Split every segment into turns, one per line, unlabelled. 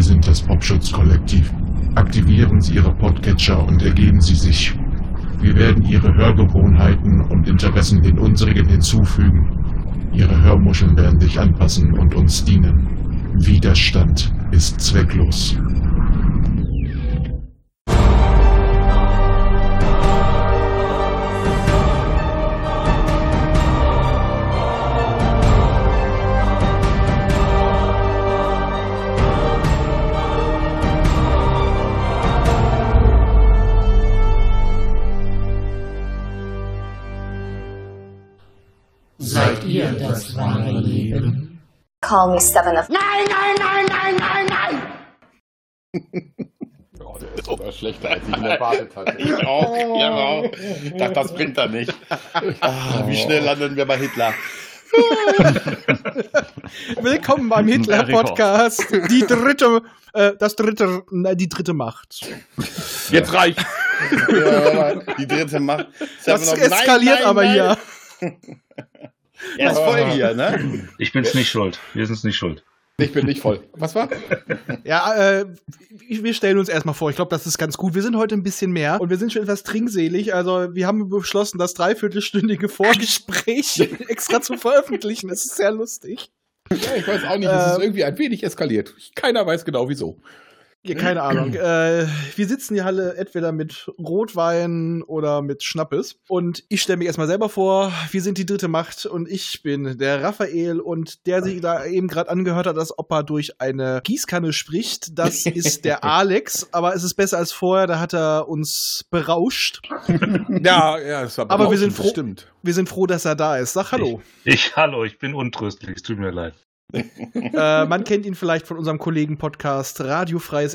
sind das Popschutz-Kollektiv. Aktivieren Sie Ihre Podcatcher und ergeben Sie sich. Wir werden Ihre Hörgewohnheiten und Interessen den unsrigen hinzufügen. Ihre Hörmuscheln werden sich anpassen und uns dienen. Widerstand ist zwecklos.
Seid ihr das wahre Leben?
Call me Seven of
Nein, nein, nein, nein, nein, nein!
Oh, der ist sogar schlechter, als ich ihn erwartet hatte.
Ich auch, ja, auch. Ich dachte, das bringt er nicht. Ah, wie schnell landen wir bei Hitler?
Willkommen beim Hitler Podcast. Die dritte, äh, das dritte, na, die dritte Macht.
Jetzt reicht. Die dritte macht.
Das
Seven of- Nein,
eskaliert
nein,
aber
nein.
hier.
Er ist voll hier, ne?
Ich bin's nicht schuld. Wir sind's nicht schuld.
Ich bin nicht voll. Was war?
Ja, äh, ich- wir stellen uns erstmal vor. Ich glaube, das ist ganz gut. Wir sind heute ein bisschen mehr und wir sind schon etwas trinkselig. Also wir haben beschlossen, das dreiviertelstündige Vorgespräch extra zu veröffentlichen. Das ist sehr lustig.
Ja, ich weiß auch nicht. Es ist
Ähm.
irgendwie ein wenig eskaliert. Keiner weiß genau wieso.
Ja, keine Ahnung. äh, wir sitzen hier alle entweder mit Rotwein oder mit Schnappes. Und ich stelle mich erstmal selber vor, wir sind die dritte Macht und ich bin der Raphael und der sich da eben gerade angehört hat, dass Opa durch eine Gießkanne spricht. Das ist der Alex, aber es ist besser als vorher, da hat er uns berauscht.
Ja, ja, es war
Aber wir sind froh-
Stimmt.
Wir sind froh, dass er da ist. Sag hallo.
Ich, hallo, ich bin untröstlich. Es tut mir leid.
äh, man kennt ihn vielleicht von unserem Kollegen-Podcast Radiofreies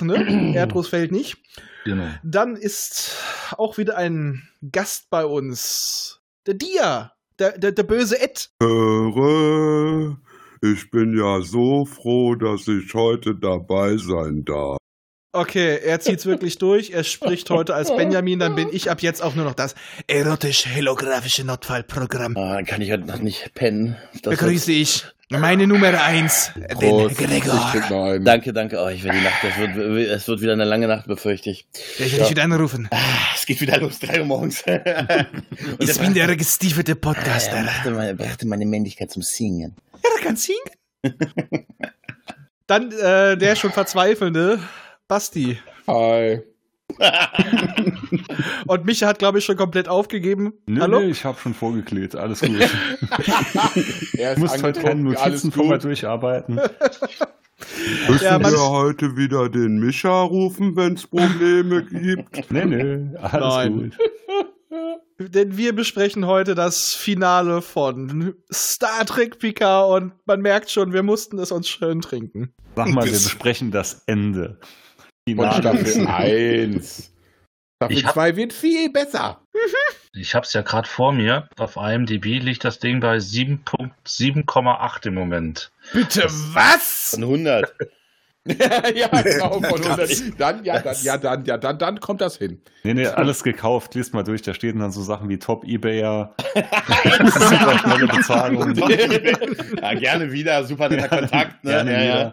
Ne? Erdruss fällt nicht.
Genau.
Dann ist auch wieder ein Gast bei uns. Der Dia. Der, der, der böse Ed.
Höre, ich bin ja so froh, dass ich heute dabei sein darf.
Okay, er zieht's wirklich durch. Er spricht heute als Benjamin. Dann bin ich ab jetzt auch nur noch das erotisch-holographische Notfallprogramm.
Ah, dann kann ich heute Nacht nicht pennen. Das
Begrüße ich meine Nummer eins, den
Prost.
Ich
Gregor.
trinke noch einen.
wird, danke, danke. Oh, ich werde die Nacht. Das wird, es wird wieder eine lange Nacht, befürchte ich.
Der will ich wieder anrufen.
Ah, es geht wieder los, 3 Uhr morgens. Und
Ich bin der gestiefelte Podcaster.
brachte meine, brachte meine Männlichkeit zum Singen.
Ganz hing. Dann äh, der schon verzweifelnde Basti.
Hi.
Und Micha hat, glaube ich, schon komplett aufgegeben.
Nö,
Hallo?
nö, ich habe schon vorgeklärt, alles gut. Ich
Er ist
muss heute keine
angetrunken,
Notizen vorher durcharbeiten.
Müssen
Ja, man-
wir heute wieder den Mischa rufen, wenn es Probleme gibt?
Nee, nee, alles
Nein.
gut.
Denn wir besprechen heute das Finale von Star Trek Picard und man merkt schon, wir mussten es uns schön trinken.
Sag mal, wir besprechen das Ende.
Von Staffel 1. Staffel
Ich hab-
2 wird viel besser.
Ich hab's ja gerade vor mir. Auf IMDb liegt das Ding bei 7,8 im Moment.
Bitte was?
Von 100.
ja, genau. Von 100. Dann, ja, dann,
Das-
ja, dann, ja, dann, dann kommt das hin.
Nee, nee, alles gekauft, liest mal durch, da stehen dann so Sachen wie Top Ebayer, super schnelle Bezahlung.
ja, gerne wieder, super netter Kontakt. Ne?
gerne
ja, ja.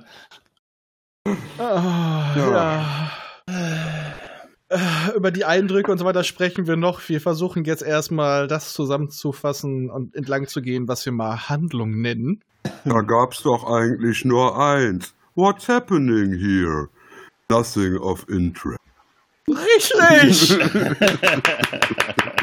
wieder.
Ah, ja. Äh, Über die Eindrücke und so weiter sprechen wir noch. Wir versuchen jetzt erstmal das zusammenzufassen und entlang zu gehen, was wir mal Handlung nennen.
Da gab's doch eigentlich nur eins. What's happening here? Nothing of interest.
Richtig!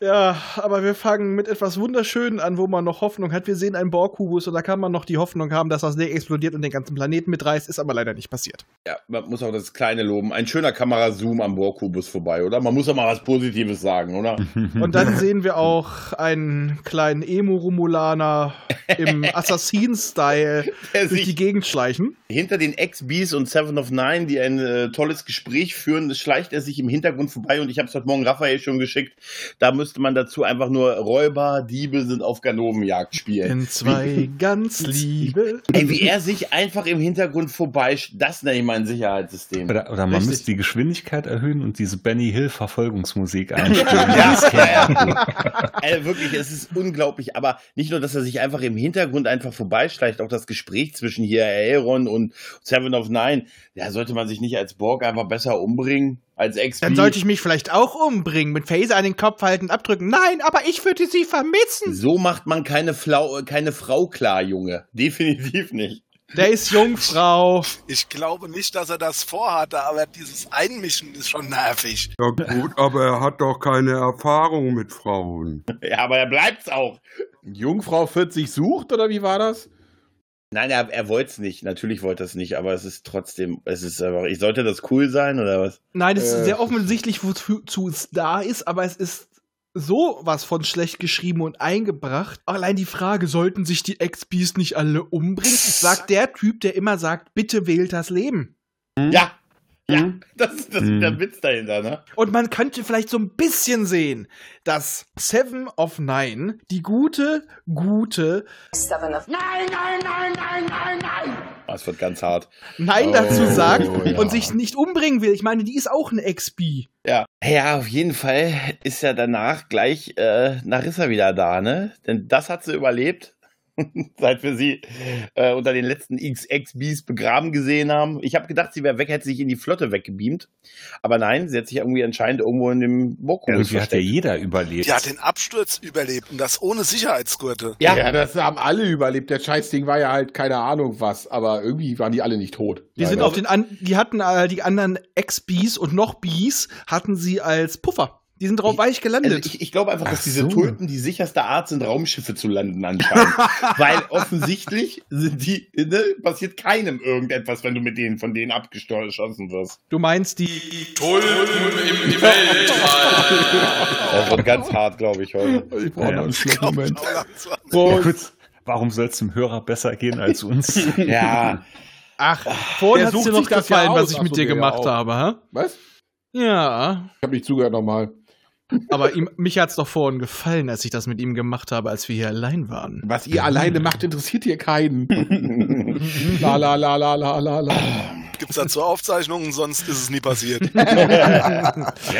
ja, aber wir fangen mit etwas Wunderschönen an, wo man noch Hoffnung hat. Wir sehen einen Borg-Kubus und da kann man noch die Hoffnung haben, dass das Ding explodiert und den ganzen Planeten mitreißt. Ist aber leider nicht passiert.
Ja, man muss auch das Kleine loben. Ein schöner Kamerazoom am Bohrkubus vorbei, oder? Man muss doch mal was Positives sagen, oder?
Mhm.
Und dann sehen wir auch einen kleinen Emo-Romulaner im Assassin-Style
Der
durch die
sich
Gegend schleichen.
hinter den Ex-Bees und Seven of Nine, die ein äh, tolles Gespräch führen, schleicht er sich im Hintergrund vorbei und ich habe es heute Morgen Raphael schon geschickt. Da müsst, müsste man dazu einfach nur Räuber, Diebe sind auf Ganovenjagd spielen.
In zwei ganz liebe.
Genau.
Ey, wie er sich einfach im Hintergrund vorbei, das nenne ich mal ein Sicherheitssystem.
Oder, oder man
Richtig.
müsste die Geschwindigkeit erhöhen und diese Benny Hill Verfolgungsmusik einstellen.
Ja, ja, ja. Ey, wirklich, es ist unglaublich. Aber nicht nur, dass er sich einfach im Hintergrund einfach vorbeischleicht, auch das Gespräch zwischen hier Aeron und Seven of Nine. Ja, sollte man sich nicht als Borg einfach besser umbringen? Als ex
Dann sollte ich mich vielleicht auch umbringen, mit Phaser an den Kopf halten, abdrücken. Nein, aber ich würde sie vermissen.
So macht man keine, Flau keine Frau klar, Junge. Definitiv nicht.
Der ist Jungfrau.
Ich glaube nicht, dass er das vorhatte, aber dieses Einmischen ist schon nervig.
Ja gut, aber er hat doch keine Erfahrung mit Frauen.
Ja, aber er bleibt's auch.
Jungfrau 40 sucht oder wie war das?
Nein, er, er wollte es nicht. Natürlich wollte er es nicht, aber es ist trotzdem, es ist einfach, ich sollte das cool sein oder was?
Nein, es
Äh.
ist sehr offensichtlich, wozu es da ist, aber es ist sowas von schlecht geschrieben und eingebracht. Allein die Frage, sollten sich die XPs nicht alle umbringen? Sagt der Typ, der immer sagt, bitte wählt das Leben.
Ja, ja, das ist, das ist
Mhm.
der Witz dahinter, ne?
Und man könnte vielleicht so ein bisschen sehen, dass Seven of Nine, die gute, gute,
Seven of
Nein, nein, nein, nein, nein, nein.
Ah, Es wird ganz hart.
Nein
Oh,
dazu sagt
ja.
und sich nicht umbringen will. Ich meine, die ist auch eine XP.
Ja. Ja, auf jeden Fall ist ja danach gleich äh, Narissa wieder da, ne? Denn das hat sie überlebt. Seit wir sie äh, unter den letzten XXBs begraben gesehen haben. Ich habe gedacht, sie wäre weg, hätte sich in die Flotte weggebeamt. Aber nein, sie hat sich irgendwie anscheinend irgendwo in dem Burghof
Irgendwie hat ja
versteckt.
jeder überlebt.
Die hat den Absturz überlebt und das ohne Sicherheitsgurte.
Ja. das haben alle überlebt. Der Scheißding war ja halt keine Ahnung was, aber irgendwie waren die alle nicht tot.
Die sind auf den an die hatten äh, die anderen Ex-Bees und noch Bees hatten sie als Puffer. Die sind drauf
Ich-
weich
Also
gelandet.
ich, ich glaube einfach, dass
Ach
diese
so.
Tulpen die sicherste Art sind, Raumschiffe zu landen anscheinend. Weil offensichtlich sind die, ne, passiert keinem irgendetwas, wenn du mit denen von denen abgeschossen wirst.
du meinst die
Das wird ganz hart, glaube ich, heute.
Ich brauche
Ja.
noch einen Schluck, Moment.
Ja, gut. Warum soll es dem Hörer besser gehen als uns?
Ja,
Ach, vorhin
Ah, der
hat's
sucht
dir noch
sich das ja
gefallen,
aus.
was ich
Ach
mit
so,
dir
der
gemacht
auch.
habe, hä?
Was?
Ja,
Ich habe nicht zugehört nochmal.
aber ihm, mich hat's doch vorhin gefallen, als ich das mit ihm gemacht habe, als wir hier allein waren.
Was ihr alleine macht, interessiert hier keinen. la la la la la la la.
Gibt es dazu Aufzeichnungen, sonst ist es nie passiert.
Ja,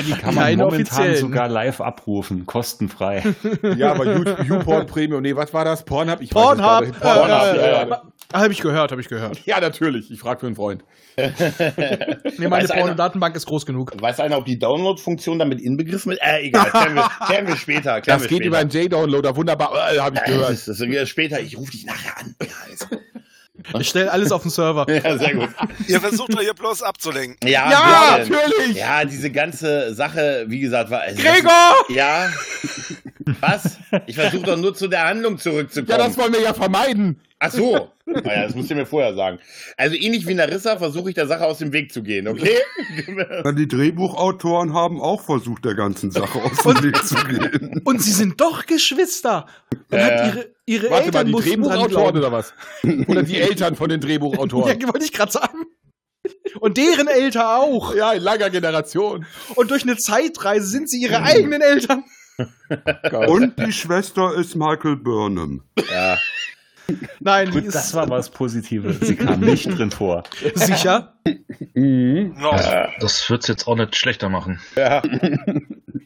die kann man
Keine
momentan
offiziellen.
sogar live abrufen, kostenfrei.
Ja, aber You- YouPorn Premium, nee, was war das? Pornhub? Ich weiß es gerade
Pornhub.
nicht. Pornhub, ja, ja.
Habe ich gehört, habe ich gehört.
ja, natürlich. Ich frage für einen Freund.
Nee, meine
Weiß einer-
Pornodatenbank ist groß genug.
weiß einer, ob die Download-Funktion damit inbegriffen ist? Äh, egal, klären wir, klären wir später. Klären
Das
wir
geht
später.
über einen J-Downloader. Wunderbar. Äh, habe ich
Ja,
gehört.
Das ist wieder später, ich rufe dich nachher an.
Ich stelle alles auf den Server.
Ja, sehr gut.
Ihr versucht doch hier bloß abzulenken.
Ja,
Ah,
Ja,
Björn.
natürlich.
Ja, diese ganze Sache, wie gesagt, war. also das-
Gregor!
Ja. Was? Ich versuche doch nur zu der Handlung zurückzukommen.
Ja, das wollen wir ja vermeiden.
Ach so. Naja, das musst du mir vorher sagen. Also ähnlich wie Narissa versuche ich der Sache aus dem Weg zu gehen, okay?
Ja, die Drehbuchautoren haben auch versucht, der ganzen Sache aus dem Weg zu gehen.
Und sie sind doch Geschwister. Und
ja.
hat ihre, ihre
Warte mal,
Eltern
die
mussten dran
Drehbuchautoren
glauben.
oder was? Oder die Eltern von den
Ja,
Drehbuchautoren.
wollte ich gerade sagen. Und deren Eltern auch.
Ja, in langer Generation.
Und durch eine Zeitreise sind sie
Mhm.
ihre eigenen Eltern.
Und die Schwester ist Michael Burnham.
Ja.
Nein, die
Gut,
ist
das war was Positives. Sie kam nicht drin vor.
sicher.
Noch.
Das wird's jetzt auch nicht schlechter machen.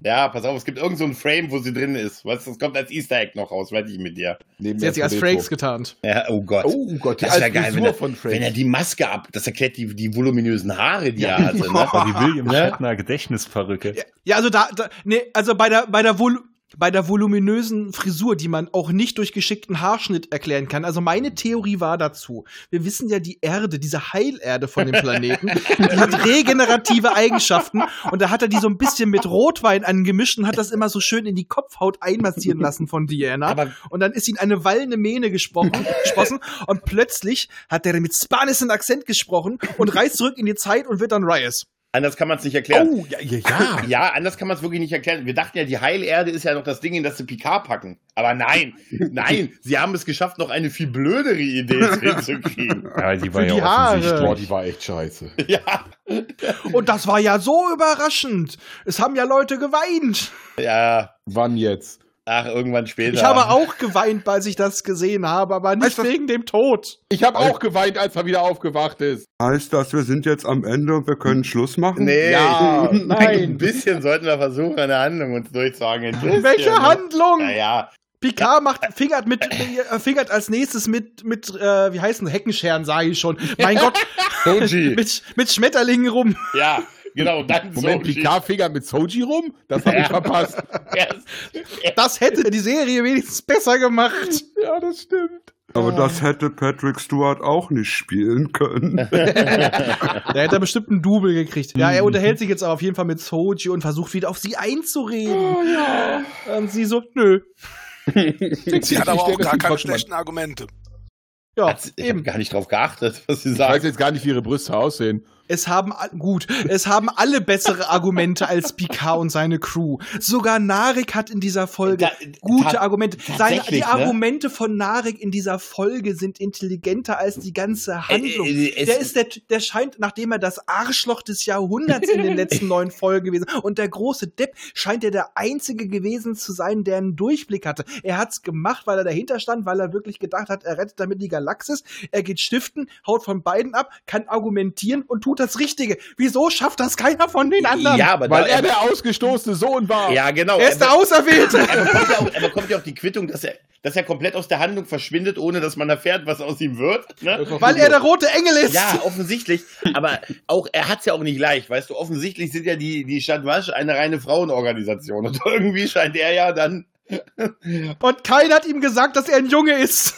Ja, pass auf, es gibt irgend so ein Frame, wo sie drin ist. Weißt du, das kommt als Easter Egg noch raus, wette ich mit dir.
Neben
Sie hat sich als Frakes getarnt.
Ja, oh Gott.
Oh Gott, die
das wäre
alte
geil, wenn
Frisur
er,
von
wenn er
Frakes.
die Maske ab, das erklärt die, die voluminösen Haare, die er hatte. Ne?
War die William
Ja.
Shatner Gedächtnisperücke.
Ja, also da, da nee, also bei der, bei der Vol bei der voluminösen Frisur, die man auch nicht durch geschickten Haarschnitt erklären kann. Also meine Theorie war dazu. Wir wissen ja, die Erde, diese Heilerde von dem Planeten, die hat regenerative Eigenschaften und da hat er die so ein bisschen mit Rotwein angemischt und hat das immer so schön in die Kopfhaut einmassieren lassen von Diana.
Aber-
und dann ist ihn eine wallende Mähne gesprochen, gesprossen und plötzlich hat er mit spanischen Akzent gesprochen und reist zurück in die Zeit und wird dann Rias.
Anders kann man es nicht erklären.
Oh, ja, ja,
Ah.
ja.
Ja, anders kann man es wirklich nicht erklären. Wir dachten ja, die Heilerde ist ja noch das Ding, in das sie Picard packen. Aber nein, nein, sie haben es geschafft, noch eine viel blödere Idee hinzukriegen.
Ja, die war
Für
ja
die Haare.
offensichtlich.
Boah, die war echt scheiße.
Ja,
Und das war ja so überraschend. Es haben ja Leute geweint.
Ja,
Wann jetzt?
ach, irgendwann später.
Ich habe auch geweint, als ich das gesehen habe, aber nicht
Weißt du-
wegen dem Tod.
Ich habe auch geweint, als er wieder aufgewacht ist.
Heißt das, wir sind jetzt am Ende und wir können Schluss machen?
Nee,
Ja, nein.
ein bisschen sollten wir versuchen, eine Handlung uns durchzuhangen. Ein bisschen. ne?
Welche Handlung?
Naja,
Picard macht, fingert, mit, äh, fingert als nächstes mit, mit äh, wie heißen Heckenscheren, sage ich schon. Mein Gott,
Soji.
mit, mit Schmetterlingen rum.
ja, genau, dann
Moment,
Soji.
Picard fingert mit Soji rum? Das habe ich verpasst.
Erst-
Das hätte die Serie wenigstens besser gemacht.
ja, das stimmt.
Aber das hätte Patrick Stewart auch nicht spielen können.
Da hätte er bestimmt einen Double gekriegt. Ja, er unterhält sich jetzt aber auf jeden Fall mit Soji und versucht wieder auf sie einzureden.
Oh,
Und sie so, nö.
Sie hat aber auch gar keine
schlechten.
schlechten Argumente.
Ja,
Ich habe
eben.
gar nicht drauf geachtet, was sie
Ich weiß
sagt.
jetzt gar nicht, wie ihre Brüste aussehen.
Es haben, all- gut, es haben alle bessere Argumente als Picard und seine Crew. Sogar Narek hat in dieser Folge
Da-
gute
ta-
Argumente. Seine,
tatsächlich, ne?
die Argumente von Narek in dieser Folge sind intelligenter als die ganze Handlung.
Äh, äh, es-
der, ist der, der scheint, nachdem er das Arschloch des Jahrhunderts in den letzten neun Folgen gewesen und der große Depp scheint er der Einzige gewesen zu sein, der einen Durchblick hatte. Er hat's gemacht, weil er dahinter stand, weil er wirklich gedacht hat, er rettet damit die Galaxis. Er geht stiften, haut von beiden ab, kann argumentieren und tut das Richtige. Wieso schafft das keiner von den anderen?
ja, aber
Weil
da,
er der ausgestoßene Sohn war.
ja, genau.
er ist der
er,
Auserwählte.
er, bekommt ja auch, er bekommt ja auch die Quittung, dass er, dass er komplett aus der Handlung verschwindet, ohne dass man erfährt, was aus ihm wird. Ne?
Weil er der rote Engel ist.
Ja, offensichtlich. Aber auch er hat es ja auch nicht leicht, weißt du. Offensichtlich sind ja die, die Stadt Wasch eine reine Frauenorganisation. Und irgendwie scheint er ja dann.
Und keiner hat ihm gesagt, dass er ein Junge ist.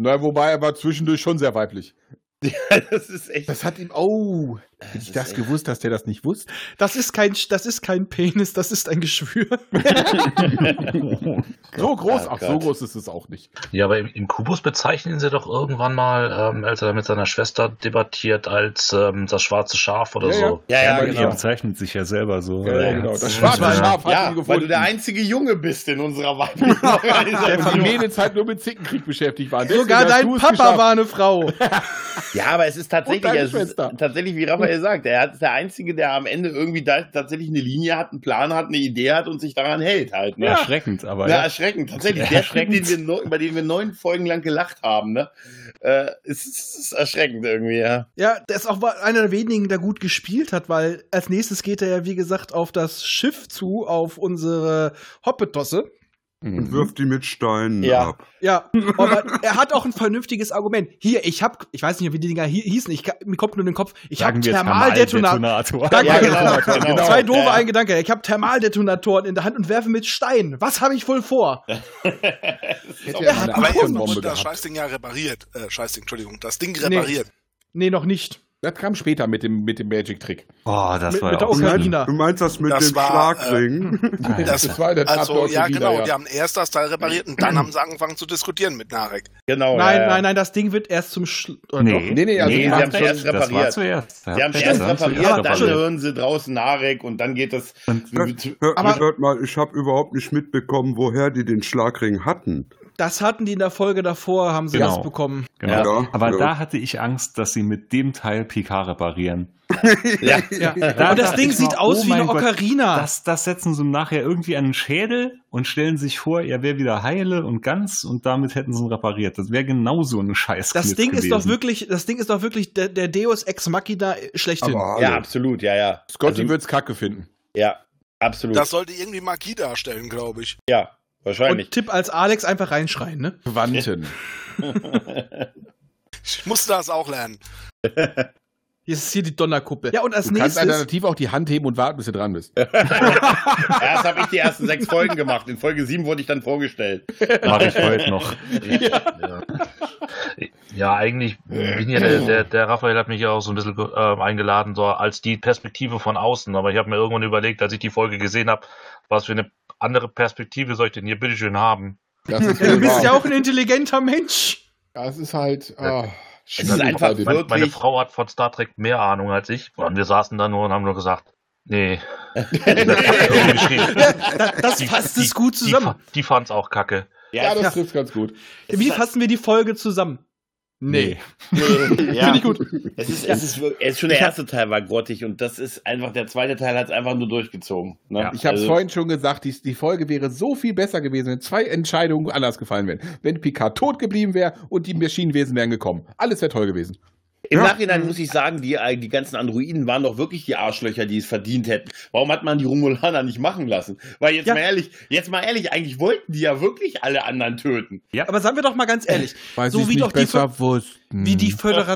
Na, wobei er war zwischendurch schon sehr weiblich.
Das ist echt.
Das hat ihm. Oh, hätte ich das gewusst, dass der das nicht wusste.
Das ist kein, das ist kein Penis, das ist ein Geschwür.
So groß,
Oh
ach, so
Gott.
groß ist es auch nicht.
Ja, aber im, im Kubus bezeichnen sie doch irgendwann mal, ähm, als er mit seiner Schwester debattiert, als ähm, das schwarze Schaf oder
Ja, ja.
so.
Ja, ja,
aber Er
genau.
bezeichnet sich ja selber so.
Ja,
Äh,
genau. Das
jetzt-
schwarze
Ja.
Schaf hat ihn
Ja, weil du
gefunden.
der einzige Junge bist in unserer Also, weiblichen
der von
Organisation.
Mädels halt nur mit Zickenkrieg beschäftigt waren.
Sogar dein Papa war eine Frau.
Ja, aber es ist tatsächlich,
Und deine
es ist
Schwester.
tatsächlich, wie Raphael sagt, er hat- ist der Einzige, der am Ende irgendwie da, tatsächlich eine Linie hat, einen Plan hat, eine Idee hat und sich daran hält halt. Ne?
Erschreckend, aber.
Ja,
Ja.
erschreckend. Tatsächlich, der Schreck, den wir neu, über den wir neun Folgen lang gelacht haben, ne? Äh, es ist, ist erschreckend irgendwie, ja.
Ja, der ist auch mal einer der wenigen, der gut gespielt hat, weil als nächstes geht er ja, wie gesagt, auf das Schiff zu, auf unsere Hoppetosse.
Und wirft die mit Steinen
Ja.
ab.
Ja, aber er hat auch ein vernünftiges Argument. Hier, ich hab, ich weiß nicht, wie die Dinger hi- hießen, ich, ka- mir kommt nur in den Kopf, ich habe
Sagen wir
Thermaldetonator.
Thermaldetonat.
Danke,
Ja,
genau.
genau, genau.
Zwei doofe,
Ja.
ein Gedanke. Ich habe Thermaldetonatoren in der Hand und werfe mit Steinen. Was habe ich wohl vor?
Hätte er
hat
eine
Aber jetzt
Atombombe
wurde das
gehabt.
Scheißding ja repariert. Äh, Scheißding, Entschuldigung. Das Ding repariert.
Nee, noch nicht.
Das kam später mit dem, mit dem Magic-Trick.
Oh, das
Mit-
war
mit
ja
der
auch
Du
so
meinst,
Ukraine.
schlimm.
du meinst das mit
Das
dem
war,
Schlagring?
Hm.
Das,
war in der Tat
also,
dort
ja,
in Wien,
genau.
ja.
Die haben erst das Teil repariert und dann haben sie angefangen zu diskutieren mit Narek.
Genau.
nein,
ja, ja.
nein, nein, das Ding wird erst zum Schluss.
Nee,
Nee, nee, also die
sie
haben
haben es erst
Das war
repariert.
zuerst.
Sie haben es erst
Stimmt.
repariert,
Ja,
dann
repariert.
hören sie draußen Narek und dann geht das.
Hört,
Aber-
hört mal, ich habe überhaupt nicht mitbekommen, woher die den Schlagring hatten.
Das hatten die in der Folge davor, haben sie
Genau.
das bekommen.
Genau.
Ja.
Aber
Ja.
da hatte ich Angst, dass sie mit dem Teil PK reparieren.
Ja,
Ja.
Da
Und das
dachte
Ding
ich mal,
sieht aus
oh
wie eine
mein Gott,
Ocarina.
Das, das setzen sie nachher irgendwie an den Schädel und stellen sich vor, er wäre wieder heile und ganz und damit hätten sie ihn repariert. Das wäre genau so ein Scheiß.
das Ding ist doch wirklich, das Ding ist doch wirklich der, der Deus Ex Machina schlechthin.
Aber hallo.
ja, absolut, ja, ja.
Scotty
Also-
wird's kacke finden.
Ja, absolut.
Das sollte irgendwie Magie darstellen, glaube ich.
ja, wahrscheinlich.
Und Tipp als Alex einfach reinschreien, ne?
Quanten.
Ich musste das auch lernen.
Hier ist hier die Donnerkuppel. Ja, und als
Du kannst
nächstes.
alternativ auch die Hand heben und warten, bis du dran bist.
ja, das habe ich die ersten sechs Folgen gemacht. In Folge sieben wurde ich dann vorgestellt.
Mache ich heute noch.
Ja. ja, eigentlich bin ja der, der, der Raphael hat mich ja auch so ein bisschen ähm, eingeladen, so als die Perspektive von außen. Aber ich habe mir irgendwann überlegt, als ich die Folge gesehen habe, was für eine andere Perspektive soll ich denn hier bitteschön haben?
Das ist,
Ja, du bist
wahr.
ja auch ein intelligenter Mensch.
Das ist halt. ah,
ist
schwierig
einfach
bei dem.
wirklich-
Meine, meine Frau hat von Star Trek mehr Ahnung als ich. Und wir saßen da nur und haben nur gesagt, nee. Irgendwie geschrieben.
Das fasst es gut
Die,
zusammen.
fa- die fand's auch kacke.
Ja, das trifft ganz gut.
Wie fassen wir die Folge zusammen? Nee.
Nee, ja.
Finde ich gut.
Es ist, es ist, wir- es ist schon der erste Teil war grottig und das ist einfach, der zweite Teil hat es einfach nur durchgezogen. Ne?
Ich habe es
also,
vorhin schon gesagt, die, die Folge wäre so viel besser gewesen, wenn zwei Entscheidungen anders gefallen wären. Wenn Picard tot geblieben wäre und die Maschinenwesen wären gekommen. Alles wäre toll gewesen.
Im Nachhinein muss ich sagen, die, äh, die ganzen Androiden waren doch wirklich die Arschlöcher, die es verdient hätten. Warum hat man die Romulaner nicht machen lassen? Weil jetzt
Ja.
mal ehrlich, jetzt mal ehrlich, eigentlich wollten die ja wirklich alle anderen töten.
Aber seien wir doch mal ganz ehrlich, so wie doch die, Fö-
wussten.
wie die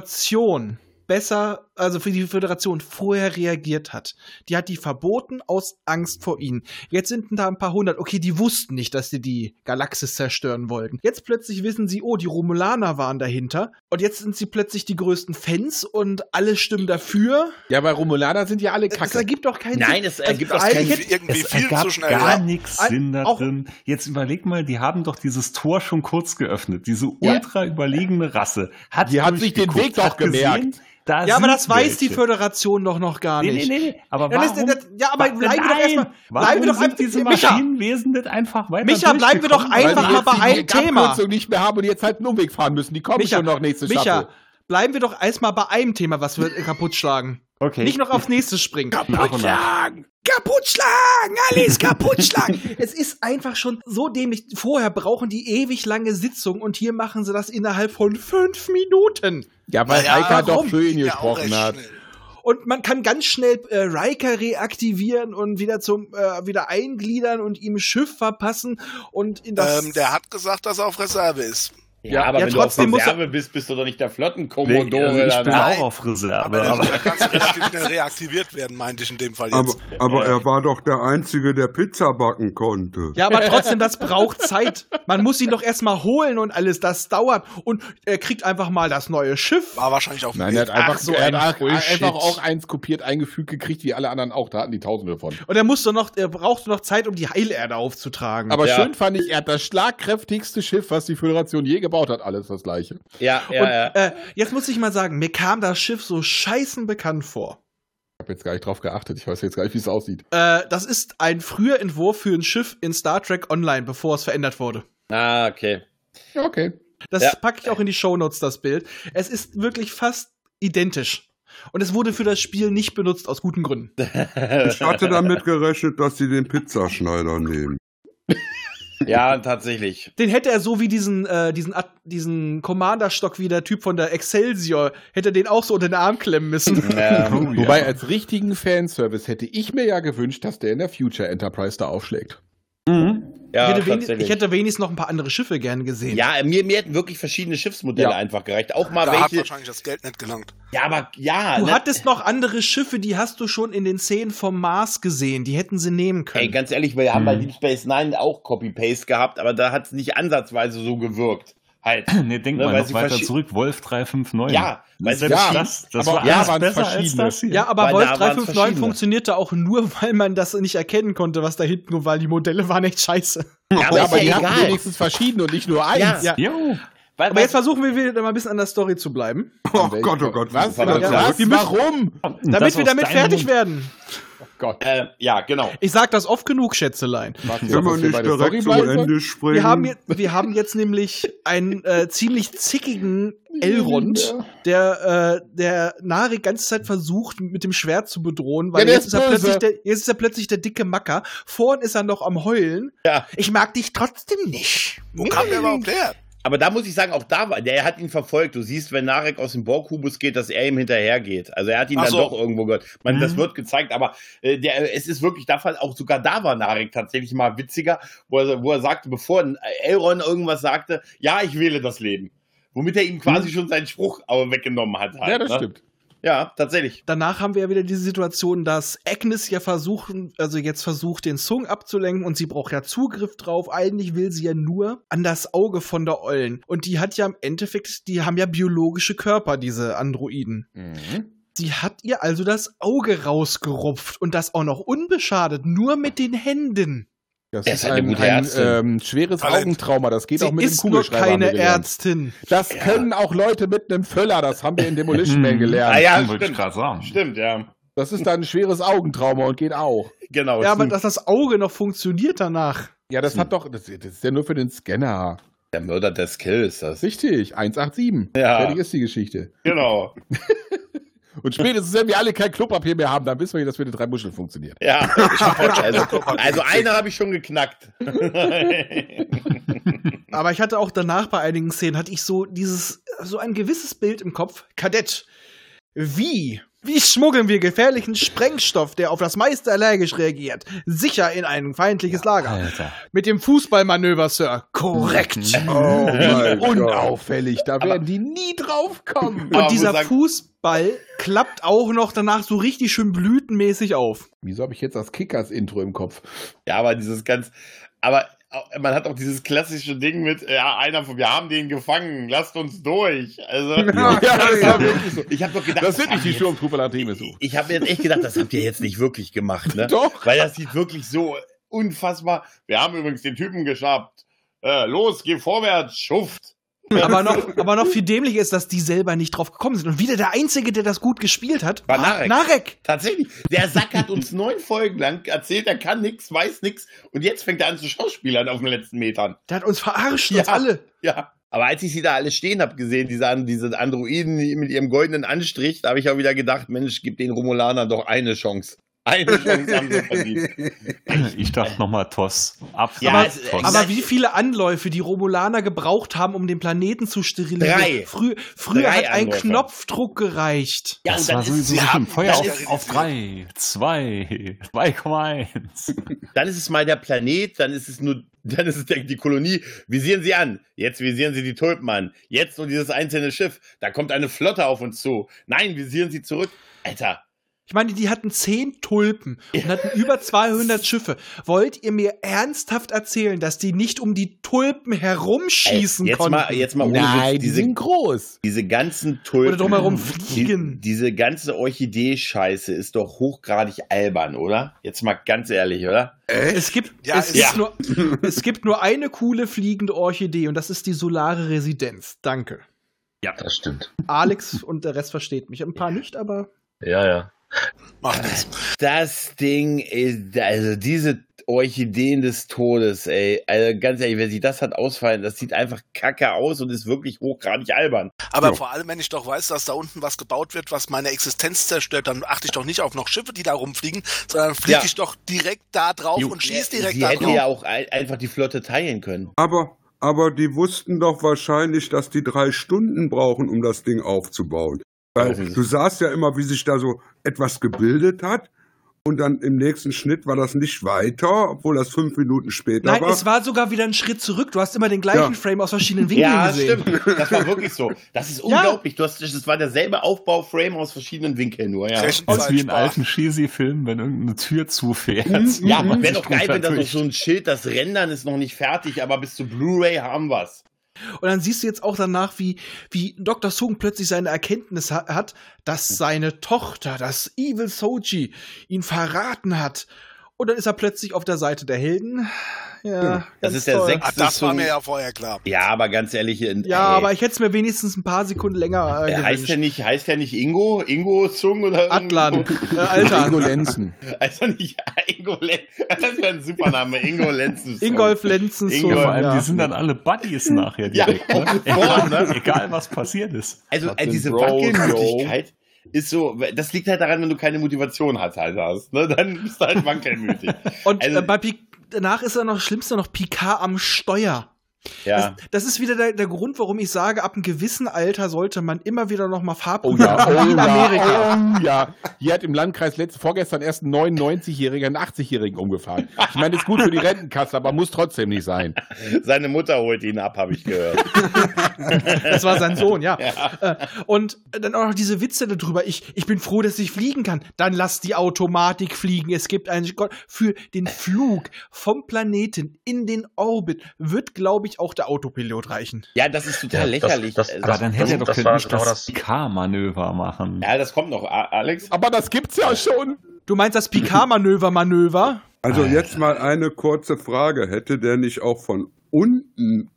Föderation besser, also wie die Föderation vorher reagiert hat. Die hat die verboten aus Angst vor ihnen. Jetzt sind da ein paar hundert. Okay, die wussten nicht, dass sie die Galaxis zerstören wollten. Jetzt plötzlich wissen sie, oh, die Romulaner waren dahinter. Und jetzt sind sie plötzlich die größten Fans und alle stimmen dafür.
ja, bei Romulaner sind ja alle
Das
kacke.
ergibt doch keinen
Nein,
Sinn.
es ergibt
Also
auch keinen
eigentlich
Sinn.
Irgendwie
Es
viel zu
ergab
schnell.
gar
Ja.
nichts
Ein-
Sinn da
auch-
drin. Jetzt überleg mal, die haben doch dieses Tor schon kurz geöffnet. Diese
Ja.
ultra überlegene Rasse. Hat
Die hat sich den
durchgeguckt,
Weg doch
hat
gemerkt.
da
Ja, aber
sind
das weiß die
welche.
Föderation doch noch gar
Nee,
nicht.
nee, nee, nee. Aber
Ja, das-
warum,
das- ja, aber
wa-
bleiben wir doch
nein.
erstmal- bleiben
Warum
wir doch
sind
einfach-
diese
Micha!
Maschinenwesen nicht einfach weiter
Micha, bleiben wir doch
durchgekommen?
einfach
die
mal bei
jetzt
einem
die
Thema.
Abkürzung nicht mehr haben und jetzt halt einen Umweg fahren müssen. Die kommen schon noch nächste
Micha,
Staffel.
bleiben wir doch erstmal bei einem Thema, was wir kaputt schlagen.
Okay.
Nicht noch aufs nächste springen.
Nach und nach.
Kaputt schlagen! Alles kaputt schlagen! es ist einfach schon so dämlich. Vorher brauchen die ewig lange Sitzung und hier machen sie das innerhalb von fünf Minuten.
Ja, weil
Naja,
Eika doch
warum?
für ihn
Ja, auch
gesprochen
recht
hat.
schnell.
Und man kann ganz schnell äh, Riker reaktivieren und wieder zum äh, wieder eingliedern und ihm Schiff verpassen und in das.
Ähm, der hat gesagt, dass er auf Reserve ist.
Ja,
Ja,
aber
ja,
wenn
trotzdem
du
muss
auf
er-
Reserve bist, bist du doch nicht der
Nee,
Flottenkommodore.
also ich bin
dann.
auch auf Risse,
Aber,
aber, aber
da kannst du relativ schnell reaktiviert werden, meinte ich in dem Fall
Aber,
jetzt.
aber er war doch der Einzige, der Pizza backen konnte.
Ja, aber trotzdem, das braucht Zeit. Man muss ihn doch erstmal holen und alles. Das dauert. Und er kriegt einfach mal das neue Schiff.
War wahrscheinlich auf dem
Nein, er hat
Weg.
einfach,
so
er hat
ein
einfach
Bullshit.
auch eins kopiert, eingefügt gekriegt, wie alle anderen auch. Da hatten die Tausende von.
Und er muss doch noch, er braucht noch Zeit, um die Heilerde aufzutragen.
Aber
Ja.
schön fand ich, er hat das schlagkräftigste Schiff, was die Föderation je gebaut hat. Alles das gleiche.
Ja, ja,
und,
ja.
Äh, jetzt muss ich mal sagen, mir kam das Schiff so scheißen bekannt vor.
Ich habe jetzt gar nicht drauf geachtet. Ich weiß jetzt gar nicht, wie es aussieht.
Äh, das ist ein früher Entwurf für ein Schiff in Star Trek Online, bevor es verändert wurde.
Ah, okay.
Ja, okay.
Das
Ja.
packe ich auch in die Shownotes, das Bild. Es ist wirklich fast identisch. Und es wurde für das Spiel nicht benutzt, aus guten Gründen.
Ich hatte damit gerechnet, dass sie den Pizzaschneider nehmen.
Ja, tatsächlich.
Den hätte er so wie diesen, äh, diesen, Ad- diesen Commander-Stock wie der Typ von der Excelsior, hätte er den auch so unter den Arm klemmen müssen.
Ähm,
Wobei,
also,
als richtigen Fanservice hätte ich mir ja gewünscht, dass der in der Future Enterprise da aufschlägt.
ja,
ich, hätte wenig-
tatsächlich.
ich hätte wenigstens noch ein paar andere Schiffe gern gesehen.
ja, mir, mir hätten wirklich verschiedene Schiffsmodelle
Ja.
einfach gereicht. Auch mal
Da hat
welche.
wahrscheinlich das Geld nicht gelangt.
Ja, aber ja.
Du
ne?
hattest noch andere Schiffe, die hast du schon in den Szenen vom Mars gesehen. Die hätten sie nehmen können.
Ey, ganz ehrlich, wir haben bei Deep Space Nine auch Copy-Paste gehabt, aber da hat es nicht ansatzweise so gewirkt. Halt.
nee, denk
Ne,
mal
weil
noch
sie
weiter
verschi-
zurück. Wolf 359.
Ja, weil
Selbst
sie-
das, das
aber
war
ja,
alles
waren's
besser als
verschiedene.
das hier.
ja, aber
Weil
Wolf
da waren's
359
verschiedene.
funktionierte auch nur, weil man das nicht erkennen konnte, was da hinten nur, weil die Modelle waren echt scheiße.
Ja, aber,
ja,
ist
aber
ja
die hatten
egal.
wenigstens verschiedene und nicht nur eins.
Ja,
Ja.
Jo.
Weil,
Aber jetzt versuchen wir wieder mal ein bisschen an der Story zu bleiben.
Oh Gott, oh Gott.
Was?
Verdammt,
was? was?
ja.
Warum?
Damit wir damit fertig
werden.
werden.
Gott.
äh, ja, genau.
Ich sag das oft genug, Schätzelein.
Wenn man nicht direkt zum Ende springen.
Wir haben, jetzt, wir haben jetzt nämlich einen äh, ziemlich zickigen Elrond, der, äh, der Nari ganze Zeit versucht, mit dem Schwert zu bedrohen, weil
Ja, der
jetzt,
ist
ist
böse.
er plötzlich der, jetzt ist er plötzlich der dicke Macker. Vorhin ist er noch am Heulen.
Ja.
Ich mag dich trotzdem nicht.
Wo kam der überhaupt her?
Aber da muss ich sagen, auch da war, der hat ihn verfolgt. Du siehst, wenn Narek aus dem Borghubus geht, dass er ihm hinterhergeht. Also er hat ihn
Ach
dann
so.
doch irgendwo gehört. Man,
Mhm.
Das wird gezeigt, aber äh, der, es ist wirklich, da fand auch sogar da war Narek tatsächlich mal witziger, wo er, wo er sagte, bevor Elron irgendwas sagte, ja, ich wähle das Leben. Womit er ihm quasi schon seinen Spruch aber weggenommen hat. Halt,
Mhm. Ja, das
ne?
stimmt.
Ja, tatsächlich.
Danach haben wir ja wieder diese Situation, dass Agnes ja versuchen, also jetzt versucht, den Sung abzulenken und sie braucht ja Zugriff drauf. Eigentlich will sie ja nur an das Auge von der Ollen. Und die hat ja im Endeffekt, die haben ja biologische Körper, diese Androiden.
Mhm.
Sie hat ihr also das Auge rausgerupft und das auch noch unbeschadet, nur mit den Händen.
Das
Er
ist
ist eine
ein,
gute
ein
Ärztin.
ähm, schweres
Talent.
Augentrauma. Das geht auch
sie
mit dem
ist nur
Kugelschreiber. haben wir
keine
gelernt.
Ärztin.
Das können auch Leute mit einem Völler. Das haben wir in Demolition Man
Mhm.
gelernt.
Ah, ja,
Ja, wollte ich
stimmt.
gerade sagen.
Stimmt, ja.
Das ist dann ein schweres Augentrauma und geht auch.
Genau.
Ja, aber
stimmt.
dass das Auge noch funktioniert danach.
Hm.
Ja, das hat doch, das, das ist ja nur für den Scanner.
Der Mörder des Kill ist das.
Richtig, 187.
Ja.
Fertig ist die Geschichte.
Genau.
Und spätestens, wenn wir alle kein Klopapier mehr haben, dann wissen wir, hier, dass wir die drei Muscheln funktioniert.
Ja, ich hab auch- also, also eine habe ich schon geknackt.
Aber ich hatte auch danach bei einigen Szenen hatte ich so dieses so ein gewisses Bild im Kopf. Kadett, wie wie schmuggeln wir gefährlichen Sprengstoff, der auf das meiste allergisch reagiert, sicher in ein feindliches Lager?
Alter.
Mit dem Fußballmanöver, Sir. Korrekt.
Oh mein
genau.
Gott.
Unauffällig, da werden die nie drauf kommen.
Aber
Und dieser
muss sagen-
Fußball klappt auch noch danach so richtig schön blütenmäßig auf.
Wieso habe ich jetzt das Kickers-Intro im Kopf?
ja, aber dieses ganz, aber auch- man hat auch dieses klassische Ding mit, ja, einer von, wir haben den gefangen, lasst uns durch. Also,
Ja, das war wirklich so.
ich habe doch gedacht,
Das sind
haben
nicht die
jetzt-
Sturmtruppe nach dem es so.
Ich habe jetzt echt gedacht, das habt ihr jetzt nicht wirklich gemacht, ne?
Doch.
Weil das sieht wirklich so unfassbar. Wir haben übrigens den Typen geschafft. Äh, los, geh vorwärts, schuft.
Aber noch, aber noch viel dämlicher ist, dass die selber nicht drauf gekommen sind. Und wieder der Einzige, der das gut gespielt hat,
War Narek.
Narek.
Tatsächlich, der Sack hat uns neun Folgen lang erzählt, er kann nichts, weiß nichts und jetzt fängt er an zu Schauspielern auf den letzten Metern.
Der hat uns verarscht,
Ja.
uns alle.
Ja. Aber als ich sie da alle stehen habe gesehen, diese, An- diese Androiden mit ihrem goldenen Anstrich, da habe ich auch wieder gedacht, Mensch, gib den Romulanern doch eine Chance. Eine Chance haben sie verdient.
Ich dachte nochmal Toss. Absatz,
Ja, es-
Toss.
Aber wie viele Anläufe die Romulaner gebraucht haben, um den Planeten zu sterilisieren?
Drei.
Frü früher
Drei
hat ein
Anläufe.
Knopfdruck gereicht.
Ja,
das war
und dann ist,
sowieso
ja,
so schlimm. Feuer
dann
auf,
ist-
auf drei, zwei, 2,1.
Dann ist es mal der Planet, dann ist es nur, dann ist es der, die Kolonie. Visieren Sie an. Jetzt visieren Sie die Tulpen an. Jetzt nur dieses einzelne Schiff. Da kommt eine Flotte auf uns zu. Nein, visieren Sie zurück. Alter.
Ich meine, die hatten zehn Tulpen und hatten über 200 Schiffe. Wollt ihr mir ernsthaft erzählen, dass die nicht um die Tulpen herumschießen
Ey, jetzt
konnten?
mal, jetzt mal ohne Witz, diese,
groß.
diese ganzen Tulpen.
Oder drumherum
Die,
fliegen.
diese ganze Orchidee-Scheiße ist doch hochgradig albern, oder? Jetzt mal ganz ehrlich, oder?
es gibt,
Ja,
es,
ja.
Ist nur, es gibt nur eine coole fliegende Orchidee und das ist die solare Residenz. Danke.
Ja, das stimmt.
Alex und der Rest versteht mich. Ein paar nicht, aber
Ja, ja.
Macht nichts.
Das Ding ist, also diese Orchideen des Todes, ey. Also ganz ehrlich, wer sich das hat ausfallen, das sieht einfach kacke aus und ist wirklich hochgradig albern.
Aber
Ja.
vor allem, wenn ich doch weiß, dass da unten was gebaut wird, was meine Existenz zerstört, dann achte ich doch nicht auf noch Schiffe, die da rumfliegen, sondern fliege
Ja.
ich doch direkt da drauf
Jo,
und schieß direkt
Sie
da
hätte
drauf.
ja auch ein, einfach die Flotte teilen können.
Aber, aber die wussten doch wahrscheinlich, dass die drei Stunden brauchen, um das Ding aufzubauen. Weil
Das ist es.
du sahst ja immer, wie sich da so etwas gebildet hat. Und dann im nächsten Schnitt war das nicht weiter, obwohl das fünf Minuten später
Nein,
war.
es war sogar wieder ein Schritt zurück. Du hast immer den gleichen
Ja.
Frame aus verschiedenen Winkeln gesehen.
stimmt. Das war wirklich so. Das ist unglaublich. Du hast, das war derselbe Aufbauframe aus verschiedenen Winkeln nur, ja.
Rechenzeit
Aus wie in
spart.
alten Cheesy-Filmen, wenn irgendeine Tür zufährt.
Ja,
Und man
wäre
sich
doch geil, wenn das noch
vertuscht.
so ein Schild, das Rendern ist noch nicht fertig, aber bis zu Blu-ray haben wir's.
Und dann siehst du jetzt auch danach, wie, wie Dr. Sung plötzlich seine Erkenntnis ha hat, dass seine Tochter, das Evil Soji, ihn verraten hat. Und dann ist er plötzlich auf der Seite der Helden. Ja,
Hm, Das
ganz
ist der
toll.
sechste
Ah, das war
Song.
mir ja vorher klar.
Ja, aber ganz ehrlich, in-
Ja,
ey,
aber ich hätte es mir wenigstens ein paar Sekunden länger äh,
äh, heißt der
gewünscht.
nicht, heißt der nicht Ingo? Ingo Zung oder
Atlan,
irgendwo?
äh, Alter,
Lenzen.
Also nicht Ingo Lenzen. Das wäre ein super Name, Ingo Lenzen.
Ingolf Lenzen Sung.
Ja, vor allem,
Ja.
die sind dann alle Buddies nachher
Ja,
direkt.
auch
ne?
sofort,
egal,
ne?
egal, was passiert ist.
Also äh,
denn
diese
Bro,
Wankelmütigkeit ist so, das liegt halt daran, wenn du keine Motivation hast, halt hast, ne? dann bist du halt wankelmütig.
Und
Also-
äh, bei Pi- danach ist er noch schlimmste noch Picard am Steuer.
ja.
Das, das ist wieder der, der Grund, warum ich sage, ab einem gewissen Alter sollte man immer wieder noch mal
Oh
Farbprüfen
ja,
machen, wie
oh
in Amerika.
ja, oh ja. Hier hat im Landkreis letzt, vorgestern erst ein 99-Jähriger, einen 80-Jährigen umgefahren. Ich meine, ist gut für die Rentenkasse, aber muss trotzdem nicht sein.
Seine Mutter holt ihn ab, habe ich gehört.
Das war sein Sohn, ja. Äh, Und dann auch noch diese Witze darüber. Ich, ich bin froh, dass ich fliegen kann. Dann lass die Automatik fliegen. Es gibt einen Gott. Für den Flug vom Planeten in den Orbit wird, glaube ich, auch der Autopilot reichen.
Ja, das ist total
Ja, das-
lächerlich.
das-
Also-
Aber dann hätte er doch
das
können
war
nicht
genau
das
das-
K-Manöver machen.
ja, das kommt noch, A- Alex.
Aber das gibt's ja schon.
Du meinst das Picard-Manöver-Manöver?
Also jetzt mal eine kurze Frage. Hätte der nicht auch von unten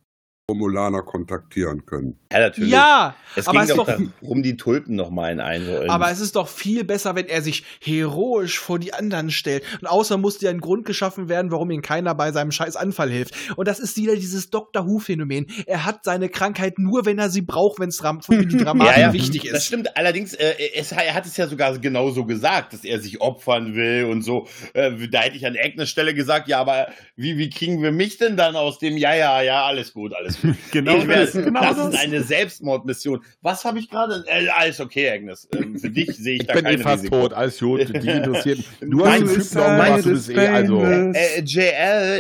Romulaner kontaktieren können?
Ja, natürlich.
Ja,
es
aber
ging
es ist
doch
doch-
darum, die Tulpen nochmal in einrollen.
Aber es ist doch viel besser, wenn er sich heroisch vor die anderen stellt. Und außer muss dir ein Grund geschaffen werden, warum ihm keiner bei seinem scheiß Anfall hilft. Und das ist wieder dieses Doctor Who-Phänomen. Er hat seine Krankheit nur, wenn er sie braucht, wenn es für die Dramatik
ja, ja,
wichtig
Das
ist.
stimmt. Allerdings, äh, es, er hat es ja sogar genauso gesagt, dass er sich opfern will und so. Äh, da hätte ich an irgendeiner Stelle gesagt, ja, aber wie, wie kriegen wir mich denn dann aus dem, ja, ja, ja, alles gut, alles gut.
Genau
Ich wär-
das, genau
das,
das.
ist eine Selbstmordmission. Was habe ich gerade? Äh, alles okay, Agnes. Ähm, für dich sehe ich,
Ich
da
bin
keine
eh fast
Risiko.
tot, alles gut, die interessieren. Du hast
Nein,
einen
es
Typ
ist
noch umgebracht,
alles
du bist eh, also.
Äh,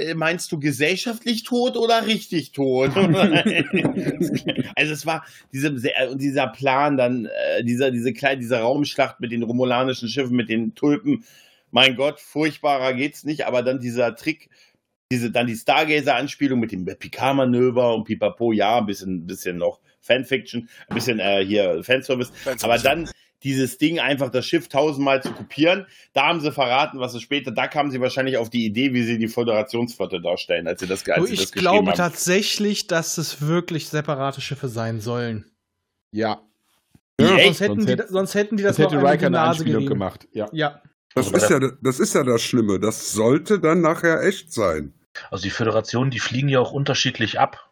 JL, meinst du gesellschaftlich tot oder richtig tot? also es war diese, sehr- und dieser Plan dann, äh, dieser, diese kleine, diese Raumschlacht mit den romulanischen Schiffen, mit den Tulpen. Mein Gott, furchtbarer geht's nicht, aber dann dieser Trick, diese, dann die Stargazer-Anspielung mit dem Picard-Manöver und Pipapo, ja, ein bisschen, bisschen noch Fanfiction, ein bisschen äh, hier Fanservice,
Fanservice.
aber dann dieses Ding einfach das Schiff tausendmal zu kopieren, da haben sie verraten, was es später, da kamen sie wahrscheinlich auf die Idee, wie sie die Föderationsflotte darstellen, als sie das, als
Nur
sie das
ich
geschrieben
glaube
haben.
tatsächlich, dass es wirklich separate Schiffe sein sollen.
Ja,
Ja,
sonst, hätten
sonst
die,
hätte-
sonst hätten die das
Das
noch
hätte
einmal in
Riker eine
die Nase
Anspielung
gerieben.
gemacht. Ja.
Ja.
Das ist, ja, das ist ja das Schlimme. Das sollte dann nachher echt sein.
Also die Föderationen, die fliegen ja auch unterschiedlich ab.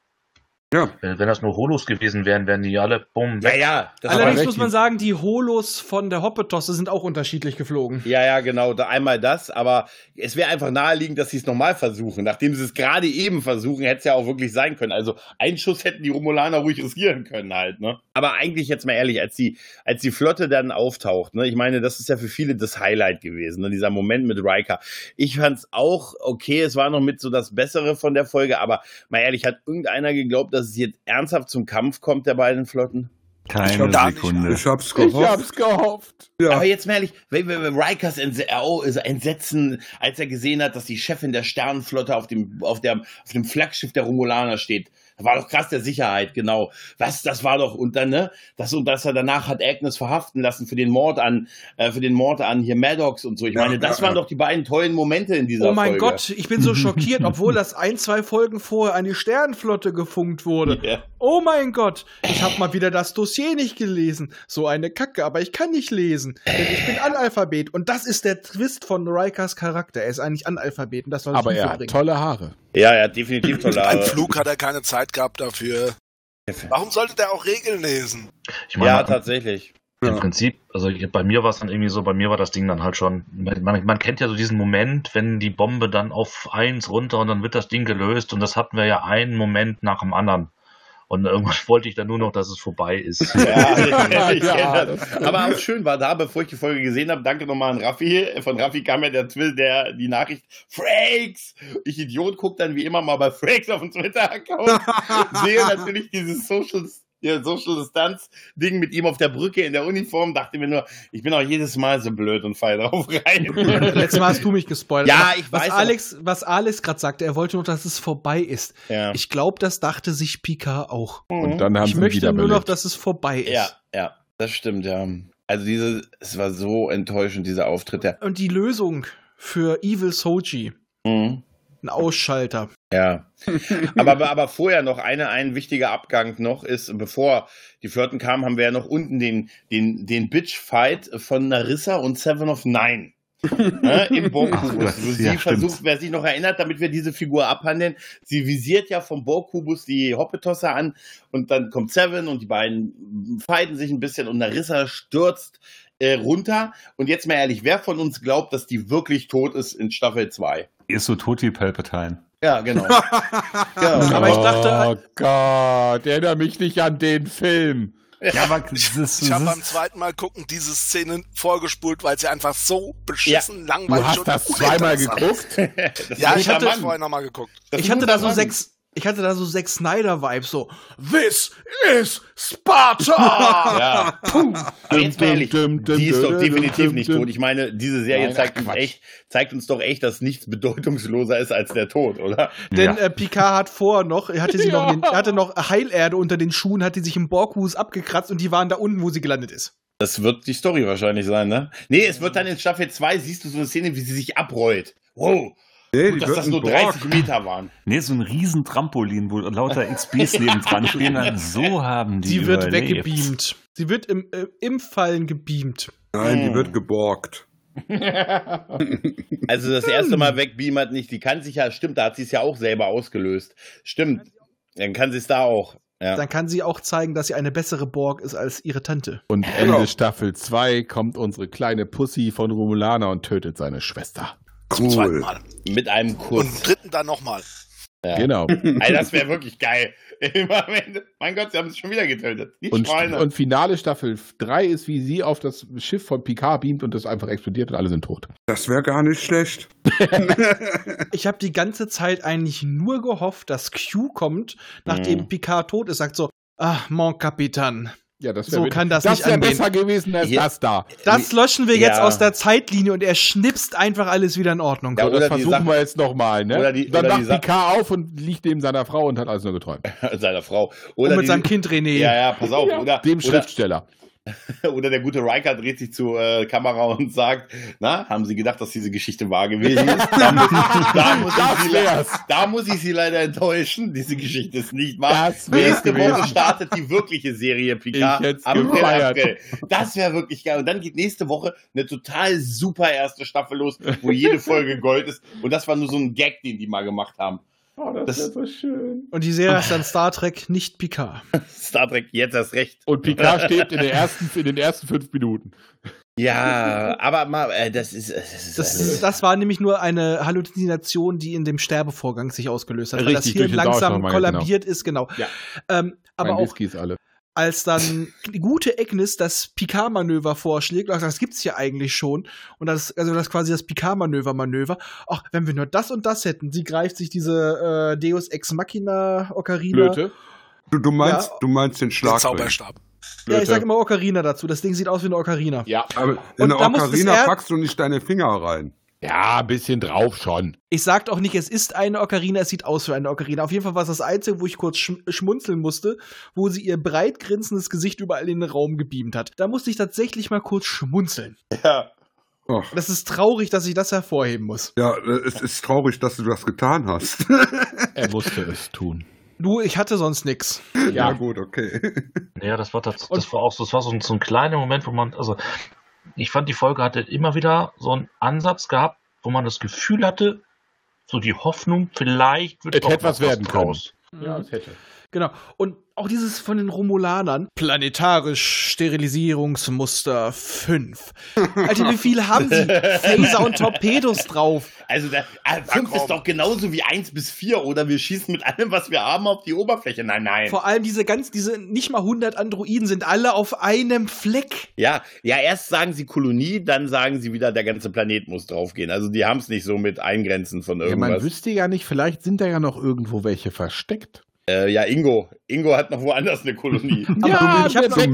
Ja.
Wenn, wenn das nur Holos gewesen wären, wären die alle bumm
Ja,
weg.
ja, das war,
Allerdings
recht,
muss man sagen, die Holos von der Hoppetosse sind auch unterschiedlich geflogen.
ja, ja, genau, da einmal das, aber es wäre einfach naheliegend, dass sie es nochmal versuchen. Nachdem sie es gerade eben versuchen, hätte es ja auch wirklich sein können. Also einen Schuss hätten die Romulaner ruhig riskieren können halt, ne? Aber eigentlich jetzt mal ehrlich, als die, als die Flotte dann auftaucht, ne? Ich meine, das ist ja für viele das Highlight gewesen, ne? Dieser Moment mit Riker. Ich fand's auch okay, es war noch mit so das Bessere von der Folge, aber mal ehrlich, hat irgendeiner geglaubt, dass es jetzt ernsthaft zum Kampf kommt der beiden Flotten?
Keine
glaub,
Sekunde.
Ich hab's
ich
gehofft.
hab's gehofft.
ja.
Aber jetzt mal ehrlich, wenn wir wenn wir Rikers Entse oh, also Entsetzen, als er gesehen hat, dass die Chefin der Sternenflotte auf dem, auf, der, auf dem Flaggschiff der Romulaner steht, war doch krass der Sicherheit, genau. Was, das war doch, und dann, ne, das und dass er danach hat Agnes verhaften lassen für den Mord an, äh, für den Mord an hier Maddox und so. Ich
Ja,
meine, das
ja,
waren
ja.
doch die beiden tollen Momente in dieser
Oh mein
Folge.
Gott, ich bin so schockiert, obwohl das ein, zwei Folgen vorher an die Sternenflotte gefunkt wurde.
Ja.
Oh mein Gott, ich habe mal wieder das Dossier nicht gelesen. So eine Kacke, aber ich kann nicht lesen, denn ich bin Analphabet. Und das ist der Twist von Rikers Charakter. Er ist eigentlich Analphabet und das soll
Aber
nicht
er hat
bringen.
tolle Haare.
Ja, ja, definitiv toll.
Beim
aber-
Flug hat er keine Zeit gehabt dafür. Warum sollte der auch Regeln lesen?
Ich meine,
Ja,
man-
tatsächlich.
im Prinzip, also ich- bei mir war es dann irgendwie so, bei mir war das Ding dann halt schon, man, man kennt ja so diesen Moment, wenn die Bombe dann auf eins runter und dann wird das Ding gelöst und das hatten wir ja einen Moment nach dem anderen. Und irgendwann wollte ich dann nur noch, dass es vorbei ist.
Ja, ich
Ja,
kenn
das
das. Aber auch schön war da, bevor ich die Folge gesehen habe, danke nochmal an Raffi. Von Raffi kam ja der, Twi- der die Nachricht, Frakes! Ich Idiot guck dann wie immer mal bei Frakes auf den Twitter-Account. Sehe natürlich dieses Social, ja, Social Distance-Ding mit ihm auf der Brücke in der Uniform. Dachte mir nur, ich bin auch jedes Mal so blöd und fall drauf rein.
Letztes Mal hast du mich gespoilert.
Ja,
Aber
ich
was
weiß, aber-
Alex, was Alex gerade sagte, er wollte nur, dass es vorbei ist.
ja. Mhm.
Ich glaube, das dachte sich Pika auch.
Und dann haben
ich
sie
möchte
wieder
nur noch,
belebt.
dass es vorbei ist.
ja, ja, das stimmt, ja. Also diese, es war so enttäuschend, dieser Auftritt. Ja.
Und die Lösung für Evil Soji,
Mhm.
ein Ausschalter.
Ja. aber, aber vorher noch eine, ein wichtiger Abgang noch ist, bevor die Flirten kamen, haben wir ja noch unten den, den, den Bitch-Fight von Narissa und Seven of Nine. ne, Im
Ach,
Borkubus.
das-
Wo sie
ja, stimmt.
versucht, wer sich noch erinnert, damit wir diese Figur abhandeln. Sie visiert ja vom Borkubus die Hoppetosse an und dann kommt Seven und die beiden fighten sich ein bisschen und Narissa stürzt äh, runter. Und jetzt mal ehrlich, wer von uns glaubt, dass die wirklich tot ist in Staffel 2?
Ist so tot wie Palpatine.
Ja, genau.
Genau.
Aber ich dachte, halt-
oh Gott, erinnere mich nicht an den Film.
Ja, aber das ist,
Ich habe
das
beim
ist-
zweiten Mal gucken diese Szenen vorgespult, weil sie einfach so beschissen langweilig
Du hast
und
das zweimal
uninteressant
geguckt?
ist. Ja, ich
guter
habe das
Mann.
vorher nochmal geguckt.
ich hatte da so
sechs.
sechs. Ich hatte da so sechs Snyder-Vibes, so, this is Sparta!
Ah, Ja. Aber jetzt mal ehrlich,
Dum, dum,
die ist doch
dum,
definitiv
dum,
nicht
dum.
tot. Ich meine, diese Serie
Nein,
zeigt,
ach,
uns
Quatsch.
echt, zeigt uns doch echt, dass nichts bedeutungsloser ist als der Tod, oder?
Denn
Ja.
äh, Picard hat vor noch, er hatte, sie
Ja.
noch in den, er hatte noch Heilerde unter den Schuhen, hat die sich im Borghus abgekratzt und die waren da unten, wo sie gelandet ist.
Das wird die Story wahrscheinlich sein, ne? Nee, es wird dann in Staffel 2, siehst du so eine Szene, wie sie sich abrollt. Wow.
Nee,
Gut, dass das nur 30 Meter waren.
Nee, so ein riesen Trampolin, wo lauter XBs nebendran stehen. dann So haben die
Sie wird
überlebt.
weggebeamt. Sie wird im, äh, im Fallen gebeamt.
Nein, die wird geborgt.
Also das erste Mal wegbeamen hat nicht, die kann sich ja, stimmt, da hat sie es ja auch selber ausgelöst. Stimmt. Dann kann sie es da auch. Ja.
Dann kann sie auch zeigen, dass sie eine bessere Borg ist als ihre Tante.
Und
genau.
Ende Staffel 2 kommt unsere kleine Pussy von Romulana und tötet seine Schwester.
Cool. Mit einem Kuss.
Und dritten dann nochmal.
Ja.
Genau.
Ey, das wäre wirklich geil. Immer wenn- mein Gott, sie haben es schon wieder getötet. Die
Und,
Schweine.
und Finale Staffel 3 ist, wie sie auf das Schiff von Picard beamt und das einfach explodiert und alle sind tot.
Das wäre gar nicht schlecht.
Ich habe die ganze Zeit eigentlich nur gehofft, dass Q kommt, nachdem
Mhm.
Picard tot ist, sagt so, ah, mon Capitaine.
Ja, das
So kann das nicht
wär
angehen.
besser gewesen als
Hier-
das da.
Das löschen wir
Ja.
jetzt aus der Zeitlinie und er schnipst einfach alles wieder in Ordnung.
Ja,
So, das
oder die
versuchen
Sache-
wir jetzt nochmal, ne?
oder die-
Dann
oder die
wacht
Sache-
Picard auf und liegt neben seiner Frau und hat alles nur geträumt.
Seiner Frau.
und
Oder
mit
die-
seinem Kind René.
Ja, ja, pass auf. Oder,
Dem
oder,
Schriftsteller.
oder der gute Riker dreht sich zur äh, Kamera und sagt, na, haben Sie gedacht, dass diese Geschichte wahr gewesen ist? Da muss, da muss, ich,
Das
sie le-
wär's.
da muss ich Sie leider enttäuschen. Diese Geschichte ist nicht wahr.
Das wär's
Ah, Nächste Woche
gewesen.
startet die wirkliche Serie Picard
Ich hätt's
am 4.
gefeiert.
April. Das wäre wirklich geil. Und dann geht nächste Woche eine total super erste Staffel los, wo jede Folge Gold ist. Und das war nur so ein Gag, den die mal gemacht haben. das wär
Oh, so schön.
Und die
Oh.
Serie ist dann Star Trek, nicht Picard.
Star Trek, jetzt erst recht.
Und Picard steht in, der ersten, in den ersten fünf Minuten.
Ja, aber mal, äh, das ist. Das ist, äh,
Das,
eine-
das war nämlich nur eine Halluzination, die in dem Sterbevorgang sich ausgelöst hat, weil das
Richtig,
Hirn
durch den
langsam
Sauerstoff, meine ich,
kollabiert ist, genau.
Ja.
Ähm, aber
Mein
auch
Whisky ist alle.
als dann die gute Agnes das Picard-Manöver vorschlägt, ach, das gibt's ja eigentlich schon, und das, also das quasi das Picard-Manöver-Manöver, ach, wenn wir nur das und das hätten, sie greift sich diese äh, Deus Ex Machina Ocarina.
Blöte.
Du, du, meinst,
Ja.
du meinst den
Den
Schlagring.
Zauberstab.
Ja, ich
Blöte.
sag immer Ocarina dazu, das Ding sieht aus wie eine Ocarina.
Ja.
Aber
Und
in der
da muss das
Ocarina
Er-
packst du nicht deine Finger rein.
ja, ein bisschen drauf schon.
Ich sag auch nicht, es ist eine Ocarina, es sieht aus wie eine Ocarina. Auf jeden Fall war es das Einzige, wo ich kurz schm schmunzeln musste, wo sie ihr breit grinsendes Gesicht überall in den Raum gebeamt hat. Da musste ich tatsächlich mal kurz schmunzeln.
ja.
Ach,
Das ist traurig, dass ich das hervorheben muss.
ja, äh, es ist traurig, dass du das getan hast.
Er musste es tun.
Du, ich hatte sonst nix.
ja,
Ja,
gut, okay.
Ja, das war, tats- das war auch so, das war so ein, so ein kleiner Moment, wo man, also ich fand, die Folge hatte immer wieder so einen Ansatz gehabt, wo man das Gefühl hatte, so die Hoffnung, vielleicht wird
Es
doch
hätte
noch
was werden können.
draus.
ja es hätte.
Genau. Und auch dieses von den Romulanern. Planetarisch Sterilisierungsmuster 5. Alter, wie viel haben sie? Phaser und Torpedos drauf.
Also da, ah, fünf
komm.
ist doch genauso wie eins bis vier, oder wir schießen mit allem, was wir haben, auf die Oberfläche. Nein, nein.
Vor allem diese ganz, diese nicht mal 100 Androiden sind alle auf einem Fleck.
ja, ja, erst sagen sie Kolonie, dann sagen sie wieder, der ganze Planet muss draufgehen. Also die haben es nicht so mit Eingrenzen von
Ja, man
irgendwas.
wüsste ja nicht, vielleicht sind da ja noch irgendwo welche versteckt.
äh, ja, Ingo. Ingo hat noch woanders eine Kolonie.
Ja,
ich hab
eine
noch-
Zumindest ist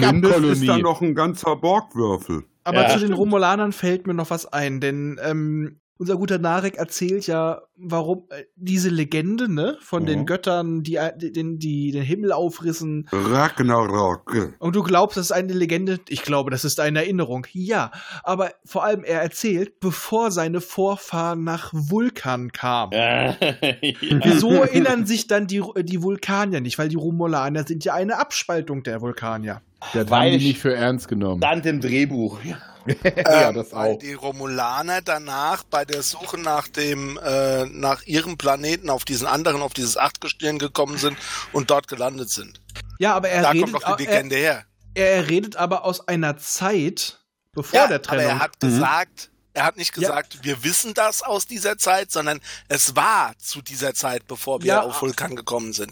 da
Backup-Kolonie.
noch ein ganzer Borgwürfel.
Aber
Ja,
zu den
stimmt.
Romulanern fällt mir noch was ein, denn ähm, unser guter Narek erzählt ja, warum äh, diese Legende ne, von den
Mhm.
Göttern, die, äh, die, den- die den Himmel aufrissen.
Ragnarok.
Und du glaubst, das ist eine Legende? Ich glaube, das ist eine Erinnerung. Ja, aber vor allem er erzählt, bevor seine Vorfahren nach Vulkan kamen.
Äh, ja.
Wieso erinnern sich dann die, äh, die Vulkanier nicht? Weil die Romulaner sind ja eine Abspaltung der Vulkanier.
Das
Weil
haben
ich-
die nicht für ernst genommen.
Stand im Drehbuch. Ja.
ja,
Ähm,
das
weil
auch.
die Romulaner danach bei der Suche nach dem, äh, nach ihrem Planeten auf diesen anderen, auf dieses Achtgestirn gekommen sind und dort gelandet sind.
Ja, aber er
da
redet,
kommt doch die
er-
Legende her.
Er redet aber aus einer Zeit bevor
Ja,
der
aber
Trennung. Mhm.
er hat gesagt, er hat nicht
Ja.
gesagt, wir wissen das aus dieser Zeit, sondern es war zu dieser Zeit, bevor wir
Ja. Mhm.
auf Vulkan gekommen sind.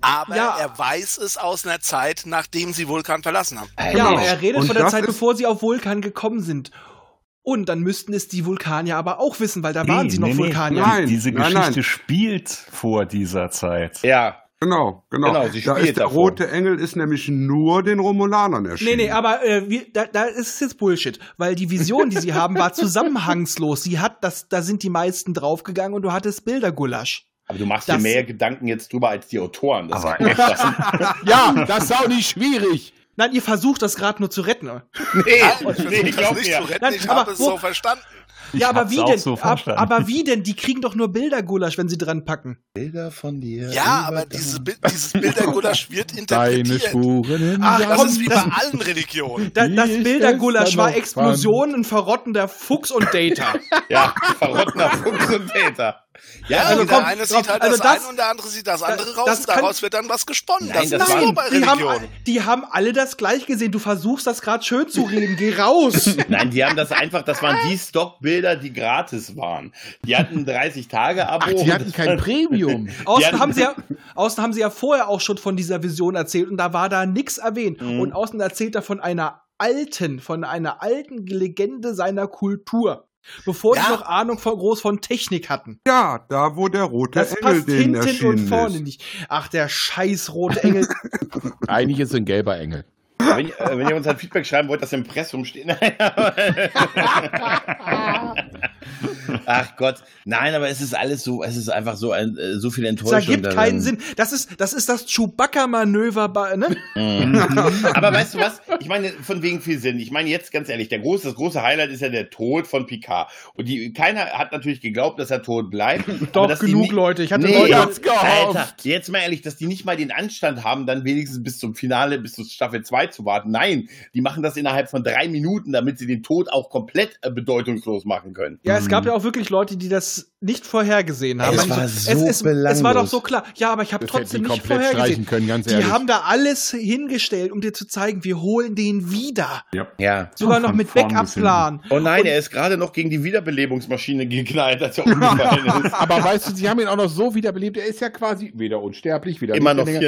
Aber
Ja.
er weiß es aus einer Zeit, nachdem sie Vulkan verlassen haben.
ja, aber er redet
Und
von der
das
Zeit,
ist-
bevor sie auf Vulkan gekommen sind. Und dann müssten es die Vulkanier aber auch wissen, weil da waren sie noch Vulkanier.
Nein,
Diese
nein,
Geschichte
nein.
spielt vor dieser Zeit.
ja.
Genau, genau.
Genau, sie
da
spielt
ist der
davon.
rote Engel ist nämlich nur den Romulanern
Nee,
erschienen.
nee, aber äh, wir, da, da ist es jetzt Bullshit, weil die Vision, die sie haben, war zusammenhangslos. Sie hat das, da sind die meisten draufgegangen und du hattest Bildergulasch.
Aber du machst
Das-
dir mehr Gedanken jetzt drüber als die Autoren. Das
Aber-
kann man nicht lassen.
Ja, das ist auch nicht schwierig.
Nein, ihr versucht das gerade nur zu retten.
Nee, Nein,
Also,
ich nee, um das nicht zu retten,
Nein,
ich
aber
habe es
wo-
so verstanden.
ja, aber
hab's
wie
auch
denn?
so
ab,
verstanden.
aber wie denn? Die kriegen doch nur Bildergulasch, wenn sie dran packen.
Bilder von dir.
Ja, aber diese, Bi- dieses Bildergulasch wird
Deine
interpretiert.
Spuren im
Ach,
Sand.
Das
komm,
ist wie
das-
bei allen Religionen.
Da, das
Ich
Bildergulasch
esse
war
noch
Explosion, ein verrottender Fuchs und Data.
Ja, verrottener Fuchs und Peter. Ja,
Also
also
der
komm,
eine
komm,
sieht halt
also
das,
das-
eine und der andere sieht das andere
das
raus und
kann-
daraus wird dann was gesponnen.
Nein,
das, ist
das
so
waren-
bei
die,
Religion.
haben, die haben alle das gleich gesehen. Du versuchst das gerade schön zu reden. Geh raus.
Nein, die haben das einfach, das waren die Stockbilder, die gratis waren. Die hatten 30 Tage Abo.
Ach, die hatten kein Premium.
Die
Außen
hatten-
haben, sie ja, außen haben sie ja vorher auch schon von dieser Vision erzählt und da war da nichts erwähnt.
Mhm.
Und außen erzählt er von einer alten, von einer alten Legende seiner Kultur. Bevor
Ja.
die noch Ahnung von, groß von Technik hatten.
Ja, da wo der rote
Das
Engel
passt
denen
hinten
erschienen
und vorne
ist.
nicht. Ach, der scheiß rote Engel.
Eigentlich ist es ein gelber Engel.
Wenn, ihr- äh, wenn ihr uns ein Feedback schreiben wollt, das Impressum steht. Nein, aber- Ach Gott, nein, aber es ist alles so, es ist einfach so ein, äh, so viel
das
Enttäuschung.
ergibt
darin.
keinen Sinn. Das ist das, ist das Chewbacca-Manöver. bei- Ne?
Aber weißt du was? Ich meine, von wegen viel Sinn. Ich meine, jetzt ganz ehrlich, der große, das große Highlight ist ja der Tod von Picard. Und die, keiner hat natürlich geglaubt, dass er tot bleibt. aber dass die nie-
Leute. Ich
Nee,
Leute-
jetzt, Alter, jetzt mal ehrlich, dass die nicht mal den Anstand haben, dann wenigstens bis zum Finale, bis zur Staffel 2 zu warten. Nein, die machen das innerhalb von drei Minuten, damit sie den Tod auch komplett äh, bedeutungslos machen können.
Ja, es gab ja auch wirklich Leute, die das nicht vorhergesehen haben.
Mhm. Es
Also,
war so
es, es war doch
belanglos.
so klar. Ja, aber ich habe
Das hätten
trotzdem
die
nicht
komplett
vorhergesehen.
streichen können, ganz
Die
ehrlich.
haben da alles hingestellt, um dir zu zeigen, wir holen den wieder.
Ja.
Sogar
Von
noch mit
vorn bis
Backup-Plan.
Oh nein, er ist gerade noch gegen die Wiederbelebungsmaschine geknallt, als er umgefallen ist.
Aber weißt du, sie haben ihn auch noch so wiederbelebt. Er ist ja quasi weder unsterblich, wieder
Immer noch
Er ist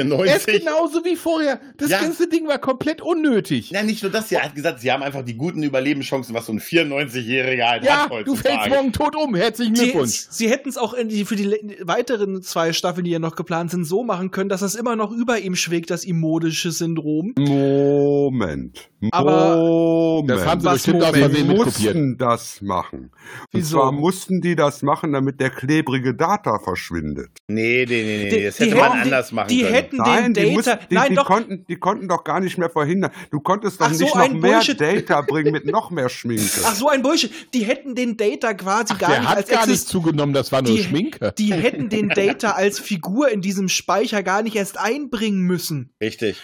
94.
genauso wie vorher. Das
Ja.
ganze Ding war komplett unnötig.
Na, nicht nur das, er hat gesagt, sie haben einfach die guten Überlebenschancen, was so ein 94-Jähriger halt
ja,
hat
du fällst
heutzutage.
morgen tot um.
Äh,
Herzlichen
Sie,
Glückwunsch.
sie hätten es auch in die, für die le- weiteren zwei Staffeln, die ja noch geplant sind, so machen können, dass das immer noch über ihm schwebt, das immodische Syndrom.
Moment.
Aber-
Moment.
Das haben sie
Was
bestimmt aus
Moment?
Versehen
Die
mitkopiert.
mussten das machen. Und
Wieso?
zwar mussten die das machen, damit der klebrige Data verschwindet.
Nee, nee, nee, nee, nee, das hätte
die
man
hätten-
anders machen
die, die
können.
Hätten den
die,
Data,
mussten, die,
nein,
die,
doch,
konnten, die konnten doch gar nicht mehr verhindern. Du konntest doch
Ach so,
nicht noch
ein
mehr
Bullshit.
Data bringen mit noch mehr Schminke.
ach so ein Bullshit, die hätten den Data quasi gar
Der
nicht
hat
als
gar nicht
exist-
zugenommen, das war nur
die,
Schminke.
die hätten den Data als Figur in diesem Speicher gar nicht erst einbringen müssen.
Richtig.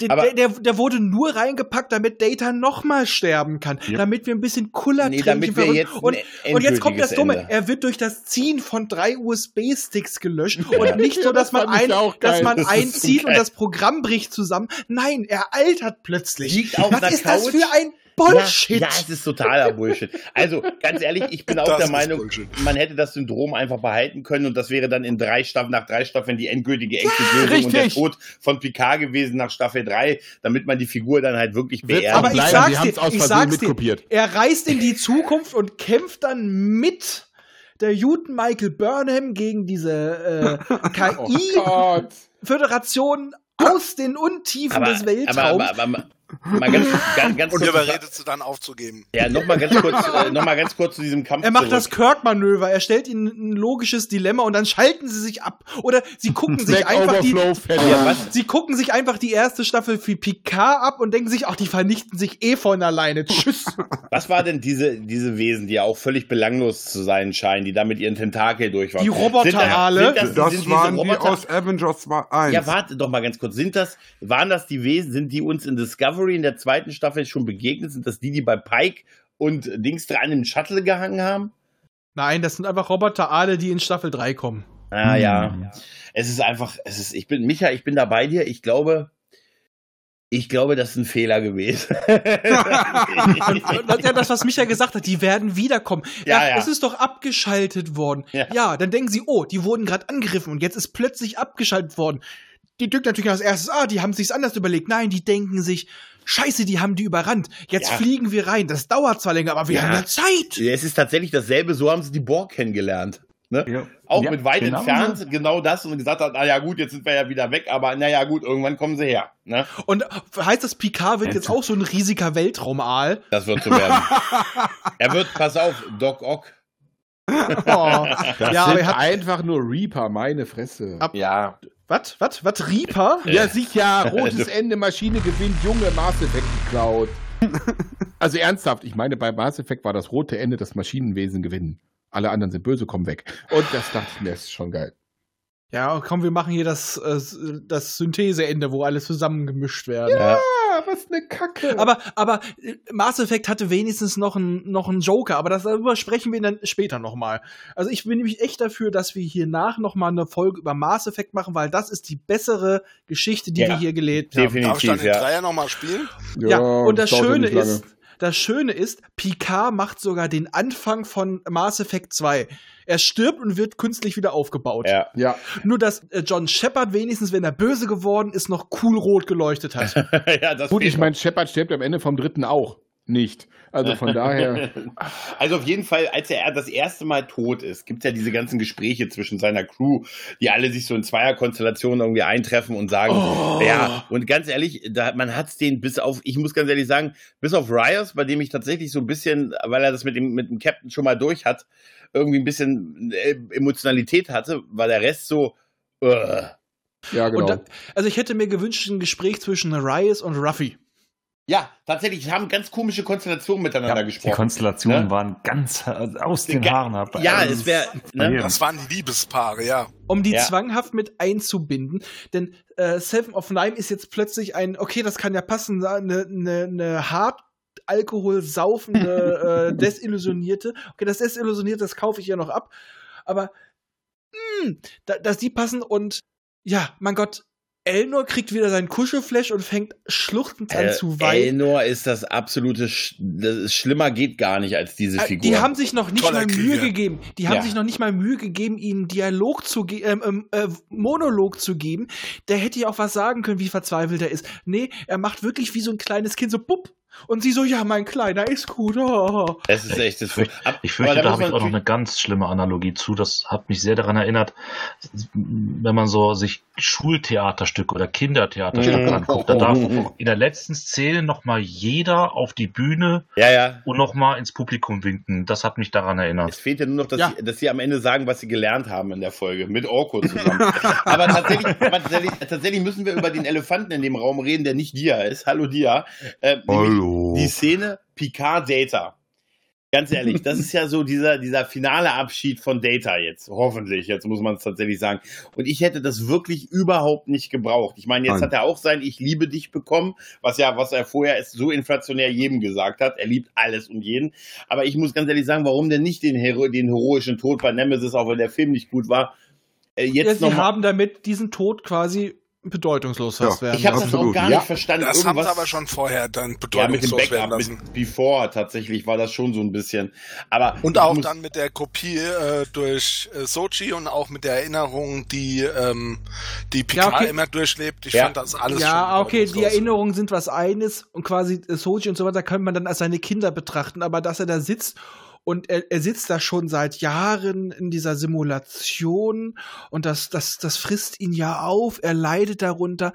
Der,
Aber-
der, der, der wurde nur reingepackt, damit Data nochmal sterben kann. Damit wir ein bisschen Kuller
Nee,
trinken
damit wir
verrücken.
jetzt ein
und, und jetzt kommt das
endgültiges
Dumme.
Ende.
Er wird durch das Ziehen von drei USB-Sticks gelöscht. Und nicht so, dass man,
fand ich
ein,
ja auch geil.
dass man
Das ist so
einzieht und
geil.
das Programm bricht zusammen. Nein, er altert plötzlich.
Liegt auf
Was
einer
ist das
Couch?
für ein Bullshit?
Ja, ja, es ist totaler Bullshit. Also, ganz ehrlich, ich bin auch
Das
der
ist
Meinung,
Bullshit.
man hätte das Syndrom einfach behalten können und das wäre dann in drei Staffeln, nach drei Staffeln die endgültige Exit-Lösung und der
richtig.
Tod von Picard gewesen nach Staffel 3, damit man die Figur dann halt wirklich
Wird's
beerdigt.
aber
Aber ich
Leider, sie
sag's
haben's
dir,
aus
ich
Versehen
sag's dir,
mitkopiert.
er reist in die Zukunft und kämpft dann mit der Juden Michael Burnham gegen diese äh, KI-Föderation aus den Untiefen des Weltraums.
aber, aber, aber, mal ganz, ganz, ganz
Und
kurz,
überredet sie dann aufzugeben.
ja, noch mal ganz kurz, äh, noch mal ganz kurz zu diesem Kampf.
er macht
zurück.
das Kirk-Manöver, er stellt ihnen ein logisches Dilemma und dann schalten sie sich ab. Oder sie gucken sich
Stack
einfach die,
Overflow, fertig.
Ja, was?
Sie gucken sich einfach die erste Staffel für Picard ab und denken sich, ach, die vernichten sich eh von alleine. Tschüss.
Was war denn diese, diese Wesen, die ja auch völlig belanglos zu sein scheinen, die da mit ihren Tentakel durch waren?
Die Roboter alle?
Sind das, sind das,
das
sind diese
waren die
Roboter?
aus Avengers 1.
Ja, warte doch mal ganz kurz. Sind das, waren das die Wesen, sind die uns in Discovery in der zweiten Staffel schon begegnet? Sind das die, die bei Pike und Dings dran in den Shuttle gehangen haben?
Nein, das sind einfach Roboter-Aale, die in Staffel 3 kommen.
Ah, ja. Es ist einfach, es ist, ich bin, Micha, ich bin da bei dir. Ich glaube, ich glaube, das ist ein Fehler gewesen.
Das, ja, das, was Micha gesagt hat, die werden wiederkommen.
Ja,
Ja,
ja.
Es ist doch abgeschaltet worden.
Ja.
Ja, dann denken sie, oh, die wurden gerade angegriffen und jetzt ist plötzlich abgeschaltet worden. Die denken natürlich als erstes, ah, die haben sich's anders überlegt. Nein, die denken sich, scheiße, die haben die überrannt. Jetzt
Ja.
fliegen wir rein. Das dauert zwar länger, aber wir
Ja.
haben ja Zeit.
Ja, Es ist tatsächlich dasselbe, so haben sie die Borg kennengelernt. Ne?
Ja.
Auch
Ja,
mit weit
genau
entfernt,
so.
genau das und gesagt hat, naja gut, jetzt sind wir ja wieder weg, aber naja gut, irgendwann kommen sie her. Ne?
Und heißt das, Picard wird jetzt auch so ein riesiger Weltraumaal?
Das wird so werden. er wird, pass auf, Doc Ock.
Oh. ja,
sind
aber er hat,
einfach nur Reaper, meine Fresse.
Ab-
Ja.
Was? Was? Was? Reaper?
Äh.
Ja, sicher. Rotes
Also-
Ende, Maschine gewinnt, Junge, Mass Effect geklaut. also ernsthaft, ich meine, bei Mass Effect war das rote Ende das Maschinenwesen gewinnen. Alle anderen sind böse, kommen weg. Und das dachte ich mir, ist schon geil.
Ja, komm, wir machen hier das, äh, das Syntheseende, wo alles zusammengemischt werden.
Ja, Ah, was eine Kacke.
Aber, aber äh, Mass Effect hatte wenigstens noch einen, noch einen Joker, aber das, darüber sprechen wir dann später nochmal. Also ich bin nämlich echt dafür, dass wir hier nach nochmal eine Folge über Mass Effect machen, weil das ist die bessere Geschichte, die
Ja,
wir hier gelebt haben.
Darf ich dann
definitiv,
den
ja.
Dreier nochmal spielen?
Ja, und das
dauert ja
Schöne
nicht lange.
ist, das Schöne ist, Picard macht sogar den Anfang von Mass Effect 2. Er stirbt und wird künstlich wieder aufgebaut.
ja.
Ja,
Nur, dass äh, John Shepard wenigstens, wenn er böse geworden ist, noch cool rot geleuchtet hat.
ja, das
gut,
fehlt
ich meine, Shepard stirbt am Ende vom dritten auch nicht. Also von daher,
Also auf jeden Fall, als er das erste Mal tot ist, gibt es ja diese ganzen Gespräche zwischen seiner Crew, die alle sich so in Zweierkonstellationen irgendwie eintreffen und sagen,
Oh.
ja, und ganz ehrlich, da, man hat es den bis auf, ich muss ganz ehrlich sagen, bis auf Ryers, bei dem ich tatsächlich so ein bisschen, weil er das mit dem, mit dem Captain schon mal durch hat, irgendwie ein bisschen äh, Emotionalität hatte, war der Rest so, äh,
ja, genau.
Und da, also ich hätte mir gewünscht, ein Gespräch zwischen Reyes und Ruffy.
ja, tatsächlich haben ganz komische Konstellationen miteinander
Die
gesprochen.
Konstellationen
Ne?
waren ganz äh, aus den
Ga-
Haaren ab.
Ja,
Also,
es wäre, ne?
verheerend.
Das waren Liebespaare, ja.
Um die
Ja.
zwanghaft mit einzubinden. Denn äh, Seven of Nine ist jetzt plötzlich ein, okay, das kann ja passen, eine ne, ne hart Alkohol saufende, äh, desillusionierte. Okay, das Desillusionierte, das kaufe ich ja noch ab. Aber mh, da, dass die passen und ja, mein Gott, Elnor kriegt wieder seinen Kuschelflash und fängt schluchzend an
Äh,
zu weinen.
Elnor ist das absolute, Sch das ist, schlimmer geht gar nicht als diese
Äh,
Figur.
Die haben sich noch nicht
Toller
mal Mühe
Krieger.
gegeben. Die haben
Ja.
sich noch nicht mal Mühe gegeben, ihnen Dialog zu ge ähm, ähm, äh, Monolog zu geben. Der hätte ja auch was sagen können, wie verzweifelt er ist. Nee, er macht wirklich wie so ein kleines Kind so bupp. Und sie so, ja, mein Kleiner ist gut. Oh.
es ist echt, das
Ich fürchte,
Ab-
ich
aber
fürchte da
muss
habe ich
man
auch noch eine ganz schlimme Analogie zu. Das hat mich sehr daran erinnert, wenn man so sich Schultheaterstücke oder Kindertheaterstücke
Mhm.
anguckt. Da darf in der letzten Szene nochmal jeder auf die Bühne
natürlich- Ja, ja.
und nochmal ins Publikum winken. Das hat mich daran erinnert.
Es fehlt ja nur noch, dass,
Ja.
Sie, dass sie am Ende sagen, was sie gelernt haben in der Folge. Mit Orko zusammen. aber, tatsächlich, aber tatsächlich, tatsächlich müssen wir über den Elefanten in dem Raum reden, der nicht Dia ist. Hallo Dia. Äh, nämlich
Hallo.
Die Szene Picard Data. Ganz ehrlich, das ist ja so dieser, dieser finale Abschied von Data jetzt. Hoffentlich, jetzt muss man es tatsächlich sagen. Und ich hätte das wirklich überhaupt nicht gebraucht. Ich meine, jetzt
Nein.
hat er auch sein Ich liebe dich bekommen, was ja, was er vorher ist, so inflationär jedem gesagt hat. Er liebt alles und jeden. Aber ich muss ganz ehrlich sagen, warum denn nicht den, Hero den heroischen Tod bei Nemesis, auch wenn der Film nicht gut war, äh,
Ja,
jetzt
sie
nochmal.
haben damit diesen Tod quasi bedeutungslos
Ja,
fast werden.
Ich habe das
Absolut,
auch gar
ja.
nicht verstanden.
Das haben sie
Irgendwas-
aber schon vorher dann
Ja, mit dem
bedeutungslos werden
Backup,
lassen.
mit Before tatsächlich war das schon so ein bisschen. Aber
Und auch
muss-
dann mit der Kopie äh, durch äh, Sochi und auch mit der Erinnerung, die ähm, die
Ja,
Picard
okay.
immer durchlebt. Ich
Ja.
fand das alles
ja,
schon
okay, die
bedeutungslos.
Erinnerungen sind was eines und quasi äh, Soji und so weiter kann man dann als seine Kinder betrachten, aber dass er da sitzt und er, er sitzt da schon seit Jahren in dieser Simulation und das, das, das frisst ihn ja auf, er leidet darunter.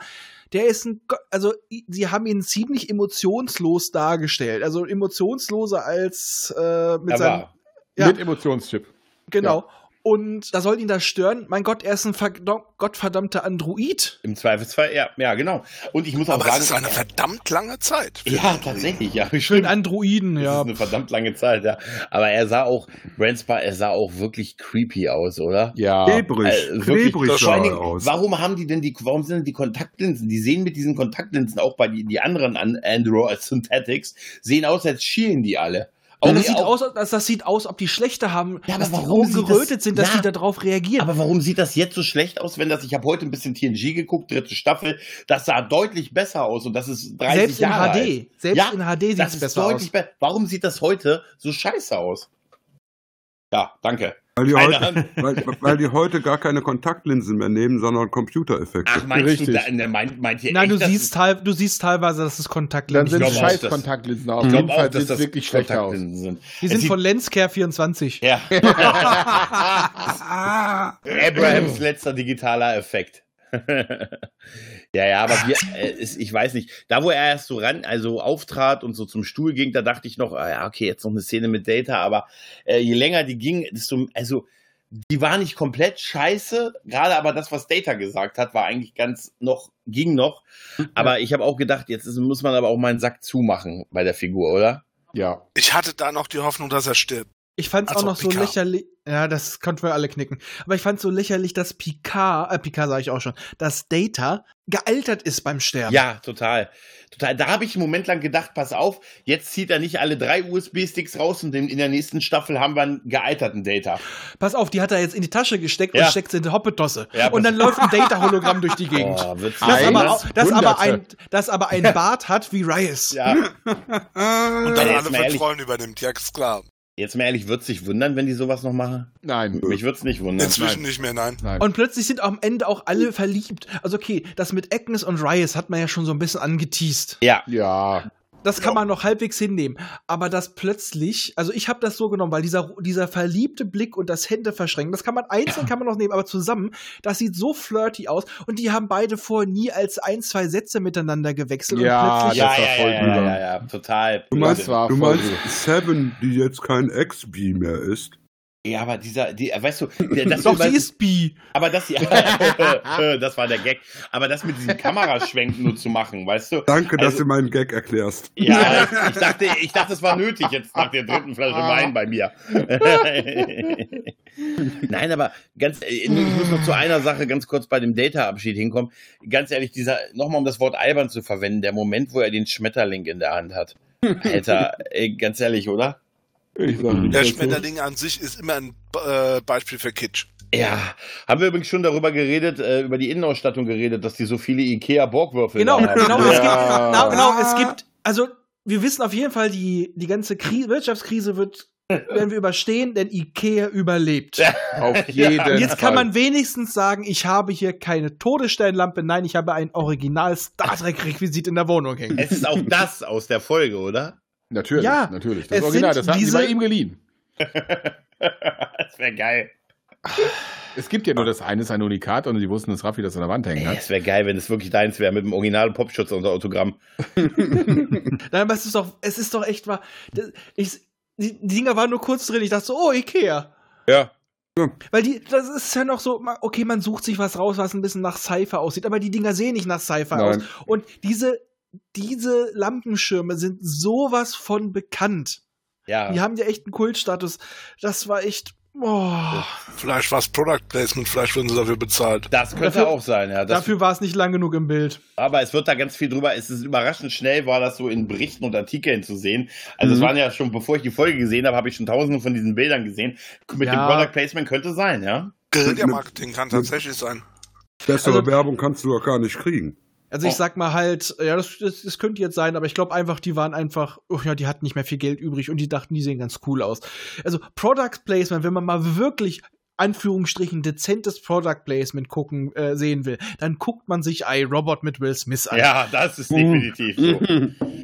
Der ist ein, Go- also i- sie haben ihn ziemlich emotionslos dargestellt, also emotionsloser als äh, mit
er
seinem
war.
Ja.
Mit Emotionschip.
genau. Und da soll ihn das stören. Mein Gott, er ist ein verdam- gottverdammter Android.
Im Zweifelsfall, ja, ja, genau. Und ich muss auch
Aber es ist
sagen,
eine verdammt lange Zeit.
ja, tatsächlich, ja,
Schön
schön.
Androiden,
Das
ja.
ist eine verdammt lange Zeit, ja. Aber er sah auch, Brent Spar, er sah auch wirklich creepy aus, oder?
Ja.
Klebrig.
Äh, wirklich,
Klebrig
vor
sah
allen
er
Dingen,
aus.
warum haben die denn die, warum sind denn die Kontaktlinsen? Die sehen mit diesen Kontaktlinsen auch bei die, die anderen An Android Synthetics, sehen aus, als schielen die alle.
Ja,
Auch-
das, sieht
auch-
aus, als das sieht aus, ob die schlechte haben,
Ja, aber
dass die
warum
Augen
sieht
gerötet
das-
sind, dass
Ja.
die darauf reagieren.
Aber warum sieht das jetzt so schlecht aus, wenn das, ich habe heute ein bisschen TNG geguckt, dritte Staffel, das sah deutlich besser aus und das ist 30
selbst in
Jahre
HD,
alt.
selbst
Ja,
in HD sieht
Das
es
ist
besser
deutlich
aus.
besser. Warum sieht das heute so scheiße aus? Ja, danke.
Weil die,
Keine
heute, weil, weil die heute gar keine Kontaktlinsen mehr nehmen, sondern Computereffekte.
Ach, meinst
Richtig.
du, da, ne, meint, meint ihr
Nein,
echt,
du
dass-
siehst, teil, du siehst teilweise, dass es
Dann
Kontaktlinsen
sind
glaub
sind.
auch,
scheiß
dass-
Kontaktlinsen.
Ich
Auf
glaub
jeden
auch,
Fall
dass
sieht
das
es wirklich schlechter aus.
Kontaktlinsen sind.
Die
Es
sind
sieht-
von Lenscare24.
Also Ja. Abrahams letzter digitaler Effekt. ja, ja, aber wir, äh, ist, ich weiß nicht. Da, wo er erst so ran, also auftrat und so zum Stuhl ging, da dachte ich noch, ah, ja, okay, jetzt noch eine Szene mit Data, aber äh, je länger die ging, desto, also die war nicht komplett scheiße, gerade aber das, was Data gesagt hat, war eigentlich ganz noch, ging noch. Aber ich habe auch gedacht, jetzt ist, muss man aber auch mal einen Sack zumachen bei der Figur, oder?
Ja.
Ich hatte da noch die Hoffnung, dass er stirbt.
Ich fand's
Als
auch
ob
noch so
Picard.
lächerlich. Ja, das konnten wir alle knicken. Aber ich fand's so lächerlich, dass Picard, äh, Picard sage ich auch schon, dass Data gealtert ist beim Sterben.
Ja, total. Total. Da habe ich einen Moment lang gedacht, pass auf, jetzt zieht er nicht alle drei USB-Sticks raus und in in der nächsten Staffel haben wir einen gealterten Data.
Pass auf, die hat er jetzt in die Tasche gesteckt
Ja.
und steckt sie in die Hoppetosse.
Ja,
und dann
pass-
läuft ein Data-Hologramm durch die Gegend.
Oh, witzig.
das, aber, auch- das, aber
Hunderte.
ein, das aber ein Bart hat wie Ah. Reyes.
Ja.
Und
Ja,
dann
jetzt
Äh, alle
mal ehrlich.
Vertrauen übernimmt, ja ist klar.
Jetzt mal ehrlich, würde sich wundern, wenn die sowas noch machen?
Nein.
Mich würde es nicht wundern.
Inzwischen nicht mehr, nein.
Und plötzlich sind am Ende auch alle verliebt. Also okay, das mit Agnes und Reyes hat man ja schon so ein bisschen angeteased.
Ja.
Ja.
Das kann man noch halbwegs hinnehmen. Aber das plötzlich, also ich habe das so genommen, weil dieser, dieser verliebte Blick und das Hände verschränken, das kann man einzeln kann man noch nehmen, aber zusammen, das sieht so flirty aus. Und die haben beide vorher nie als ein, zwei Sätze miteinander gewechselt. und
Ja, das
plötzlich
Ja, ja,
war voll
ja, ja,
drüber.
ja, ja, total.
Du meinst,
Das war
du
voll
meinst
gut.
Seven, die jetzt kein XB mehr ist.
Ja, aber dieser, die, weißt du, der- dass
Doch,
du über-
sie ist bi.
aber das, das war der Gag. Aber das mit diesem Kameraschwenk nur zu machen, weißt du?
Danke, dass
Also-
du meinen Gag erklärst.
Ja, ich dachte, ich dachte, es war nötig jetzt nach der dritten Flasche
Ah.
Wein bei mir. Nein, aber ganz, äh, ich muss noch zu einer Sache ganz kurz bei dem Data-Abschied hinkommen. Ganz ehrlich, dieser, nochmal um das Wort albern zu verwenden, der Moment, wo er den Schmetterling in der Hand hat. Alter, äh, ganz ehrlich, oder?
Ich sag nicht,
Der
das ist-
Schmetterling an sich ist immer ein äh, Beispiel für Kitsch.
Ja, haben wir übrigens schon darüber geredet, äh, über die Innenausstattung geredet, dass die so viele Ikea-Borgwürfel
Genau,
da haben. ne?
genau,
Ja.
es gibt,
Ja.
genau, genau, es gibt, also wir wissen auf jeden Fall, die, die ganze Krise, Wirtschaftskrise wird, werden wir überstehen, denn Ikea überlebt.
Auf jeden Fall.
Jetzt kann man wenigstens sagen, ich habe hier keine Todessternlampe, nein, ich habe ein original Star Trek Requisit in der Wohnung hängen.
Es ist auch das aus der Folge, oder?
Natürlich,
Ja,
natürlich. Das
es
Original,
sind
das haben die
diese-
bei ihm geliehen.
das wäre geil.
Es gibt ja nur das eine, ist ein Unikat und die wussten, dass Raffi das an der Wand hängen
Ey,
hat.
Es wäre geil, wenn es wirklich deins wäre, mit dem originalen Popschutz unter Autogramm.
Nein, aber es ist doch, es ist doch echt wahr. Das- Ich, die die Dinger waren nur kurz drin. Ich dachte so, oh, Ikea.
Ja.
Weil die, das ist ja noch so, ma- okay, man sucht sich was raus, was ein bisschen nach Cypher aussieht, aber die Dinger sehen nicht nach Cypher aus.
Nein.
Und diese, diese Lampenschirme sind sowas von bekannt.
Ja.
Die haben ja echt einen Kultstatus. Das war echt. Oh,
Vielleicht war es Product Placement, vielleicht wurden sie dafür bezahlt.
Das könnte
Dafür-
auch sein, ja. Das,
dafür war es nicht lang genug im Bild.
aber es wird da ganz viel drüber. Es ist überraschend schnell, war das so in Berichten und Artikeln zu sehen. Also
Mhm.
es waren ja schon, bevor ich die Folge gesehen habe, habe ich schon tausende von diesen Bildern gesehen. Mit
Ja.
dem Product Placement könnte sein, ja.
Guerilla-Marketing kann tatsächlich sein.
Bessere
Also-
Werbung kannst du doch gar nicht kriegen.
Also
Oh.
ich sag mal halt, ja, das, das, das könnte jetzt sein, aber ich glaube einfach, die waren einfach, oh ja, die hatten nicht mehr viel Geld übrig und die dachten, die sehen ganz cool aus. Also Product Placement, wenn man mal wirklich Anführungsstrichen dezentes Product Placement gucken äh, sehen will, dann guckt man sich iRobot mit Will Smith an.
Ja, das
Mhm.
ist definitiv so.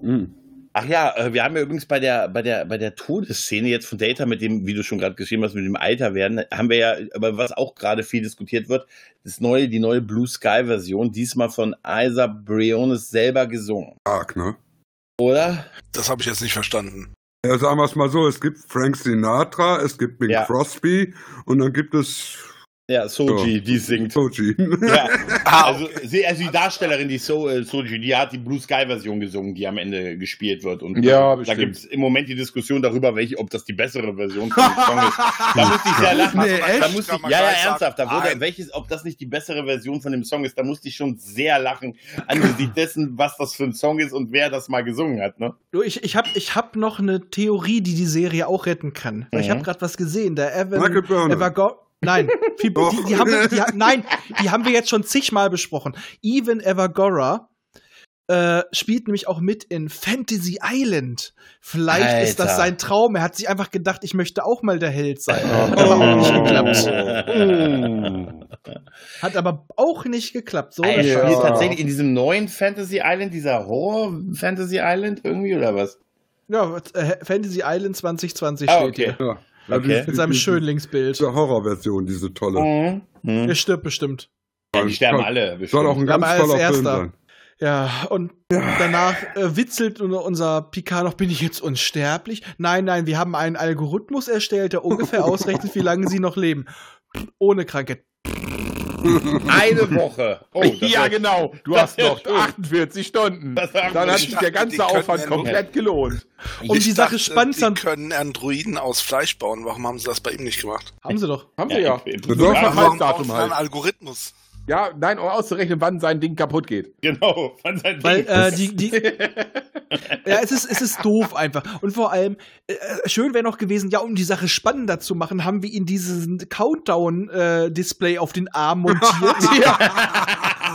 Ach ja, äh, wir haben ja übrigens bei der, bei der, bei der Todesszene jetzt von Data mit dem, wie du schon gerade geschrieben hast, mit dem Alter werden, haben wir ja, aber was auch gerade viel diskutiert wird, das neue, die neue Blue Sky Version, diesmal von Isa Briones selber gesungen.
Arg, ne?
Oder?
Das habe ich jetzt nicht verstanden.
Ja, sagen wir es mal so, es gibt Frank Sinatra, es gibt Bing
Ja.
Crosby und dann gibt es
Ja, Soji,
So.
die singt.
Soji.
Ja,
Ah,
also, sie, also die Darstellerin, die so, äh, Soji, die hat die Blue Sky Version gesungen, die am Ende gespielt wird. Und ähm,
Ja,
da
bestimmt.
gibt es im Moment die Diskussion darüber, welche, ob das die bessere Version von dem Song ist. Da musste ich sehr lachen.
Nee,
Äh, Da
echt?
musste
Kann
ich, ja,
man
ja,
gleich sagen,
ernsthaft. Da wurde,
nein.
welches, ob das nicht die bessere Version von dem Song ist, da musste ich schon sehr lachen angesichts dessen, was das für ein Song ist und wer das mal gesungen hat. Ne?
Du, ich, ich habe ich hab noch eine Theorie, die die Serie auch retten kann. Weil Ich
Mhm.
habe gerade was gesehen. Der Evan,
Michael Burnham.
Evergo Nein, die,
Doch.
die, die haben wir, die, ha- nein, die haben wir jetzt schon zigmal besprochen. Even Evergora äh, spielt nämlich auch mit in Fantasy Island. Vielleicht ist
Alter.
das sein Traum. Er hat sich einfach gedacht, ich möchte auch mal der Held sein. Hat aber auch nicht geklappt.
Oh.
Hat aber auch nicht geklappt. So,
Er
eine
spielt
Scheiße.
tatsächlich in diesem neuen Fantasy Island, dieser Horror Fantasy Island irgendwie oder was?
ja, äh, Fantasy Island 2020
Ah,
steht
okay.
hier.
Ja.
Okay.
Ja, die-
Mit seinem
die-
Schönlingsbild.
Diese Horrorversion, diese tolle.
Mhm. Mhm.
Er stirbt bestimmt.
Ja, die sterben
Soll-
alle.
Soll auch ein
Aber
ganz
als
toller Film
Erster.
sein.
Ja, und danach äh, witzelt unser- unser Picard noch, bin ich jetzt unsterblich? Nein, nein, wir haben einen Algorithmus erstellt, der ungefähr ausrechnet, wie lange sie noch leben. Pff, Ohne Krankheit.
Eine Woche. Oh, das
ja,
war-
genau. Du
das
hast
wär
noch
schön.
48 Stunden.
Das haben
Dann
wir
hat sich
dachte,
der
die
ganze
könnten
Aufwand
ja nur-
komplett gelohnt.
Um die Sache spannend zu
Die können Androiden aus Fleisch bauen. Warum haben sie das bei ihm nicht gemacht?
Haben sie doch.
Haben wir ja.
im- im-
Das
im-
war- Datum
warum brauchen sie
halt.
einen Algorithmus?
Ja, nein, um auszurechnen, wann sein Ding kaputt geht.
Genau. Von seinem
Weil
Ding.
äh, die, die Ja, es ist, es ist doof einfach. Und vor allem, äh, schön wäre noch gewesen, ja, um die Sache spannender zu machen, haben wir ihn diesen Countdown-Display äh, auf den Arm montiert.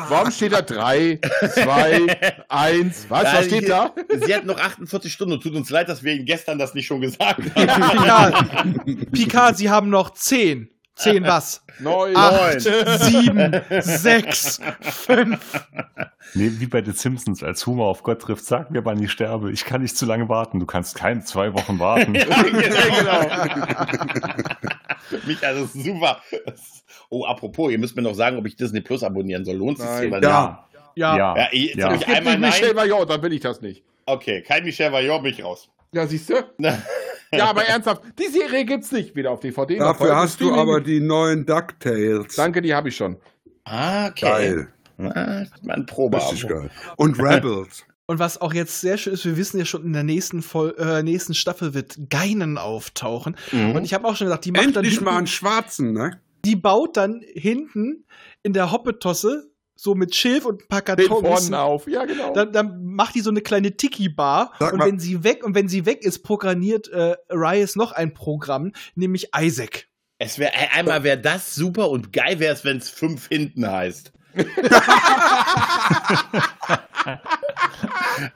Warum steht da 3, 2, 1? Was, was steht da?
Sie hat noch 48 Stunden. Tut uns leid, dass wir Ihnen gestern das nicht schon gesagt haben.
Picard, Picard, Sie haben noch zehn. Zehn was?
9.
Ah.
Acht, sieben, sechs, fünf.
Nee, wie bei The Simpsons, als Homer auf Gott trifft, sag mir, wann ich sterbe. Ich kann nicht zu lange warten. Du kannst keine zwei Wochen warten.
Micha, das ist super. Oh, apropos, ihr müsst mir noch sagen, ob ich Disney Plus abonnieren soll. Lohnt es sich
Nein.
oder
Ja.
Ja.
ja.
Ja, jetzt
Ja.
hab ich
Gib
einmal
mich
nein.
Michel Major, dann will ich das nicht.
Okay, kein Michel Vajon, mich raus.
Ja, siehst du? Ja, aber ernsthaft, die Serie gibt's nicht wieder auf DVD.
Dafür
Auf
hast du
Streaming.
aber die neuen DuckTales.
Danke, die habe ich schon.
Ah, okay.
Geil.
Ah, man Probe.
Richtig geil. Und Rebels.
Und was auch jetzt sehr schön ist, wir wissen ja schon, in der nächsten, Vol äh, nächsten Staffel wird Geinen auftauchen. Und ich habe auch schon gesagt, die macht dann
Endlich
hinten,
mal einen Schwarzen, ne?
die baut dann hinten in der Hoppetosse so mit Schilf und ein paar
Den
Kartons.
vorne auf. Ja, genau.
Dann, dann macht die so eine kleine Tiki-Bar
Sag
und
mal-
wenn sie weg und wenn sie weg ist, programmiert äh, Rias noch ein Programm, nämlich Isaac.
Es wäre einmal wäre das super und geil wäre es, wenn es fünf hinten heißt.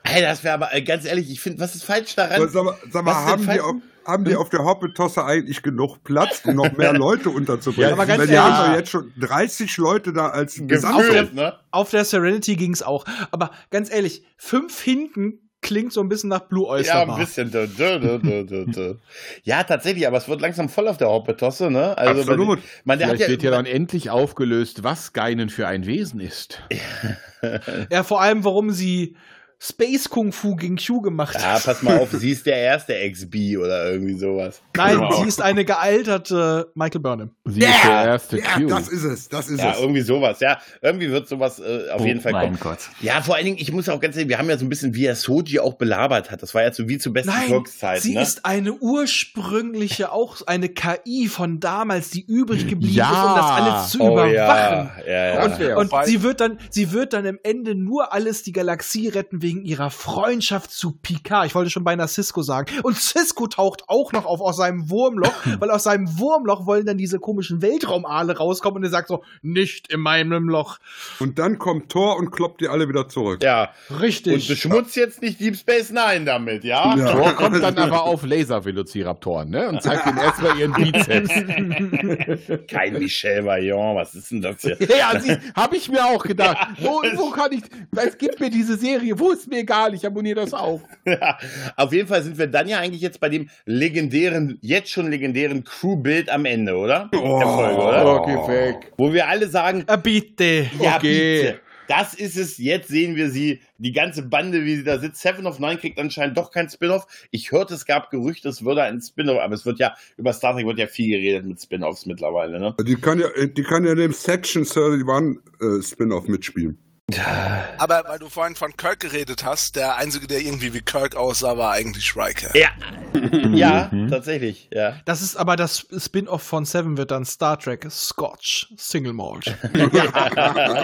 Ey, das wäre aber äh, ganz ehrlich, ich finde, was ist falsch daran?
Aber Sag mal, sag mal
Äh, Was denn
haben, die
falsch?
auf, haben die auf der Hoppetosse eigentlich genug Platz, um noch mehr Leute unterzubringen?
Ja, aber ganz
Weil die
ehrlich-
haben doch jetzt schon 30 Leute da als
Gefühlt,
Gesamt.
ne?
Auf der Serenity ging es auch. Aber ganz ehrlich, fünf hinten klingt so ein bisschen nach Blue Oyster
Ja, ein
Bar.
bisschen. Dö, dö, dö, dö, dö, dö. ja, tatsächlich, aber es wird langsam voll auf der Hoppetosse, ne? Also,
Absolut.
Man, man, der hat
Vielleicht
ja,
wird ja dann endlich aufgelöst, was Geinen für ein Wesen ist.
Ja, vor allem, warum sie Space Kung Fu gegen Q gemacht
ja,
hat.
pass mal auf, sie ist der erste XB oder irgendwie sowas.
Nein,
Genau.
sie ist eine gealterte Michael Burnham.
Sie ist der erste
Ja,
Q.
das ist es, das ist
Ja,
es.
irgendwie sowas, ja. Irgendwie wird sowas äh,
Oh
auf jeden Fall
mein
kommen.
Gott.
Ja, vor allen Dingen, ich muss auch ganz ehrlich, wir haben ja so ein bisschen, wie er Soji auch belabert hat. Das war ja zu, wie zu besten
Nein,
Volkszeit,
sie
ne?
ist eine ursprüngliche, auch eine KI von damals, die übrig geblieben
Ja.
ist, um das alles zu
oh
überwachen.
ja, ja,
Das
ja.
wär's.
Und sie wird dann, sie wird dann im Ende nur alles die Galaxie retten wegen ihrer Freundschaft zu Picard. Ich wollte schon beinahe Cisco sagen. Und Cisco taucht auch noch auf aus seinem Wurmloch, weil aus seinem Wurmloch wollen dann diese komischen Weltraumale rauskommen und er sagt so, nicht in meinem Loch.
Und dann kommt Thor und kloppt die alle wieder zurück.
ja. Und
Richtig.
beschmutzt jetzt nicht Deep Space Nine damit, ja?
Ja.
Thor kommt dann aber auf Laser-Velociraptoren ne? und zeigt ihm erstmal ihren Bizeps.
Kein Michel Vaillant, was ist denn das hier?
Ja, habe ich mir auch gedacht. Wo, wo kann ich, es gibt mir diese Serie, wo ist mir egal, ich abonniere das auch.
Ja, auf jeden Fall sind wir dann ja eigentlich jetzt bei dem legendären, jetzt schon legendären Crew-Bild am Ende, oder? Der Folge, oder?
Oh, Okay, Oh, weg.
Wo wir alle sagen,
Äh, bitte.
ja,
okay.
bitte. Das ist es. Jetzt sehen wir sie, die ganze Bande, wie sie da sitzt. Seven of Nine kriegt anscheinend doch kein Spin-off. Ich hörte, es gab Gerüchte, es würde ein Spin-off, aber es wird ja, über Star Trek wird ja viel geredet mit Spin-offs mittlerweile, ne?
Die kann ja, die kann ja in dem Section 31 äh, Spin-off mitspielen.
Aber weil du vorhin von Kirk geredet hast, der Einzige, der irgendwie wie Kirk aussah, war eigentlich Riker.
Ja.
Mhm.
ja, tatsächlich, ja.
Das ist aber das Spin-off von Seven wird dann Star Trek Scotch Single Malt.
ja,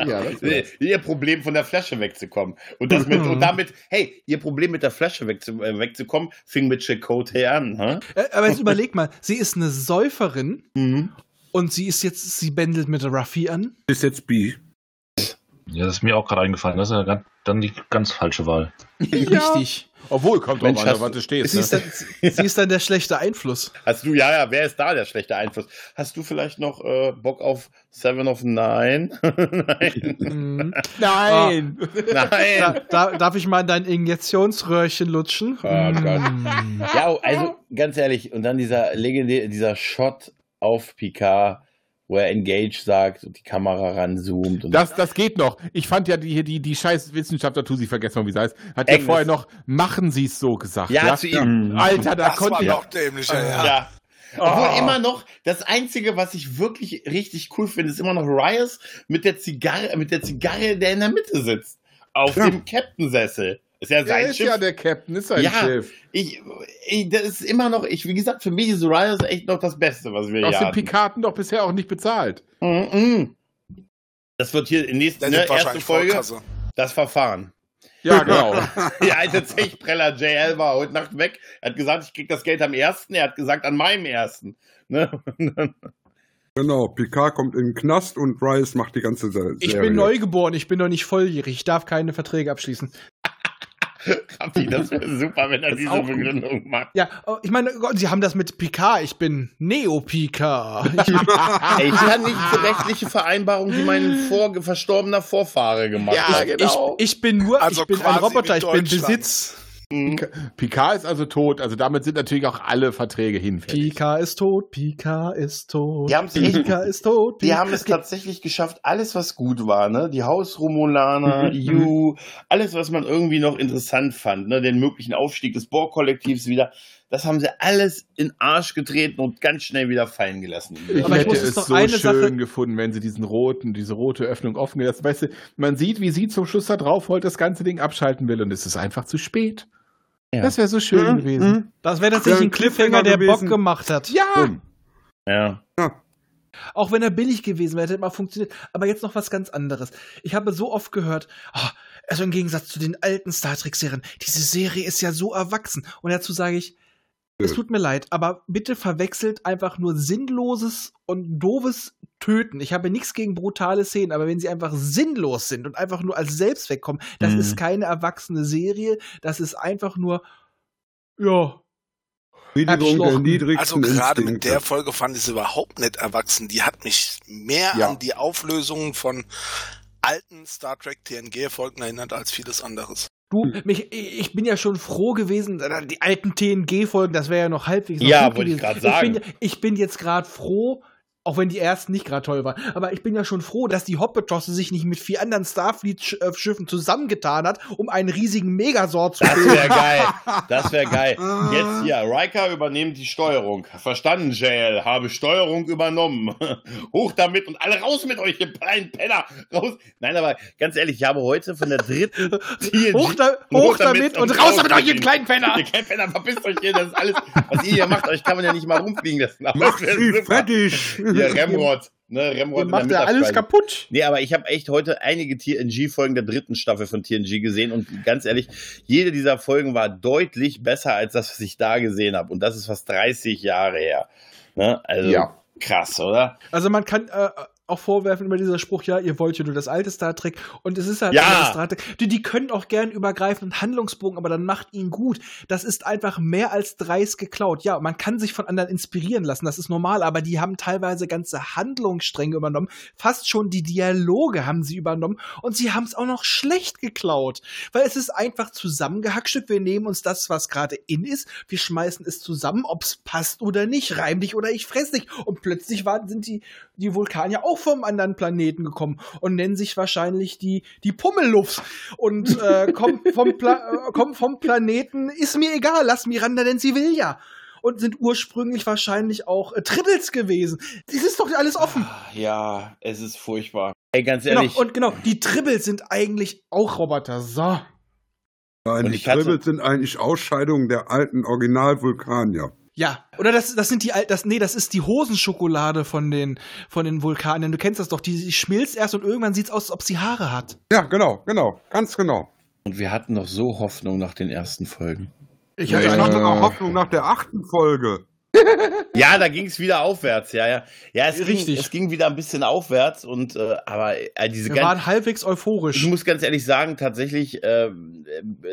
das
Nee, ihr Problem von der Flasche wegzukommen. Und, das mit, und damit, hey, ihr Problem mit der Flasche wegzu, äh, wegzukommen, fing mit Chicote an. Hä?
Äh, aber jetzt überleg mal, sie ist eine Säuferin
Mhm.
und sie ist jetzt, sie bändelt mit Ruffy an.
Ist jetzt B.
Ja, das ist mir auch gerade eingefallen. Das ist ja ganz, dann die ganz falsche Wahl.
Richtig.
Obwohl, kommt drauf
Mensch,
an, auf
hast-
was du stehst.
Sie
Ne?
ist, dann, sie ist dann der schlechte Einfluss.
Hast du, ja, ja, wer ist da der schlechte Einfluss? Hast du vielleicht noch äh, Bock auf Seven of Nine? Nein.
Mhm.
Ah.
Ah,
Nein!
Da,
Nein.
da, darf ich mal in dein Injektionsröhrchen lutschen?
Oh Gott.
Mhm.
Ja, also ganz ehrlich, und dann dieser legendäre, dieser Shot auf Picard, wo er Engage sagt und die Kamera ranzoomt. Und
das, das geht noch. Ich fand ja die, hier die, die scheiß Wissenschaftler, tu sie vergessen, wie sie heißt, hat ja
Agnes.
vorher noch, machen sie es so gesagt.
Ja, zu
Mm.
ihm.
Alter, da
Das
konnte
war
ich.
noch
dämlich,
Ja. Obwohl
Ah.
immer noch, das Einzige, was ich wirklich richtig cool finde, ist immer noch Rias mit der Zigarre, mit der Zigarre, der in der Mitte sitzt. Auf dem Captain-Sessel. Ist ja sein
Er ist
Schiff.
ja der Captain, ist sein
ja,
Schiff.
Ich, ich, das ist immer noch, ich, wie gesagt, für mich ist Rias echt noch das Beste, was wir
Aus
hier
den
hatten.
Pikaten doch bisher auch nicht bezahlt.
Mhm. Das wird hier in
Der
nächster ne,
nimmt
ersten
wahrscheinlich
Folge
Vollkasse.
das Verfahren.
Ja, genau.
Die alte Zechpreller JL war heute Nacht weg. Er hat gesagt, ich krieg das Geld am ersten. Er hat gesagt, an meinem ersten. Ne?
Genau, Picard kommt in den Knast und Rice macht die ganze Se- Serie.
Ich bin neugeboren, ich bin noch nicht volljährig, ich darf keine Verträge abschließen.
Raffi, das wäre super, wenn er diese Begründung macht.
Ja, oh, ich meine, Gott, sie haben das mit Picard, ich bin Neo-Picard.
Ah, Ey, ich kann nicht die rechtliche Vereinbarung, die mein vor, verstorbener Vorfahre gemacht
Ja, genau.
hat.
ich, ich, ich bin nur,
Also
ich bin ein
quasi
Roboter,
wie
ich bin
Deutschland.
Besitz.
Picard ist also tot, also damit sind natürlich auch alle Verträge hinfällig.
Picard ist tot, Picard ist tot.
Die haben's
Picard ist tot.
Die
Picard-
haben es tatsächlich geschafft, alles, was gut war, ne? Die Hausromulaner, You, alles, was man irgendwie noch interessant fand, ne? Den möglichen Aufstieg des Bohr-Kollektivs wieder. Das haben sie alles in den Arsch getreten und ganz schnell wieder fallen gelassen.
Ich
Aber ich
hätte
muss es
es
noch
so
eine
schön
Sache-
gefunden, wenn sie diesen roten, diese rote Öffnung offen gelassen. Weißt du, man sieht, wie sie zum Schluss da drauf wollte, das ganze Ding abschalten will und es ist einfach zu spät.
Ja.
Das wäre so schön
Hm?
Mhm,
gewesen.
Hm?
mhm.
Das wäre tatsächlich
Ja,
ein Cliffhanger,
Cliffhanger
der Bock
gewesen.
gemacht hat.
Ja!
Ja.
Auch wenn er billig gewesen wäre, hätte mal funktioniert. Aber jetzt noch was ganz anderes. Ich habe so oft gehört, ah, also im Gegensatz zu den alten Star Trek-Serien, diese Serie ist ja so erwachsen. Und dazu sage ich, es tut mir leid, aber bitte verwechselt einfach nur sinnloses und doofes Töten. Ich habe nichts gegen brutale Szenen, aber wenn sie einfach sinnlos sind und einfach nur als selbst wegkommen, das
Mhm.
ist keine erwachsene Serie, das ist einfach nur, ja,
Befriedigung der
Abschlochen.
niedrigsten
Also gerade mit
Instinkte.
der Folge fand ich es überhaupt nicht erwachsen. Die hat mich mehr
Ja.
an die Auflösungen von alten Star Trek TNG-Erfolgen erinnert als vieles anderes.
Du,
Hm.
mich, ich ich bin ja schon froh gewesen, äh, die alten TNG-Folgen, das wäre ja noch halbwegs noch
Ja,
gut
wollte ich
gewesen.
grad
Ich bin, ich bin jetzt gerade froh, auch wenn die ersten nicht gerade toll waren, aber ich bin ja schon froh, dass die Hoppetosse sich nicht mit vier anderen Starfleet-Schiffen zusammengetan hat, um einen riesigen Megasort zu
Das
bilden.
wäre geil. Das wäre geil. Jetzt hier, Riker übernimmt die Steuerung. Verstanden, JL. Habe Steuerung übernommen. Hoch damit und alle raus mit euch, ihr kleinen Penner. Raus. Nein, aber ganz ehrlich, ich habe heute von der dritten TNG
Hoch, da, hoch, damit und raus damit euch, ihr kleinen Penner!
Ihr kleinen Penner, verpisst euch hier. Das ist alles, was ihr hier macht. Euch kann man ja nicht mal rumfliegen lassen. Aber
Mach
das wär
sie
super.
fertig!
Hier, Remrod. Ne, Remrod
Ihr
in der
macht ja alles
Mittagspause.
kaputt.
Nee, aber ich habe echt heute einige TNG-Folgen der dritten Staffel von TNG gesehen und ganz ehrlich, jede dieser Folgen war deutlich besser als das, was ich da gesehen habe. Und das ist fast 30 Jahre her. Ne? Also
Ja.
krass, oder?
Also man kann äh, auch vorwerfen über dieser Spruch, ja, ihr wollt ja nur das alte Star Trek und es ist halt
Ja.
immer das Star Trek. Die, die können auch gern übergreifenden Handlungsbogen, aber dann macht ihn gut. Das ist einfach mehr als dreist geklaut. Ja, man kann sich von anderen inspirieren lassen, das ist normal, aber die haben teilweise ganze Handlungsstränge übernommen, fast schon die Dialoge haben sie übernommen und sie haben es auch noch schlecht geklaut, weil es ist einfach zusammengehackstückt. Wir nehmen uns das, was gerade in ist, wir schmeißen es zusammen, ob es passt oder nicht, reim dich oder ich fress dich. Und plötzlich waren, sind die, die Vulkanier auch vom anderen Planeten gekommen und nennen sich wahrscheinlich die, die Pummellufs und äh, kommen, vom Pla äh, kommen vom Planeten, ist mir egal, lass Miranda denn sie will ja. Und sind ursprünglich wahrscheinlich auch äh, Tribbles gewesen. Es ist doch alles offen.
Ja, es ist furchtbar. Ey, ganz
Genau,
Ah, ehrlich.
und genau, die Tribbles sind eigentlich auch Roboter. So.
Nein,
Und
die
ich hatte-
Tribbles sind eigentlich Ausscheidungen der alten Original-Vulkanier.
Ja, oder das, das sind die al- das nee, das ist die Hosenschokolade von den von den Vulkanen. Du kennst das doch, die, die schmilzt erst und irgendwann sieht's aus, als ob sie Haare hat.
Ja, genau, genau, ganz genau.
und wir hatten noch so Hoffnung nach den ersten Folgen.
Ich
Ja, ich hatte noch Hoffnung nach der achten Folge.
Ja, da ging es wieder aufwärts, ja, ja. Ja, es ging,
Richtig.
es ging wieder ein bisschen aufwärts und äh, aber äh, diese
wir
ganze
waren halbwegs euphorisch.
Ich muss ganz ehrlich sagen, tatsächlich, ähm,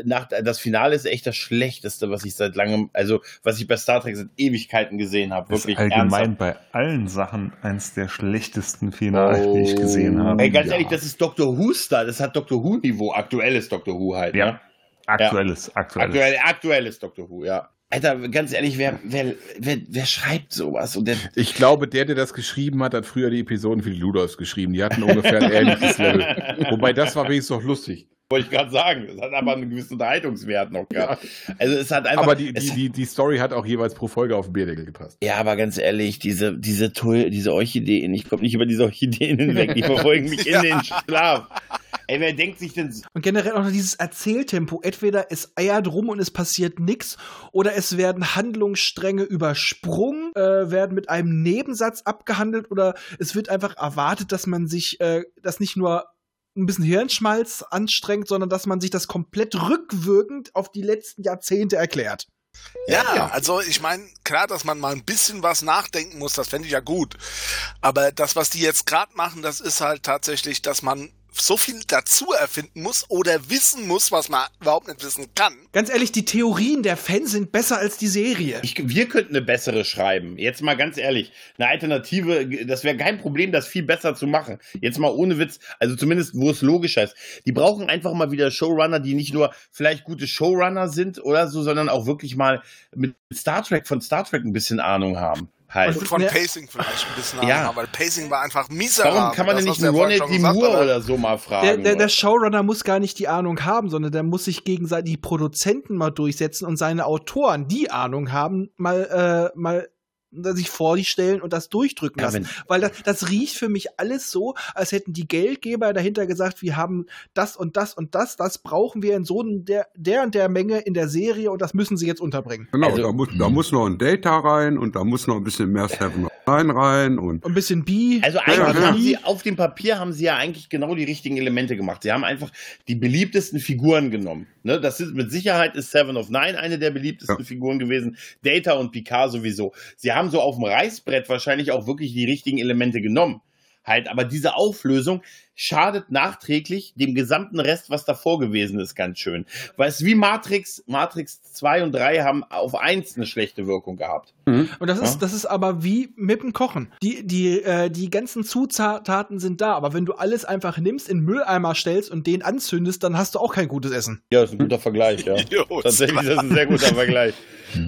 nach, das Finale ist echt das Schlechteste, was ich seit langem, also was ich bei Star Trek seit Ewigkeiten gesehen habe.
Das ist
Wirklich
allgemein
ernsthaft.
bei allen Sachen eins der schlechtesten Finale, die
Oh.
ich gesehen habe.
Ey, ganz
Ja.
ehrlich, das ist Dr. Who Star, das hat Dr. Who Niveau, aktuelles Dr. Who halt.
Ja.
Ne?
Aktuelles, aktuelles.
Aktuell, aktuelles Dr. Who, ja. Alter, ganz ehrlich, wer, wer, wer, wer schreibt sowas? Und der,
Ich glaube, der, der das geschrieben hat, hat früher die Episoden für die Ludolfs geschrieben. Die hatten ungefähr ein ähnliches Level. Wobei das war wenigstens noch lustig.
wollte ich gerade sagen, es hat aber einen gewissen Unterhaltungswert noch gehabt. Also es hat einfach.
Aber die,
es
die, die, die Story hat auch jeweils pro Folge auf den Bierdeckel gepasst.
Ja, aber ganz ehrlich, diese, diese, Tull, diese Orchideen, ich komme nicht über diese Orchideen hinweg, die verfolgen mich in den Schlaf. Ey, wer denkt sich denn so?
Und generell auch noch dieses Erzähltempo. Entweder es eiert rum und es passiert nichts, oder es werden Handlungsstränge übersprungen, äh, werden mit einem Nebensatz abgehandelt, oder es wird einfach erwartet, dass man sich äh, das nicht nur ein bisschen Hirnschmalz anstrengt, sondern dass man sich das komplett rückwirkend auf die letzten Jahrzehnte erklärt.
Ja, also ich meine, klar, dass man mal ein bisschen was nachdenken muss, das fände ich ja gut. Aber das, was die jetzt gerade machen, das ist halt tatsächlich, dass man so viel dazu erfinden muss oder wissen muss, was man überhaupt nicht wissen kann.
Ganz ehrlich, die Theorien der Fans sind besser als die Serie.
Ich, wir könnten eine bessere schreiben. Jetzt mal ganz ehrlich. Eine Alternative, das wäre kein Problem, das viel besser zu machen. Jetzt mal ohne Witz. Also zumindest, wo es logischer ist. Die brauchen einfach mal wieder Showrunner, die nicht nur vielleicht gute Showrunner sind oder so, sondern auch wirklich mal mit Star Trek, von Star Trek ein bisschen Ahnung haben. Halt.
Und von Pacing vielleicht ein bisschen
Ja.
aber Pacing war einfach miserabel.
Warum kann man
Das
denn
hast
nicht
du ja
einen
vorhin
Ronald
schon
D.
gesagt, ne?
Moore
aber-
oder so mal
Der,
fragen?
der, der
oder?
Showrunner muss gar nicht die Ahnung haben, sondern der muss sich gegenseitig die Produzenten mal durchsetzen und seine Autoren, die Ahnung haben, mal, äh, mal sich vor die stellen und das durchdrücken
Ja,
lassen.
wenn-
Weil das, das riecht für mich alles so, als hätten die Geldgeber dahinter gesagt, wir haben das und das und das, das brauchen wir in so n- der, der und der Menge in der Serie und das müssen sie jetzt unterbringen.
Genau,
Also-
da, muss, da muss noch ein Data rein und da muss noch ein bisschen mehr Seven rein rein und
Und ein bisschen B.
Also eigentlich
Ja, ja.
haben sie auf dem Papier haben sie ja eigentlich genau die richtigen Elemente gemacht. Sie haben einfach die beliebtesten Figuren genommen. Ne? Das ist mit Sicherheit ist Seven of Nine eine der beliebtesten Figuren gewesen. Data und Picard sowieso. Sie haben so auf dem Reißbrett wahrscheinlich auch wirklich die richtigen Elemente genommen. Halt, aber diese Auflösung schadet nachträglich dem gesamten Rest, was davor gewesen ist, ganz schön. Weil es wie Matrix, Matrix 2 und 3 haben auf 1 eine schlechte Wirkung gehabt.
Und das
Ja.
ist, das ist aber wie mit dem Kochen. Die, die, äh, die ganzen Zutaten sind da, aber wenn du alles einfach nimmst, in den Mülleimer stellst und den anzündest, dann hast du auch kein gutes Essen.
Ja, ist ein
Hm.
guter Vergleich, ja.
Jo,
Tatsächlich, das ist ein sehr guter Vergleich.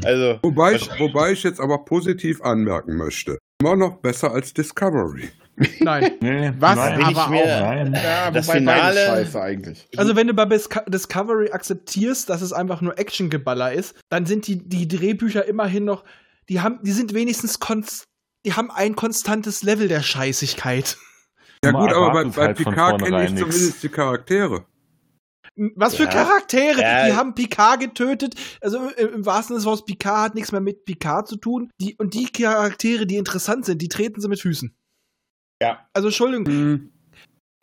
Also,
wobei ich, wobei ich jetzt aber positiv anmerken möchte. Immer noch besser als Discovery.
Nein.
Nee,
Was?
nein,
Aber
ich
auch
mir-
nein.
Ja,
Das
wobei
Finale-
beides scheiße eigentlich.
Also wenn du bei Bis Discovery akzeptierst, dass es einfach nur Actiongeballer ist, dann sind die, die Drehbücher immerhin noch, die haben, die sind wenigstens konst die haben ein konstantes Level der Scheißigkeit.
Ja
Man
gut, aber bei,
erwartet
bei
halt von
Picard kenne
vornherein
ich
nix.
zumindest die Charaktere.
Was für
Ja.
Charaktere!
Ja.
Die haben Picard getötet. Also im, im wahrsten Sinne des Wortes, Picard hat nichts mehr mit Picard zu tun. Die, und die Charaktere, die interessant sind, die treten sie mit Füßen.
Ja. Mhm.
Also Entschuldigung,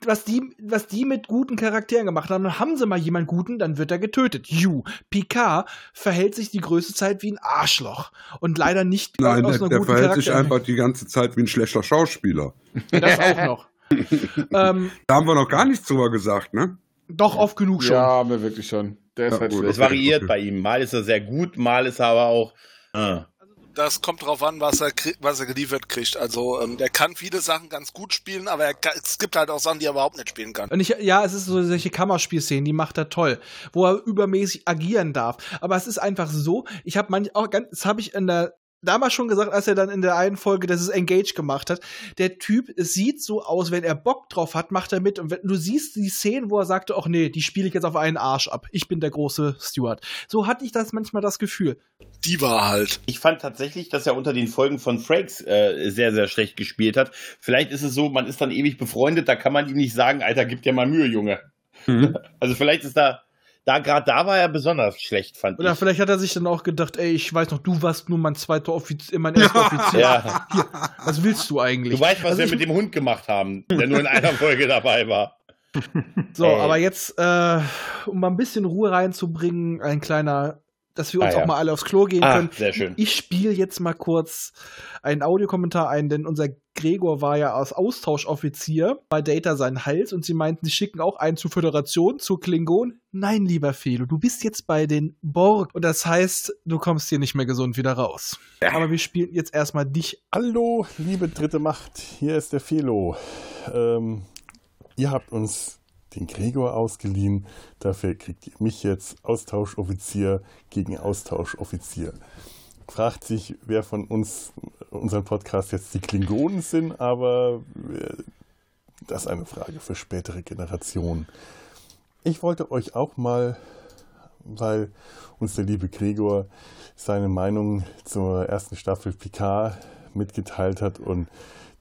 was die, was die mit guten Charakteren gemacht haben, haben sie mal jemanden guten, dann wird er getötet. You. Picard verhält sich die größte Zeit wie ein Arschloch. Und leider nicht
Nein, der, der verhält sich einfach die ganze Zeit wie ein schlechter Schauspieler.
Das auch noch. ähm,
Da haben wir noch gar nichts drüber gesagt, ne?
doch oft genug schon.
Ja, haben wir wirklich schon. Der ist
Ja,
halt
gut. Ah.
schlecht.
es variiert bei ihm. Mal ist er sehr gut, mal ist er aber auch. Äh.
Das kommt drauf an, was er, krie- was er geliefert kriegt. Also, ähm, der kann viele Sachen ganz gut spielen, aber er kann, es gibt halt auch Sachen, die er überhaupt nicht spielen kann.
Und ich, ja, es ist so solche Kammerspielszenen, die macht er toll, wo er übermäßig agieren darf. Aber es ist einfach so, ich habe manch auch ganz, das habe ich in der damals schon gesagt, als er dann in der einen Folge das Engage gemacht hat. Der Typ es sieht so aus, wenn er Bock drauf hat, macht er mit. Und wenn, du siehst die Szenen, wo er sagte, ach nee, die spiele ich jetzt auf einen Arsch ab. Ich bin der große Steward. So hatte ich das manchmal das Gefühl.
Die war halt.
Ich fand tatsächlich, dass er unter den Folgen von Frakes äh, sehr, sehr schlecht gespielt hat. Vielleicht ist es so, man ist dann ewig befreundet, da kann man ihm nicht sagen, Alter, gib dir mal Mühe, Junge. Also vielleicht ist da, da gerade da war er besonders schlecht, fand
Oder
ich.
vielleicht hat er sich dann auch gedacht, ey, ich weiß noch, du warst nur mein zweiter Offizier, mein erster Offizier.
Ja,
Was willst du eigentlich?
du weißt, was
Also
wir
ich-
mit dem Hund gemacht haben, der nur in einer Folge dabei war.
So,
Ey.
aber jetzt, äh, um mal ein bisschen Ruhe reinzubringen, ein kleiner, dass wir uns
Ah, ja.
auch mal alle aufs Klo gehen
Ah,
können.
sehr schön.
Ich spiele jetzt mal kurz einen Audiokommentar ein, denn unser Gregor war ja als Austauschoffizier bei Data seinen Hals und sie meinten, sie schicken auch einen zur Föderation, zur Klingon. Nein, lieber Felo, du bist jetzt bei den Borg und das heißt, du kommst hier nicht mehr gesund wieder raus. Aber wir spielen jetzt erstmal dich.
Hallo, liebe dritte Macht, hier ist der Felo. Ähm, ihr habt uns
den Gregor ausgeliehen. Dafür kriegt ihr mich jetzt Austauschoffizier gegen Austauschoffizier. Fragt sich, wer von uns, unseren Podcast jetzt die Klingonen sind, aber äh, das ist eine Frage für spätere Generationen. Ich wollte euch auch mal, weil uns der liebe Gregor seine Meinung zur ersten Staffel Picard mitgeteilt hat und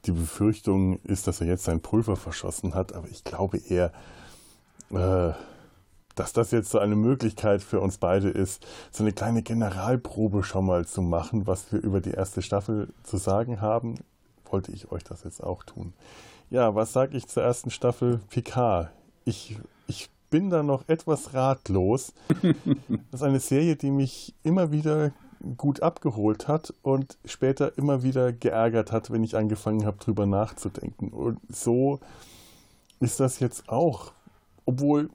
die Befürchtung ist, dass er jetzt sein Pulver verschossen hat, aber ich glaube eher, äh, dass das jetzt so eine Möglichkeit für uns beide ist, so eine kleine Generalprobe schon mal zu machen, was wir über die erste Staffel zu sagen haben, wollte ich euch das jetzt auch tun. Ja, was sage ich zur ersten Staffel Picard? Ich, ich bin da noch etwas ratlos. das ist eine Serie, die mich immer wieder gut abgeholt hat und später immer wieder geärgert hat, wenn ich angefangen habe, drüber nachzudenken. Und so ist das jetzt auch. Obwohl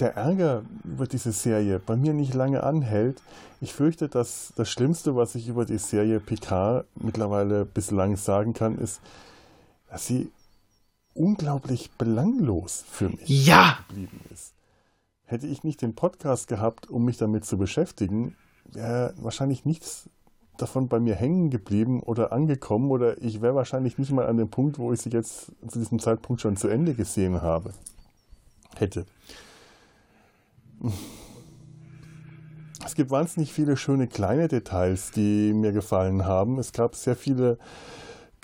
der Ärger über diese Serie bei mir nicht lange anhält. Ich fürchte, dass das Schlimmste, was ich über die Serie Picard mittlerweile bislang sagen kann, ist, dass sie unglaublich belanglos für mich
ja.
geblieben ist. Hätte ich nicht den Podcast gehabt, um mich damit zu beschäftigen, wäre wahrscheinlich nichts davon bei mir hängen geblieben oder angekommen oder ich wäre wahrscheinlich nicht mal an dem Punkt, wo ich sie jetzt zu diesem Zeitpunkt schon zu Ende gesehen habe. Hätte. Es gibt wahnsinnig viele schöne kleine Details, die mir gefallen haben. Es gab sehr viele,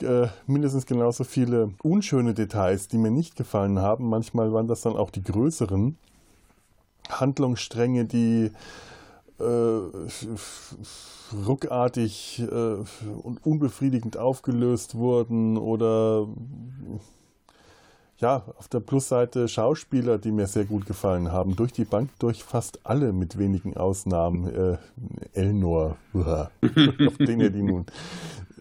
äh, mindestens genauso viele unschöne Details, die mir nicht gefallen haben. Manchmal waren das dann auch die größeren Handlungsstränge, die äh, ruckartig äh, und unbefriedigend aufgelöst wurden oder ja, auf der Plusseite Schauspieler, die mir sehr gut gefallen haben. Durch die Bank, durch fast alle mit wenigen Ausnahmen. Äh, Elnor, auf den ihr die nun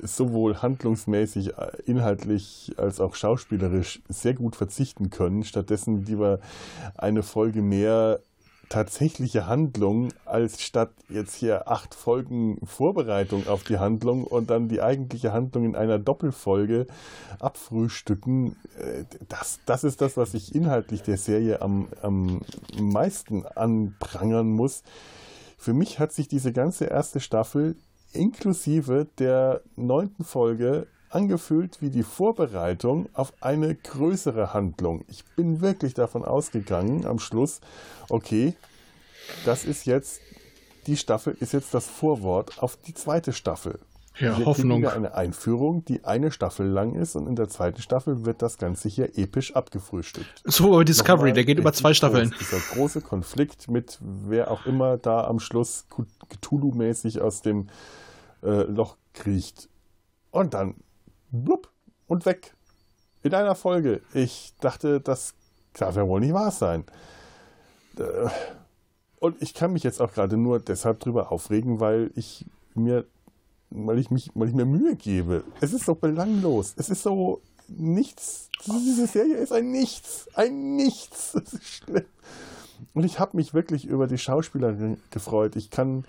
sowohl handlungsmäßig, äh, inhaltlich als auch schauspielerisch sehr gut verzichten können. Stattdessen lieber eine Folge mehr tatsächliche Handlung, als statt jetzt hier acht Folgen Vorbereitung auf die Handlung und dann die eigentliche Handlung in einer Doppelfolge abfrühstücken. Das, das ist das, was ich inhaltlich der Serie am, am meisten anprangern muss. Für mich hat sich diese ganze erste Staffel inklusive der neunten Folge angefühlt wie die Vorbereitung auf eine größere Handlung. Ich bin wirklich davon ausgegangen am Schluss, okay, das ist jetzt, die Staffel ist jetzt das Vorwort auf die zweite Staffel.
Ja,
Wir
Hoffnung.
kriegen eine Einführung, die eine Staffel lang ist und in der zweiten Staffel wird das Ganze hier episch abgefrühstückt.
So über Discovery,
Nochmal
der geht über
richtig
zwei Staffeln.
Groß, dieser große Konflikt mit wer auch immer da am Schluss Cthulhu-mäßig aus dem äh, Loch kriecht. Und dann blub und weg. In einer Folge. Ich dachte, das darf ja wohl nicht wahr sein. Äh, Und ich kann mich jetzt auch gerade nur deshalb drüber aufregen, weil ich mir, weil ich mich, weil ich mir Mühe gebe. Es ist so belanglos. Es ist so nichts. Diese Serie ist ein Nichts. Ein Nichts. Das ist schlimm. Und ich habe mich wirklich über die Schauspielerin gefreut. Ich kann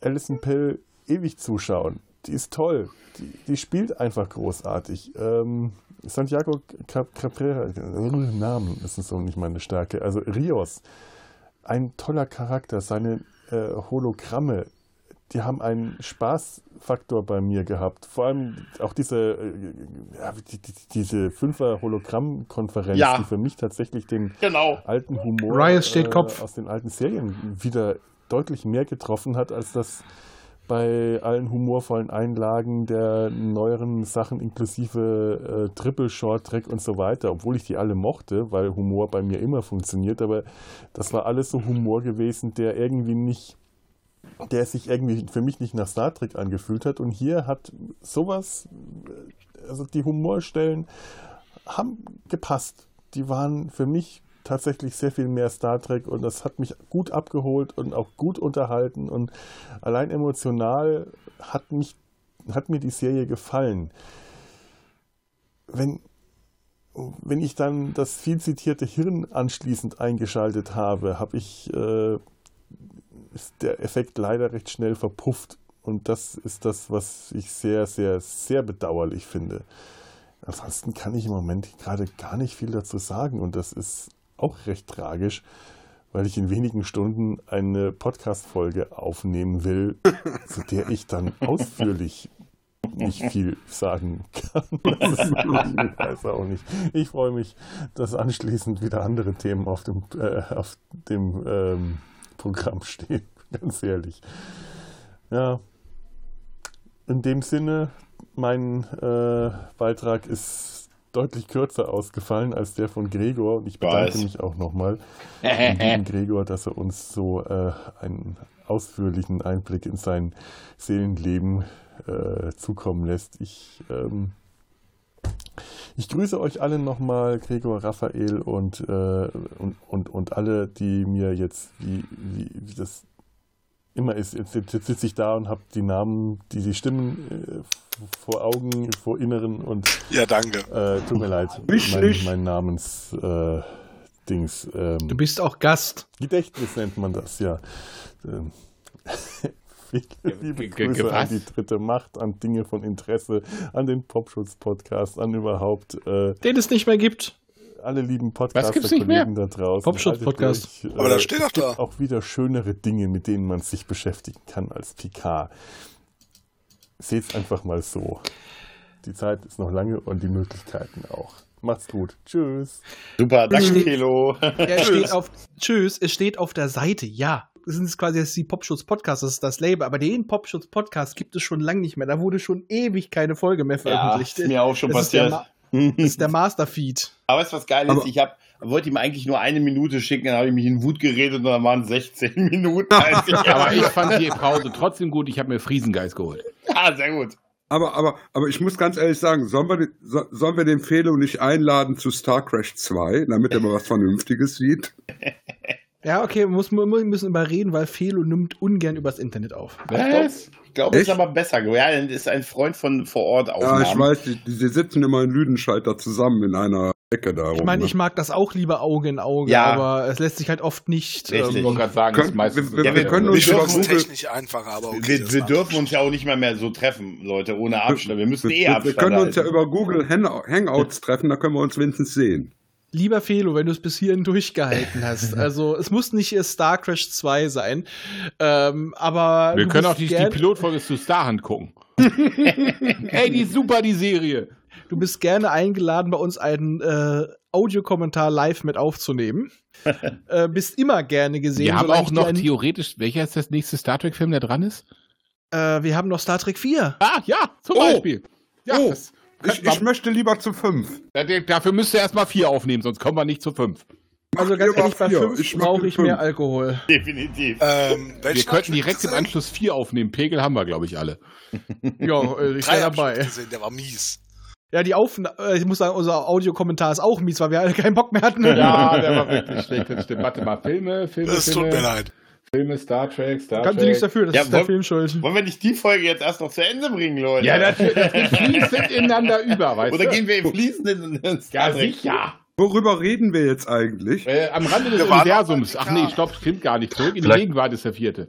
Alison Pill ewig zuschauen. Die ist toll. Die, die spielt einfach großartig. Ähm, Santiago Cap- Caprera, äh, Namen, das ist so nicht meine Stärke. Also Rios, ein toller Charakter. Seine äh, Hologramme, die haben einen Spaßfaktor bei mir gehabt. Vor allem auch diese, äh, ja, die, die, diese Fünfer-Hologramm-Konferenz,
Ja.
die für mich tatsächlich den
Genau.
alten Humor äh,
Rios steht Kopf.
aus den alten Serien wieder deutlich mehr getroffen hat, als das bei allen humorvollen Einlagen der neueren Sachen inklusive äh, Triple Short Track und so weiter, obwohl ich die alle mochte, weil Humor bei mir immer funktioniert, aber das war alles so Humor gewesen, der irgendwie nicht der sich irgendwie für mich nicht nach Star Trek angefühlt hat und hier hat sowas äh, also die Humorstellen haben gepasst. Die waren für mich tatsächlich sehr viel mehr Star Trek und das hat mich gut abgeholt und auch gut unterhalten und allein emotional hat mich hat mir die Serie gefallen. Wenn wenn ich dann das viel zitierte Hirn anschließend eingeschaltet habe, habe ich äh, ist der Effekt leider recht schnell verpufft und das ist das, was ich sehr sehr sehr bedauerlich finde. Ansonsten kann ich im Moment gerade gar nicht viel dazu sagen und das ist
auch recht tragisch, weil ich in wenigen Stunden eine Podcast-Folge aufnehmen will, zu der ich dann ausführlich nicht viel sagen kann. Das ist, ich weiß auch nicht. Ich freue mich, dass anschließend wieder andere Themen auf dem, äh, auf dem ähm, Programm stehen. Ganz ehrlich. Ja. In dem Sinne, mein äh, Beitrag ist deutlich kürzer ausgefallen als der von Gregor und ich bedanke
Weiß.
mich auch nochmal an lieben Gregor, dass er uns so äh, einen ausführlichen Einblick in sein Seelenleben äh, zukommen lässt. Ich, ähm, ich grüße euch alle nochmal, Gregor, Raphael und, äh, und, und, und alle, die mir jetzt, wie, wie, wie das immer ist, jetzt, jetzt jetzt sitze ich da und habe die Namen, die, die Stimmen äh, vor Augen, vor Inneren und
Ja, danke.
äh, tut mir leid,
Mich
mein,
nicht.
mein Namens äh, Dings. Ähm, du
bist auch Gast.
Gedächtnis nennt man das, ja. Ähm, Viele liebe
ge-
Grüße an
was?
die dritte Macht, an Dinge von Interesse, an den Popschutz-Podcast, an überhaupt äh,
Den es nicht mehr gibt.
alle lieben
gibt's nicht
Podcaster-Kollegen da draußen.
Popschutz-Podcast.
Haltet durch,
Aber das
äh,
steht
es
doch da.
gibt auch wieder schönere Dinge, mit denen man sich beschäftigen kann als PK. Seht's einfach mal so. Die Zeit ist noch lange und die Möglichkeiten auch. Macht's gut. Tschüss.
Super,
danke, Steht-
Kilo.
Ja, es steht auf, tschüss, es steht auf der Seite, ja. Das sind quasi jetzt die Popschutz-Podcasts, das ist das Label, aber den Popschutz-Podcast gibt es schon lange nicht mehr. Da wurde schon ewig keine Folge mehr veröffentlicht.
ist mir auch schon
das Ist
passiert.
der, Ma- das ist der Masterfeed.
Aber weißt du, was geil ist? Ich hab, wollte ihm eigentlich nur eine Minute schicken, dann habe ich mich in Wut geredet und dann waren es 16 Minuten. Also, als
Aber ich fand die Pause trotzdem gut. Ich habe mir Friesengeist geholt.
Ah, sehr gut.
Aber, aber, aber ich muss ganz ehrlich sagen, sollen wir, den- so, sollen wir den Felo nicht einladen zu Star Crash 2, damit er mal was Vernünftiges sieht?
Ja, okay, muss, mu- mu- müssen überreden, weil Felo nimmt ungern übers Internet auf.
Was? Ich glaube, es ist
Echt?
aber besser geworden. Ja, das ist ein Freund von vor Ort auch.
Ja, ich weiß, die, die sie sitzen immer in Lüdenscheiter zusammen in einer Ecke da rum.
Ich meine, ich
ne?
mag das auch lieber Auge in Auge,
Ja.
aber es lässt sich halt oft nicht.
Richtig. Ich wollte gerade sagen,
Können- ist meistens wir- so. wir- wir können uns
Ich
über
finde es
Google-
technisch einfacher, aber okay.
wir, wir dürfen uns ja auch nicht mal mehr so treffen, Leute, ohne Abstand. Wir müssen eh
wir, wir
Abstand
können uns ja
halten.
über Google Hang- Hangouts treffen, da können wir uns wenigstens sehen.
Lieber Felo, wenn du es bis hierhin durchgehalten hast. Also, es muss nicht äh, Star Crash 2 sein. Ähm, aber.
Wir
du
können
bist
auch die, die
gern-
Pilotfolge zu Starhand gucken.
Ey, die ist super, die Serie. Du bist gerne eingeladen, bei uns einen äh, Audiokommentar live mit aufzunehmen. äh, bist immer gerne gesehen.
Wir haben
solange
auch
ich dir
noch
einen-
theoretisch, welcher ist das nächste Star Trek-Film, der dran ist?
Äh, wir haben noch Star Trek 4.
Ah, ja,
Oh.
zum Beispiel. Ja, das
ich, ich möchte lieber zu fünf.
Dafür müsst ihr erstmal vier aufnehmen, sonst kommen wir nicht zu fünf.
Also ganz ehrlich, bei
vier.
5
Ich mach
brauche
die
ich mehr
fünf.
Alkohol.
Definitiv.
Ähm,
wir könnten direkt im Anschluss vier aufnehmen. Pegel haben wir, glaube ich, alle.
Ja, äh, ich wäre dabei.
Gesehen, der war mies.
Ja, die Aufnahme, äh, ich muss sagen, unser Audiokommentar ist auch mies, weil wir alle keinen Bock mehr hatten.
Ja, der war wirklich schlecht. Das stimmt. Warte mal, Filme, Filme.
Es tut
Filme,
mir leid.
Filme, Star Trek, Star
Kann
Trek.
sie nichts dafür, das
Ja,
ist der
wollen-
Film schuld.
Wollen wir nicht die Folge jetzt erst noch zu Ende bringen, Leute?
Ja, das, das fließt ineinander über, weißt
Oder
du?
gehen wir im Fließenden ins
Ja,
Star Trek?
sicher.
Worüber reden wir jetzt eigentlich?
Äh, am Rande des
Wir waren-
Universums. Ach nee, stopp, stimmt gar nicht. Zurück in die
Vielleicht-
Gegenwart ist der vierte.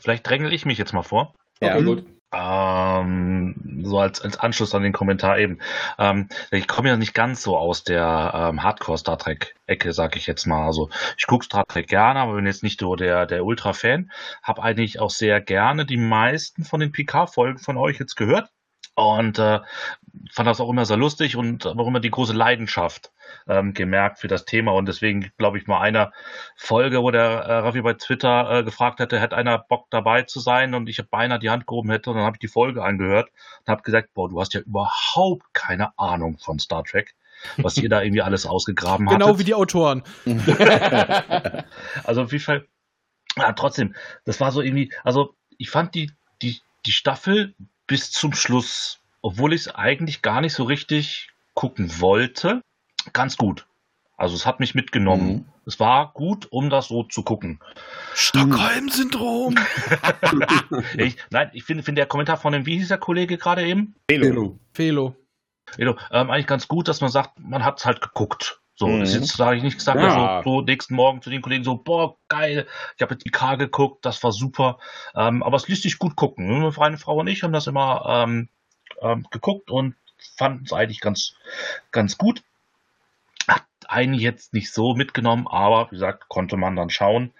Vielleicht drängel ich mich jetzt mal vor.
Ja. Okay, gut.
Ähm, so als, als Anschluss an den Kommentar eben. Ähm, ich komme ja nicht ganz so aus der ähm, Hardcore-Star Trek-Ecke, sag ich jetzt mal. Also ich gucke Star Trek gerne, aber bin jetzt nicht so der, der Ultra-Fan. Hab eigentlich auch sehr gerne die meisten von den PK-Folgen von euch jetzt gehört. Und äh, fand das auch immer sehr lustig und aber auch immer die große Leidenschaft ähm, gemerkt für das Thema. Und deswegen glaube ich mal einer Folge, wo der äh, Raffi bei Twitter äh, gefragt hätte, hat einer Bock dabei zu sein? Und ich habe beinahe die Hand gehoben hätte und dann habe ich die Folge angehört und habe gesagt, boah, du hast ja überhaupt keine Ahnung von Star Trek, was ihr da irgendwie alles ausgegraben habt.
Genau wie die Autoren.
Also auf jeden Fall, ja, trotzdem, das war so irgendwie, also ich fand die, die, die Staffel bis zum Schluss, obwohl ich es eigentlich gar nicht so richtig gucken wollte, ganz gut. Also es hat mich mitgenommen. Es war gut, um das so zu gucken.
Stockholm-Syndrom.
ich, nein, ich finde finde der Kommentar von dem, wie hieß der Kollege gerade eben?
Felo.
Felo.
Edo, ähm, eigentlich ganz gut, dass man sagt, man hat es halt geguckt. So,
Mhm.
ist jetzt sage ich nicht gesagt,
Ja.
so, so nächsten Morgen zu den Kollegen so, boah, geil, ich habe jetzt die K geguckt, das war super. Ähm, aber es ließ sich gut gucken. Meine Freie Frau und ich haben das immer ähm, ähm, geguckt und fanden es eigentlich ganz, ganz gut. Hat einen jetzt nicht so mitgenommen, aber wie gesagt, konnte man dann schauen.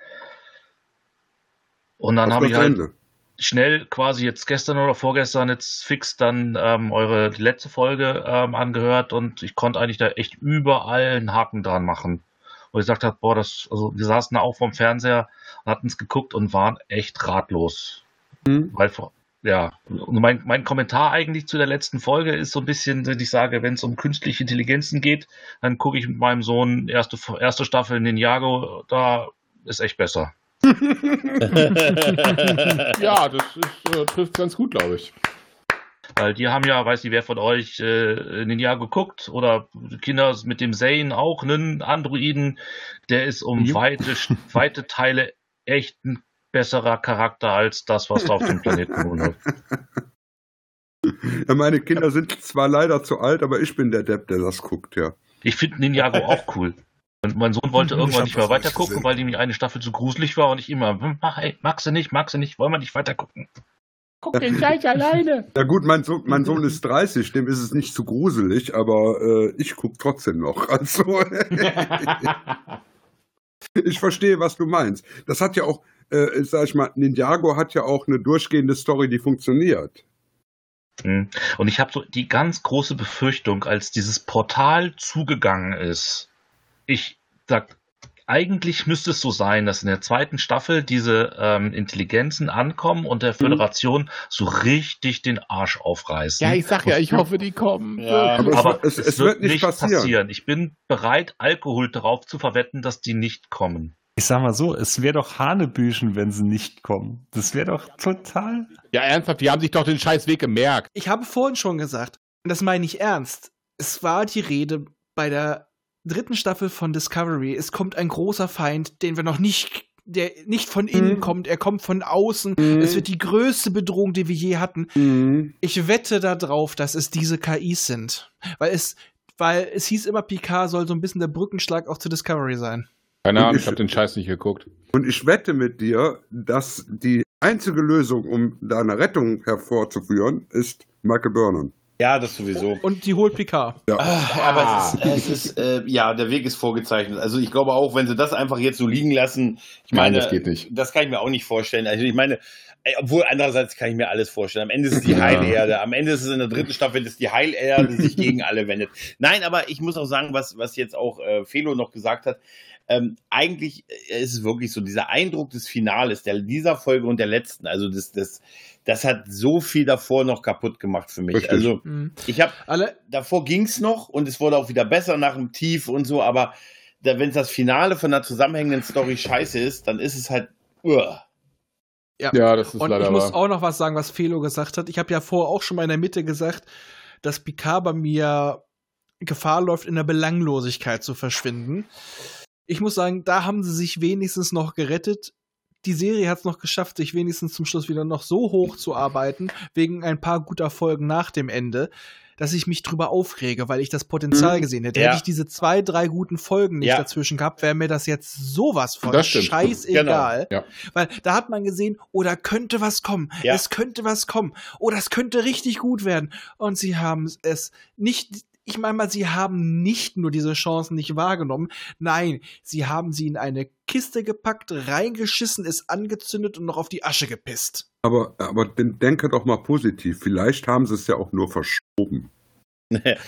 Und dann habe ich halt Ende. schnell quasi jetzt gestern oder vorgestern jetzt fix dann ähm, eure letzte Folge ähm, angehört und ich konnte eigentlich da echt überall einen Haken dran machen. Und ich gesagt habe, boah, das, also wir saßen da auch vorm Fernseher, hatten es geguckt und waren echt ratlos. Mhm. Weil, ja, und mein, mein Kommentar eigentlich zu der letzten Folge ist so ein bisschen, dass ich sage, wenn es um künstliche Intelligenzen geht, dann gucke ich mit meinem Sohn erste, erste Staffel Ninjago, da ist echt besser.
ja, das ist, äh, trifft ganz gut, glaube ich.
Weil die haben ja, weiß ich, wer von euch äh, Ninjago guckt oder Kinder mit dem Zane auch einen Androiden, der ist um Jupp. weite, weite Teile echt ein besserer Charakter als das, was auf dem Planeten Moon hat.
Ja, meine Kinder sind zwar leider zu alt, aber ich bin der Depp, der das guckt, ja.
Ich finde Ninjago auch cool. Und mein Sohn wollte irgendwann nicht mehr weitergucken, weil ihm eine Staffel zu gruselig war und ich immer, "Hm, mach, ey, magst du nicht, magst du nicht, wollen wir nicht weitergucken.
Guck den gleich alleine.
Na gut, mein Sohn, mein Sohn ist 30, dem ist es nicht zu gruselig, aber äh, ich gucke trotzdem noch. Also, ich verstehe, was du meinst. Das hat ja auch, äh, sag ich mal, Ninjago hat ja auch eine durchgehende Story, die funktioniert.
Und ich habe so die ganz große Befürchtung, als dieses Portal zugegangen ist, ich sag, eigentlich müsste es so sein, dass in der zweiten Staffel diese ähm, Intelligenzen ankommen und der Föderation mhm. so richtig den Arsch aufreißen.
Ja, ich sag ja, ich hoffe, die kommen.
Ja. Aber, Aber es, es, es, wird, nicht passieren. passieren. Ich bin bereit, Alkohol darauf zu verwetten, dass die nicht kommen.
Ich sag mal so, es wäre doch Hanebüchen, wenn sie nicht kommen. Das wäre doch total.
Ja, ernsthaft, die haben sich doch den Scheißweg gemerkt.
Ich habe vorhin schon gesagt, und das meine ich ernst, es war die Rede bei der dritten Staffel von Discovery, es kommt ein großer Feind, den wir noch nicht der nicht von innen mhm. kommt, er kommt von außen. Mhm. Es wird die größte Bedrohung, die wir je hatten. Mhm. Ich wette darauf, dass es diese KIs sind. Weil es, weil es hieß immer, Picard soll so ein bisschen der Brückenschlag auch zu Discovery sein.
Keine Ahnung, ich, ich habe den Scheiß nicht geguckt.
Und ich wette mit dir, dass die einzige Lösung, um da eine Rettung hervorzuführen, ist Michael Burnham.
Ja, das sowieso.
Und die holt Picard.
Ja. Ach, aber ah. es ist, es ist äh, ja, der Weg ist vorgezeichnet. Also ich glaube auch, wenn sie das einfach jetzt so liegen lassen, ich meine, Nein, das, geht nicht. das kann ich mir auch nicht vorstellen. Also ich meine, obwohl andererseits kann ich mir alles vorstellen. Am Ende ist es die ja. Heilerde. Am Ende ist es in der dritten Staffel, dass die Heilerde sich gegen alle wendet. Nein, aber ich muss auch sagen, was, was jetzt auch äh, Felo noch gesagt hat. Ähm, eigentlich äh, ist es wirklich so, dieser Eindruck des Finales, der, dieser Folge und der letzten, also das, das, das hat so viel davor noch kaputt gemacht für mich. Richtig. Also mhm. ich habe, davor ging's noch und es wurde auch wieder besser nach dem Tief und so, aber wenn es das Finale von einer zusammenhängenden Story scheiße ist, dann ist es halt, uah.
Ja. ja, das ist und leider. Ich muss auch noch was sagen, was Felo gesagt hat. Ich habe ja vorher auch schon mal in der Mitte gesagt, dass Picard bei mir Gefahr läuft, in der Belanglosigkeit zu verschwinden. Ich muss sagen, da haben sie sich wenigstens noch gerettet die Serie hat es noch geschafft, sich wenigstens zum Schluss wieder noch so hoch zu arbeiten, wegen ein paar guter Folgen nach dem Ende, dass ich mich drüber aufrege, weil ich das Potenzial gesehen hätte. Mhm. Ja. Hätte ich diese zwei, drei guten Folgen nicht ja. dazwischen gehabt, wäre mir das jetzt sowas von das stimmt. scheißegal. Genau. Ja. Weil da hat man gesehen, oh, da könnte was kommen. Es könnte was kommen. Oh, das könnte richtig gut werden. Und sie haben es nicht ich meine mal, sie haben nicht nur diese Chancen nicht wahrgenommen, nein, sie haben sie in eine Kiste gepackt, reingeschissen, es angezündet und noch auf die Asche gepisst.
Aber, aber denke doch mal positiv, vielleicht haben sie es ja auch nur verschoben.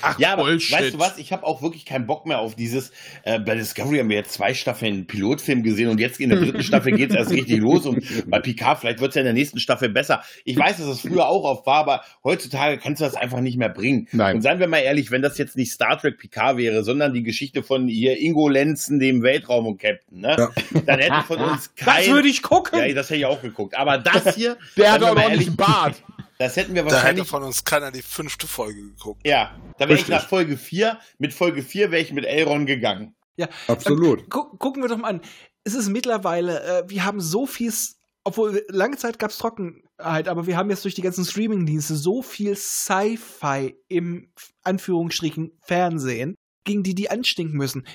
Ach, ja, aber Bullshit. weißt du was? Ich habe auch wirklich keinen Bock mehr auf dieses. Äh, bei Discovery haben wir jetzt zwei Staffeln Pilotfilm gesehen und jetzt in der dritten Staffel geht es erst richtig los. Und bei Picard, vielleicht wird es ja in der nächsten Staffel besser. Ich weiß, dass das früher auch oft war, aber heutzutage kannst du das einfach nicht mehr bringen. Nein. Und seien wir mal ehrlich, wenn das jetzt nicht Star Trek Picard wäre, sondern die Geschichte von hier Ingo Lenzen, dem Weltraum und Captain, ne? Ja. dann hätte von uns kein.
Das würde ich gucken!
Ja, das hätte ich auch geguckt. Aber das hier.
Der hat auch noch ehrlich, einen Bart.
Das hätten wir wahrscheinlich.
Da hätte von uns keiner die fünfte Folge geguckt.
Ja, da wäre ich nach Folge 4, mit Folge 4 wäre ich mit Elron gegangen.
Ja,
absolut.
Gu gucken wir doch mal an. Es ist mittlerweile, äh, wir haben so viel, obwohl lange Zeit gab es Trockenheit, aber wir haben jetzt durch die ganzen Streamingdienste so viel Sci-Fi im Anführungsstrichen Fernsehen, gegen die die anstinken müssen.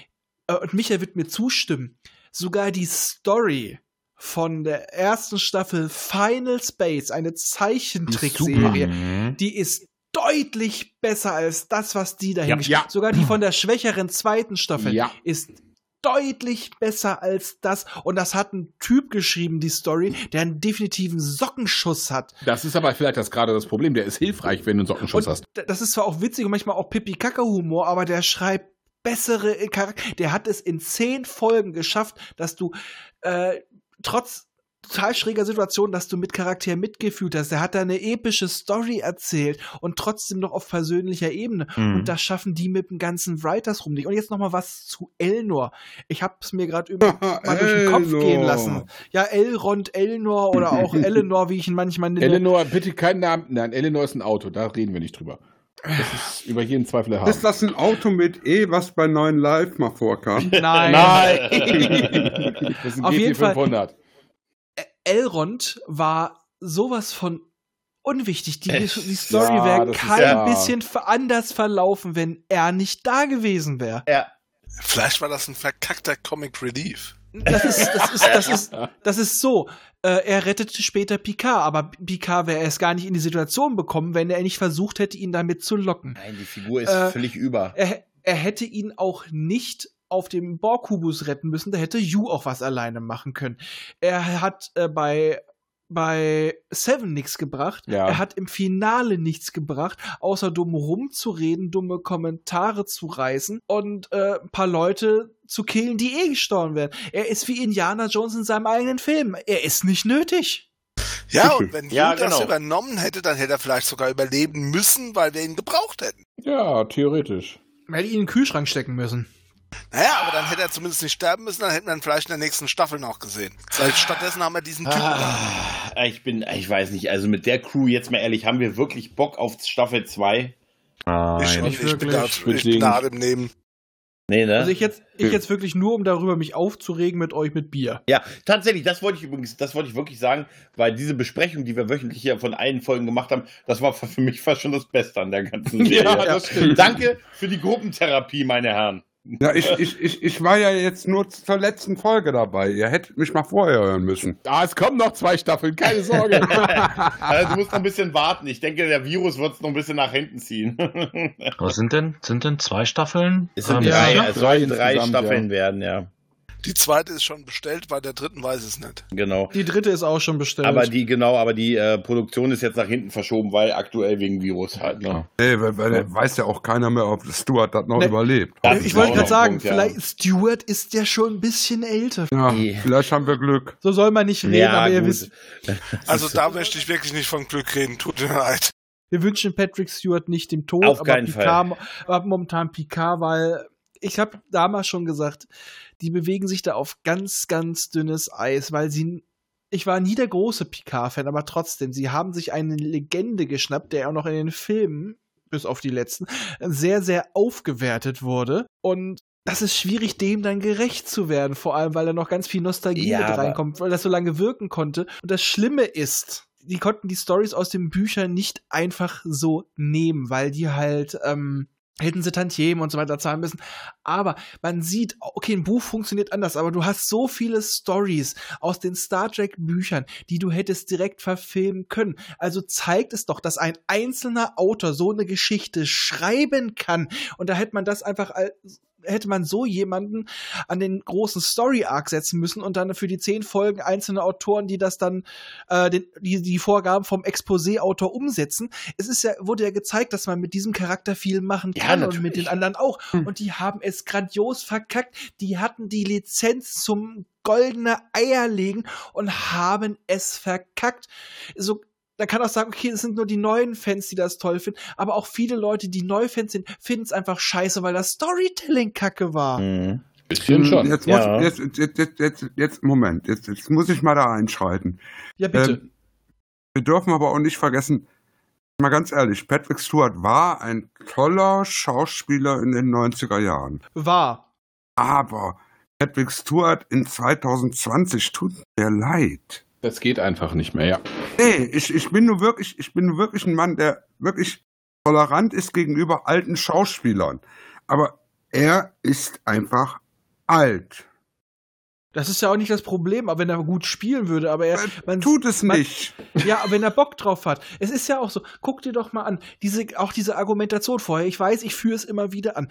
Äh, und Michael wird mir zustimmen. Sogar die Story von der
Mhm.
ersten Staffel Final Space, eine Zeichentrickserie. Die ist deutlich besser als das, was die dahin
Ja.
gestellt-
Ja.
Sogar die von der schwächeren zweiten Staffel
Ja.
ist deutlich besser als das. Und das hat ein Typ geschrieben, die Story, der einen definitiven Sockenschuss hat.
Das ist aber vielleicht das gerade das Problem. Der ist hilfreich, wenn du einen Sockenschuss hast.
D- das ist zwar auch witzig und manchmal auch pipi kacke humor aber der schreibt bessere Charakter. Der hat es in zehn Folgen geschafft, dass du äh, trotz total schräger Situation, dass du mit Charakter mitgefühlt hast. Der hat da eine epische Story erzählt und trotzdem noch auf persönlicher Ebene.
Hm.
Mhm.
Und das schaffen die mit dem ganzen Writers rum nicht. Und jetzt noch mal was zu Elnor. Ich hab's mir gerade über mal durch den Kopf
Elnor.
gehen lassen. Ja, Elrond, Elnor oder auch Eleanor, wie ich ihn manchmal nenne.
Eleanor, bitte keinen Namen. Nein, Eleanor ist ein Auto, da reden wir nicht drüber. Das ist über jeden Zweifel erhaben.
Ist das ein Auto mit E, was bei 9 Live mal vorkam?
Nein.
Nein. Das ist ein
Auf
GT
jeden Fall.
500.
Elrond war sowas von unwichtig. Die, die
Echt?
Story
Ja,
wäre
das ist
kein
ja-
bisschen ver- anders verlaufen, wenn er nicht da gewesen wäre.
Ja.
Vielleicht war das ein verkackter Comic Relief.
Das ist, das ist, das ist, das ist so. Äh, er rettete später Picard, aber Picard wäre es gar nicht in die Situation bekommen, wenn er nicht versucht hätte, ihn damit zu locken.
Nein, die Figur ist
Äh,
völlig über.
Er, er hätte ihn auch nicht auf dem Borkubus retten müssen, da hätte Yu auch was alleine machen können. Er hat äh, bei bei Seven nichts gebracht.
Ja.
Er hat im Finale nichts gebracht, außer dumm rumzureden, dumme Kommentare zu reißen und äh, ein paar Leute zu killen, die eh gestorben werden. Er ist wie Indiana Jones in seinem eigenen Film. Er ist nicht nötig.
Ja, und wenn
Ja,
Hugh das
genau.
übernommen hätte, dann hätte er vielleicht sogar überleben müssen, weil wir ihn gebraucht hätten.
Ja, theoretisch.
Man hätte ihn in den Kühlschrank stecken müssen.
Naja, aber dann hätte er zumindest nicht sterben müssen, dann hätten wir ihn vielleicht in der nächsten Staffel noch gesehen. Weil stattdessen haben wir diesen Typen da.
Ah, ich bin, ich weiß nicht, also mit der Crew, jetzt mal ehrlich, haben wir wirklich Bock auf Staffel 2?
Ich, ich, bin da, ich bin da im Nehmen.
Nee, ne?
Also ich jetzt, ich jetzt wirklich nur, um darüber mich aufzuregen mit euch mit Bier.
Ja, tatsächlich, das wollte ich übrigens, das wollte ich wirklich sagen, weil diese Besprechung, die wir wöchentlich hier von allen Folgen gemacht haben, das war für mich fast schon das Beste an der ganzen Serie. Also,
Ja, das stimmt.
Danke für die Gruppentherapie, meine Herren.
Ja, ich, ich, ich, ich war ja jetzt nur zur letzten Folge dabei. Ihr hättet mich mal vorher hören müssen.
Ah, es kommen noch zwei Staffeln, keine Sorge.
Also, du musst noch ein bisschen warten. Ich denke, der Virus wird es noch ein bisschen nach hinten ziehen.
Was sind denn? Sind denn zwei Staffeln?
Es sind
Ähm,
drei, also
ja.
es sollten drei Staffeln werden, ja.
Die zweite ist schon bestellt, bei der dritten weiß es nicht.
Genau.
Die dritte ist auch schon bestellt.
Aber die, genau, aber die äh, Produktion ist jetzt nach hinten verschoben, weil aktuell wegen Virus halt, ne?
Nee, weil, weil weiß ja auch keiner mehr, ob Stuart das noch
Nee.
überlebt.
Das ist
Also ich wollte
auch
gerade
noch
sagen,
ein Punkt, ja.
vielleicht Stewart ist ja schon ein bisschen älter.
Ja, vielleicht haben wir Glück.
So soll man nicht reden,
Ja,
aber ihr
gut.
wisst,
Also da möchte ich wirklich nicht von Glück reden, tut mir leid.
wir wünschen Patrick Stewart nicht dem Tod,
Auf keinen Fall.
Picard, aber momentan Picard, weil ich habe damals schon gesagt, die bewegen sich da auf ganz, ganz dünnes Eis, weil sie ich war nie der große Picard-Fan, aber trotzdem, sie haben sich eine Legende geschnappt, der auch noch in den Filmen, bis auf die letzten, sehr, sehr aufgewertet wurde. Und das ist schwierig, dem dann gerecht zu werden, vor allem, weil da noch ganz viel Nostalgie
Ja,
mit
aber-
reinkommt, weil das so lange wirken konnte. Und das Schlimme ist, die konnten die Stories aus den Büchern nicht einfach so nehmen, weil die halt, ähm, hätten sie Tantiemen und so weiter zahlen müssen. Aber man sieht, okay, ein Buch funktioniert anders, aber du hast so viele Stories aus den Star Trek Büchern, die du hättest direkt verfilmen können. Also zeigt es doch, dass ein einzelner Autor so eine Geschichte schreiben kann. Und da hätte man das einfach als hätte man so jemanden an den großen Story Arc setzen müssen und dann für die zehn Folgen einzelne Autoren, die das dann äh, den, die, die Vorgaben vom Exposé Autor umsetzen. Es ist ja wurde ja gezeigt, dass man mit diesem Charakter viel machen
Ja,
kann und
natürlich. Hm.
mit den anderen auch und die haben es grandios verkackt. Die hatten die Lizenz zum goldene Eier legen und haben es verkackt. So da kann auch sagen, okay, es sind nur die neuen Fans, die das toll finden, aber auch viele Leute, die Neufans sind, finden es einfach scheiße, weil das Storytelling kacke war.
Mhm.
Mhm.
Hm, Jetzt, muss,
Ja.
jetzt, jetzt, jetzt, jetzt, jetzt, Moment, jetzt, jetzt muss ich mal da einschreiten.
Ja, bitte.
Ähm, wir dürfen aber auch nicht vergessen, mal ganz ehrlich, Patrick Stewart war ein toller Schauspieler in den 90er Jahren.
War.
Aber Patrick Stewart in 2020 tut mir leid.
Das geht einfach nicht mehr, ja.
Nee, ich, ich bin nur wirklich, ich bin nur wirklich ein Mann, der wirklich tolerant ist gegenüber alten Schauspielern. Aber er ist einfach alt.
Das ist ja auch nicht das Problem, aber wenn er gut spielen würde, aber er
man, Äh, tut es man, nicht.
Ja, wenn er Bock drauf hat. Es ist ja auch so, guck dir doch mal an, diese auch diese Argumentation vorher. Ich weiß, ich führe es immer wieder an.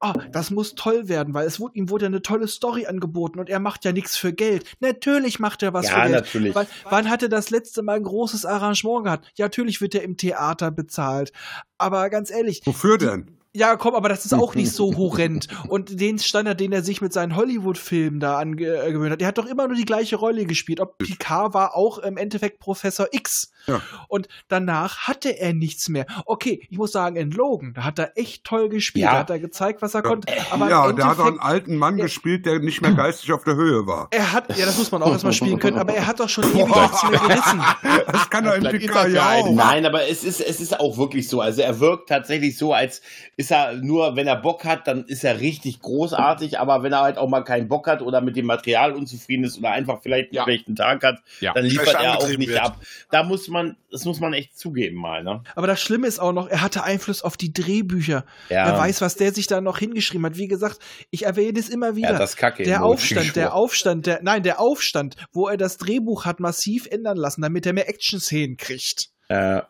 Oh, das muss toll werden, weil es wurde, ihm wurde eine tolle Story angeboten und er macht ja nichts für Geld. Natürlich macht er was
ja,
für Geld.
Natürlich.
Wann, wann hat er das letzte Mal ein großes Arrangement gehabt? Ja, natürlich wird er im Theater bezahlt. Aber ganz ehrlich.
Wofür denn?
Ja, komm, aber das ist auch nicht so horrend. Und den Standard, den er sich mit seinen Hollywood-Filmen da angewöhnt hat, der hat doch immer nur die gleiche Rolle gespielt. Ob Picard war auch im Endeffekt Professor X.
Ja.
Und danach hatte er nichts mehr. Okay, ich muss sagen, in Logan, da hat er echt toll gespielt.
Ja.
Da hat er gezeigt, was er konnte. Aber
ja,
im
der hat auch einen
Endeffekt,
alten Mann gespielt, der nicht mehr geistig auf der Höhe war.
er hat, ja, das muss man auch erstmal spielen können, aber er hat doch schon ewig nichts mehr gerissen.
Das kann doch im
Vielleicht ist
Picard
das
ja
ein-
Oh,
auch.
Nein, aber es ist, es ist auch wirklich so. Also er wirkt tatsächlich so, als ist er nur, wenn er Bock hat, dann ist er richtig großartig. Aber wenn er halt auch mal keinen Bock hat oder mit dem Material unzufrieden ist oder einfach vielleicht einen schlechten Tag hat,
Ja.
dann liefert
Schlecht
er auch
angetrieben
nicht
wird.
ab. Da muss man, das muss man echt zugeben mal, ne?
Aber das Schlimme ist auch noch, er hatte Einfluss auf die Drehbücher.
Ja.
Wer weiß, was der sich da noch hingeschrieben hat. Wie gesagt, ich erwähne es immer wieder.
Ja, das Kacke im
der
Mund.
Aufstand, der Aufstand, der, nein, der Aufstand, wo er das Drehbuch hat massiv ändern lassen, damit er mehr Action-Szenen kriegt.
Äh,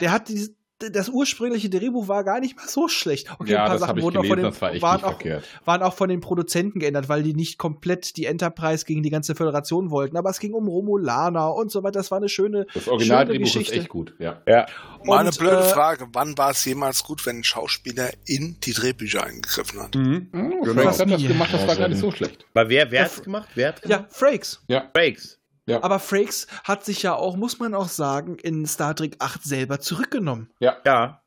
Der hat dieses, das ursprüngliche Drehbuch war gar nicht mal so schlecht. Okay,
Ja,
ein paar
das hab
Sachen
ich
wurden auch
gelesen,
von den,
das war echt
waren,
nicht
auch,
verkehrt.
waren auch von den Produzenten geändert, weil die nicht komplett die Enterprise gegen die ganze Föderation wollten. Aber es ging um Romulaner und so weiter. Das war eine schöne,
Das
schöne
Originaldrehbuch ist
Geschichte.
echt gut, ja.
ja.
Meine
Und,
blöde
äh,
Frage, wann war es jemals gut, wenn ein Schauspieler in die Drehbücher eingegriffen hat?
Hm,
Genau.
Franks hat das
Ja.
gemacht, das war gar nicht so schlecht.
Aber wer, wer hat's gemacht? Wer hat's
Ja, Frakes.
Ja,
Breaks.
Aber Frakes hat sich ja auch, muss man auch sagen, in Star Trek 8 selber zurückgenommen.
Ja.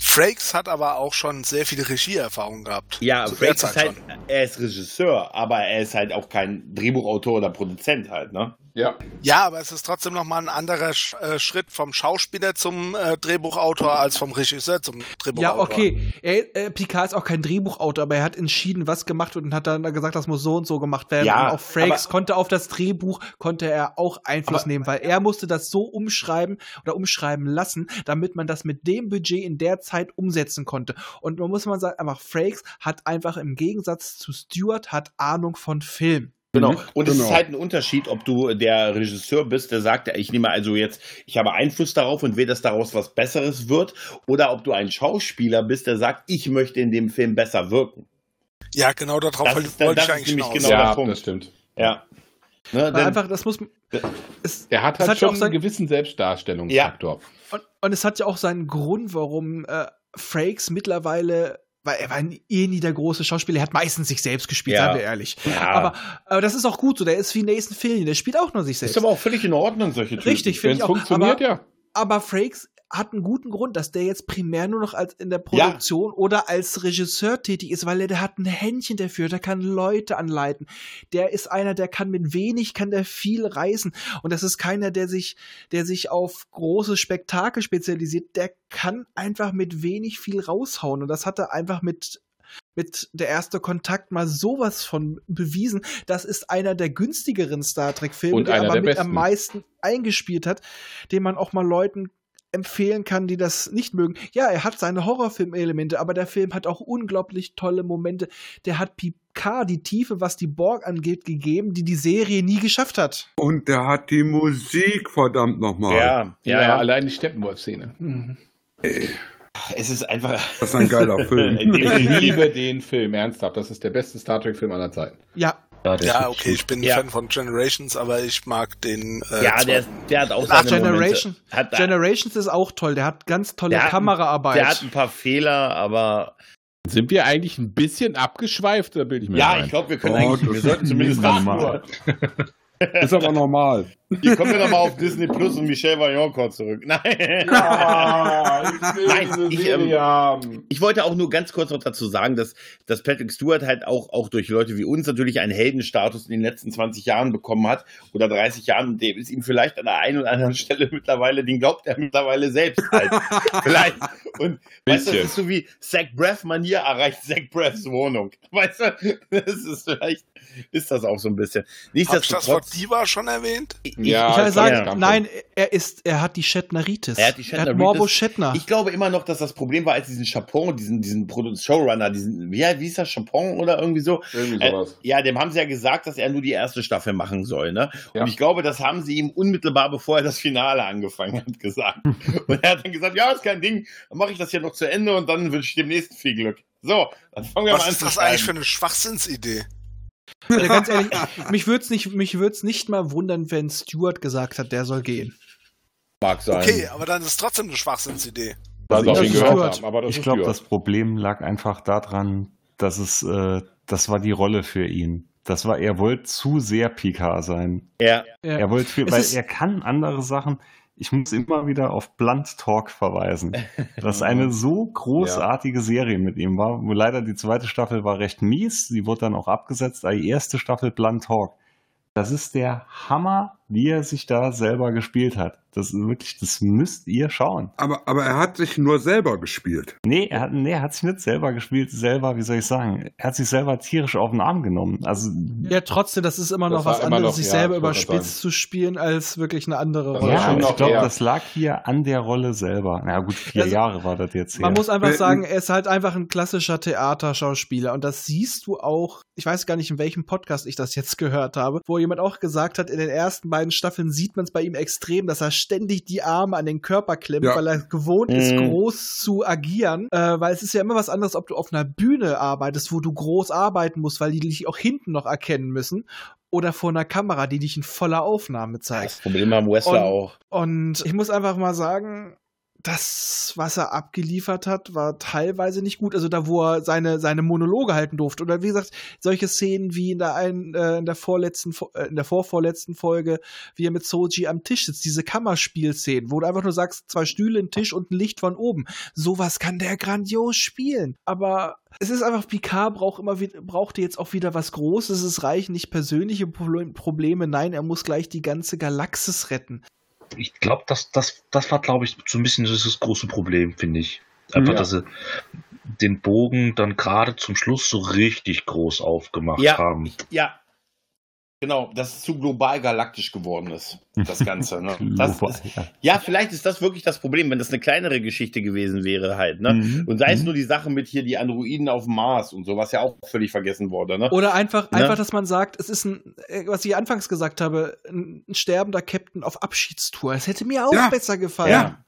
Frakes hat aber auch schon sehr viel Regieerfahrung gehabt.
Ja,
Zu der
Frakes
Zeit
ist halt,
schon.
er ist Regisseur, aber er ist halt auch kein Drehbuchautor oder Produzent halt, ne?
ja.
Ja, aber es ist trotzdem nochmal ein anderer Sch äh, Schritt vom Schauspieler zum äh, Drehbuchautor als vom Regisseur zum
Ja,
Drehbuchautor.
okay. Er, äh, Picard ist auch kein Drehbuchautor, aber er hat entschieden, was gemacht wird und hat dann gesagt, das muss so und so gemacht werden.
Ja,
und auch Frakes
aber-
konnte auf das Drehbuch, konnte er auch Einfluss nehmen, weil er musste das so umschreiben oder umschreiben lassen, damit man das mit dem Budget in der Zeit umsetzen konnte. Und man muss mal sagen, einfach Frakes hat einfach im Gegensatz zu Stewart hat Ahnung von Film.
Genau. Und es ist
Genau.
halt ein Unterschied, ob du der Regisseur bist, der sagt, ja, ich nehme also jetzt, ich habe Einfluss darauf und will, dass daraus was Besseres wird, oder ob du ein Schauspieler bist, der sagt, ich möchte in dem Film besser wirken.
Ja, genau darauf
Das
wollte
ist dann-
wollte ich
das ist
eigentlich
nämlich
hinaus.
genau- der
ja
Punkt.
das stimmt.
Ja. Ne,
Weil
denn,
einfach, das muss. Es,
Er hat
Das
halt
hat ja auch
schon
sein-
einen gewissen Selbstdarstellungsfaktor.
Und, und es hat ja auch seinen Grund, warum äh, Frakes mittlerweile, weil er war nie- eh nie der große Schauspieler, er hat meistens sich selbst gespielt,
Ja.
seien wir ehrlich.
Ja.
Aber, aber das ist auch gut so, der ist wie Nathan Fillion, der spielt auch nur sich
ist
selbst.
aber auch völlig in Ordnung, solche Typen.
Richtig,
Wenn
finde
es
ich auch.
funktioniert,
Aber,
ja.
aber Frakes hat einen guten Grund, dass der jetzt primär nur noch als in der Produktion oder als Regisseur tätig ist, weil er der hat ein Händchen dafür, der kann Leute anleiten. Der ist einer, der kann mit wenig, kann der viel reißen. Und das ist keiner, der sich, der sich auf große Spektakel spezialisiert. Der kann einfach mit wenig viel raushauen. Und das hat er einfach mit mit der erste Kontakt mal sowas von bewiesen. Das ist einer der günstigeren Star Trek-Filme,
Und
der
einer
aber
der
mit am
besten.
meisten eingespielt hat, den man auch mal Leuten empfehlen kann, die das nicht mögen. Ja, er hat seine Horrorfilm-Elemente, aber der Film hat auch unglaublich tolle Momente. Der hat Picard die Tiefe, was die Borg angeht, gegeben, die die Serie nie geschafft hat.
Und der hat die Musik, verdammt nochmal.
Ja,
Ja,
ja, ja.
allein die Steppenwolf-Szene.
Es ist einfach.
Das ist ein geiler Film.
Ich
Definitiv.
liebe den Film, ernsthaft. Das ist der beste Star Trek-Film aller Zeiten.
Ja,
Ja, okay, ich bin
genau- Ja.
Fan von Generations, aber ich mag den. Äh,
ja, der,
zweiten.
der hat auch
Ach,
seine
Generation,
Momente. Hat,
Generations ist auch toll. Der hat ganz tolle
der hat-
Kameraarbeit.
Der hat ein paar Fehler, aber
Sind wir eigentlich ein bisschen abgeschweift, da bilde ich mir
Ja,
ein.
ich glaube, wir können
Oh,
eigentlich,
das
wir
ist
sollten zumindest
minimal.
mal.
Ist aber normal.
Hier kommen wir nochmal auf Disney Plus und Michel Vaillant kurz zurück. Nein.
Ah,
Nein, ich, ähm, ich wollte auch nur ganz kurz noch dazu sagen, dass, dass Patrick Stewart halt auch, auch durch Leute wie uns natürlich einen Heldenstatus in den letzten 20 Jahren bekommen hat oder 30 Jahren. Und Dem ist ihm vielleicht an der einen oder anderen Stelle mittlerweile, den glaubt er mittlerweile selbst halt. vielleicht. Und weißt du, das
Bisschen.
ist so wie Zach Braff Manier erreicht Zach Braffs Wohnung. Weißt du, das ist vielleicht, ist das auch so ein bisschen.
Hab ich das
Nichtsdestotrotz.
Wort Diva schon erwähnt?
Ich, ja, ich kann sagen, ja. nein, er ist, er hat die Shatneritis.
Er hat die Shatneritis. Er hat
Morbo Shatner.
Ich glaube immer noch, dass das Problem war, als diesen Chapon, diesen, diesen Produ Showrunner, diesen, wie, wie hieß das, Chapon oder irgendwie so?
Irgendwie sowas.
Äh, ja, dem haben sie ja gesagt, dass er nur die erste Staffel machen soll, ne? Und ja. ich glaube, das haben sie ihm unmittelbar, bevor er das Finale angefangen hat, gesagt.
Hm.
und er hat dann gesagt, ja, ist kein Ding, dann mache ich das hier noch zu Ende und dann wünsche ich dem nächsten viel Glück. So, dann fangen wir
Was
mal
Was
an.
ist das eigentlich für eine Schwachsinnsidee?
Ja, Also ganz ehrlich, mich würde es nicht, mich würd's nicht mal wundern, wenn Stuart gesagt hat, der soll gehen.
Mag sein.
Okay, aber dann ist es trotzdem eine Schwachsinnsidee.
Also also ich glaube, glaub, das Problem lag einfach daran, dass es, äh, das war die Rolle für ihn. Das war, er wollte zu sehr PK sein.
Ja.
Er ja. wollte viel, weil er kann andere Sachen. Ich muss immer wieder auf Blunt Talk verweisen. Das eine so großartige ja. Serie mit ihm war. Leider die zweite Staffel war recht mies. Sie wurde dann auch abgesetzt. Aber die erste Staffel Blunt Talk. Das ist der Hammer, wie er sich da selber gespielt hat. Das ist wirklich, das müsst ihr schauen.
Aber, aber er hat sich nur selber gespielt.
Nee er, hat, nee, er hat sich nicht selber gespielt, selber, wie soll ich sagen, er hat sich selber tierisch auf den Arm genommen. Also,
ja, trotzdem, das ist immer noch was anderes, noch, sich ja, selber überspitzt zu spielen, als wirklich eine andere
Rolle. Ja, ich glaube, das lag hier an der Rolle selber. Na gut, vier also, Jahre war das jetzt
hier. Man muss einfach sagen, er ist halt einfach ein klassischer Theaterschauspieler und das siehst du auch, ich weiß gar nicht, in welchem Podcast ich das jetzt gehört habe, wo jemand auch gesagt hat, in den ersten beiden Staffeln sieht man es bei ihm extrem, dass er ständig die Arme an den Körper klemmt, ja. weil er gewohnt ist, mhm. groß zu agieren. Äh, weil es ist ja immer was anderes, ob du auf einer Bühne arbeitest, wo du groß arbeiten musst, weil die dich auch hinten noch erkennen müssen. Oder vor einer Kamera, die dich in voller Aufnahme zeigt. Das
Problem am Wrestler auch.
Und ich muss einfach mal sagen, das, was er abgeliefert hat, war teilweise nicht gut. Also da, wo er seine, seine Monologe halten durfte. Oder wie gesagt, solche Szenen wie in der, einen, äh, in der vorletzten, äh, in der vorvorletzten Folge, wie er mit Soji am Tisch sitzt, diese Kammerspielszenen, wo du einfach nur sagst, zwei Stühle, ein Tisch und ein Licht von oben. Sowas kann der grandios spielen. Aber es ist einfach, Picard braucht immer brauchte jetzt auch wieder was Großes. Es reichen nicht persönliche Probleme. Nein, er muss gleich die ganze Galaxis retten
ich glaube, das, das, das war, glaube ich, so ein bisschen das große Problem, finde ich. Einfach, ja. dass sie den Bogen dann gerade zum Schluss so richtig groß aufgemacht
ja,
haben.
Ja. Genau, dass es zu global galaktisch geworden ist, das Ganze. Ne? Das ist, ja, vielleicht ist das wirklich das Problem, wenn das eine kleinere Geschichte gewesen wäre halt. Ne? Mhm. Und sei es mhm. nur die Sache mit hier die Androiden auf dem Mars und so, was ja auch völlig vergessen wurde. Ne?
Oder einfach, ne? einfach, dass man sagt, es ist ein, äh, was ich anfangs gesagt habe, ein, sterbender Captain auf Abschiedstour. Das hätte mir auch ja. besser gefallen. Ja.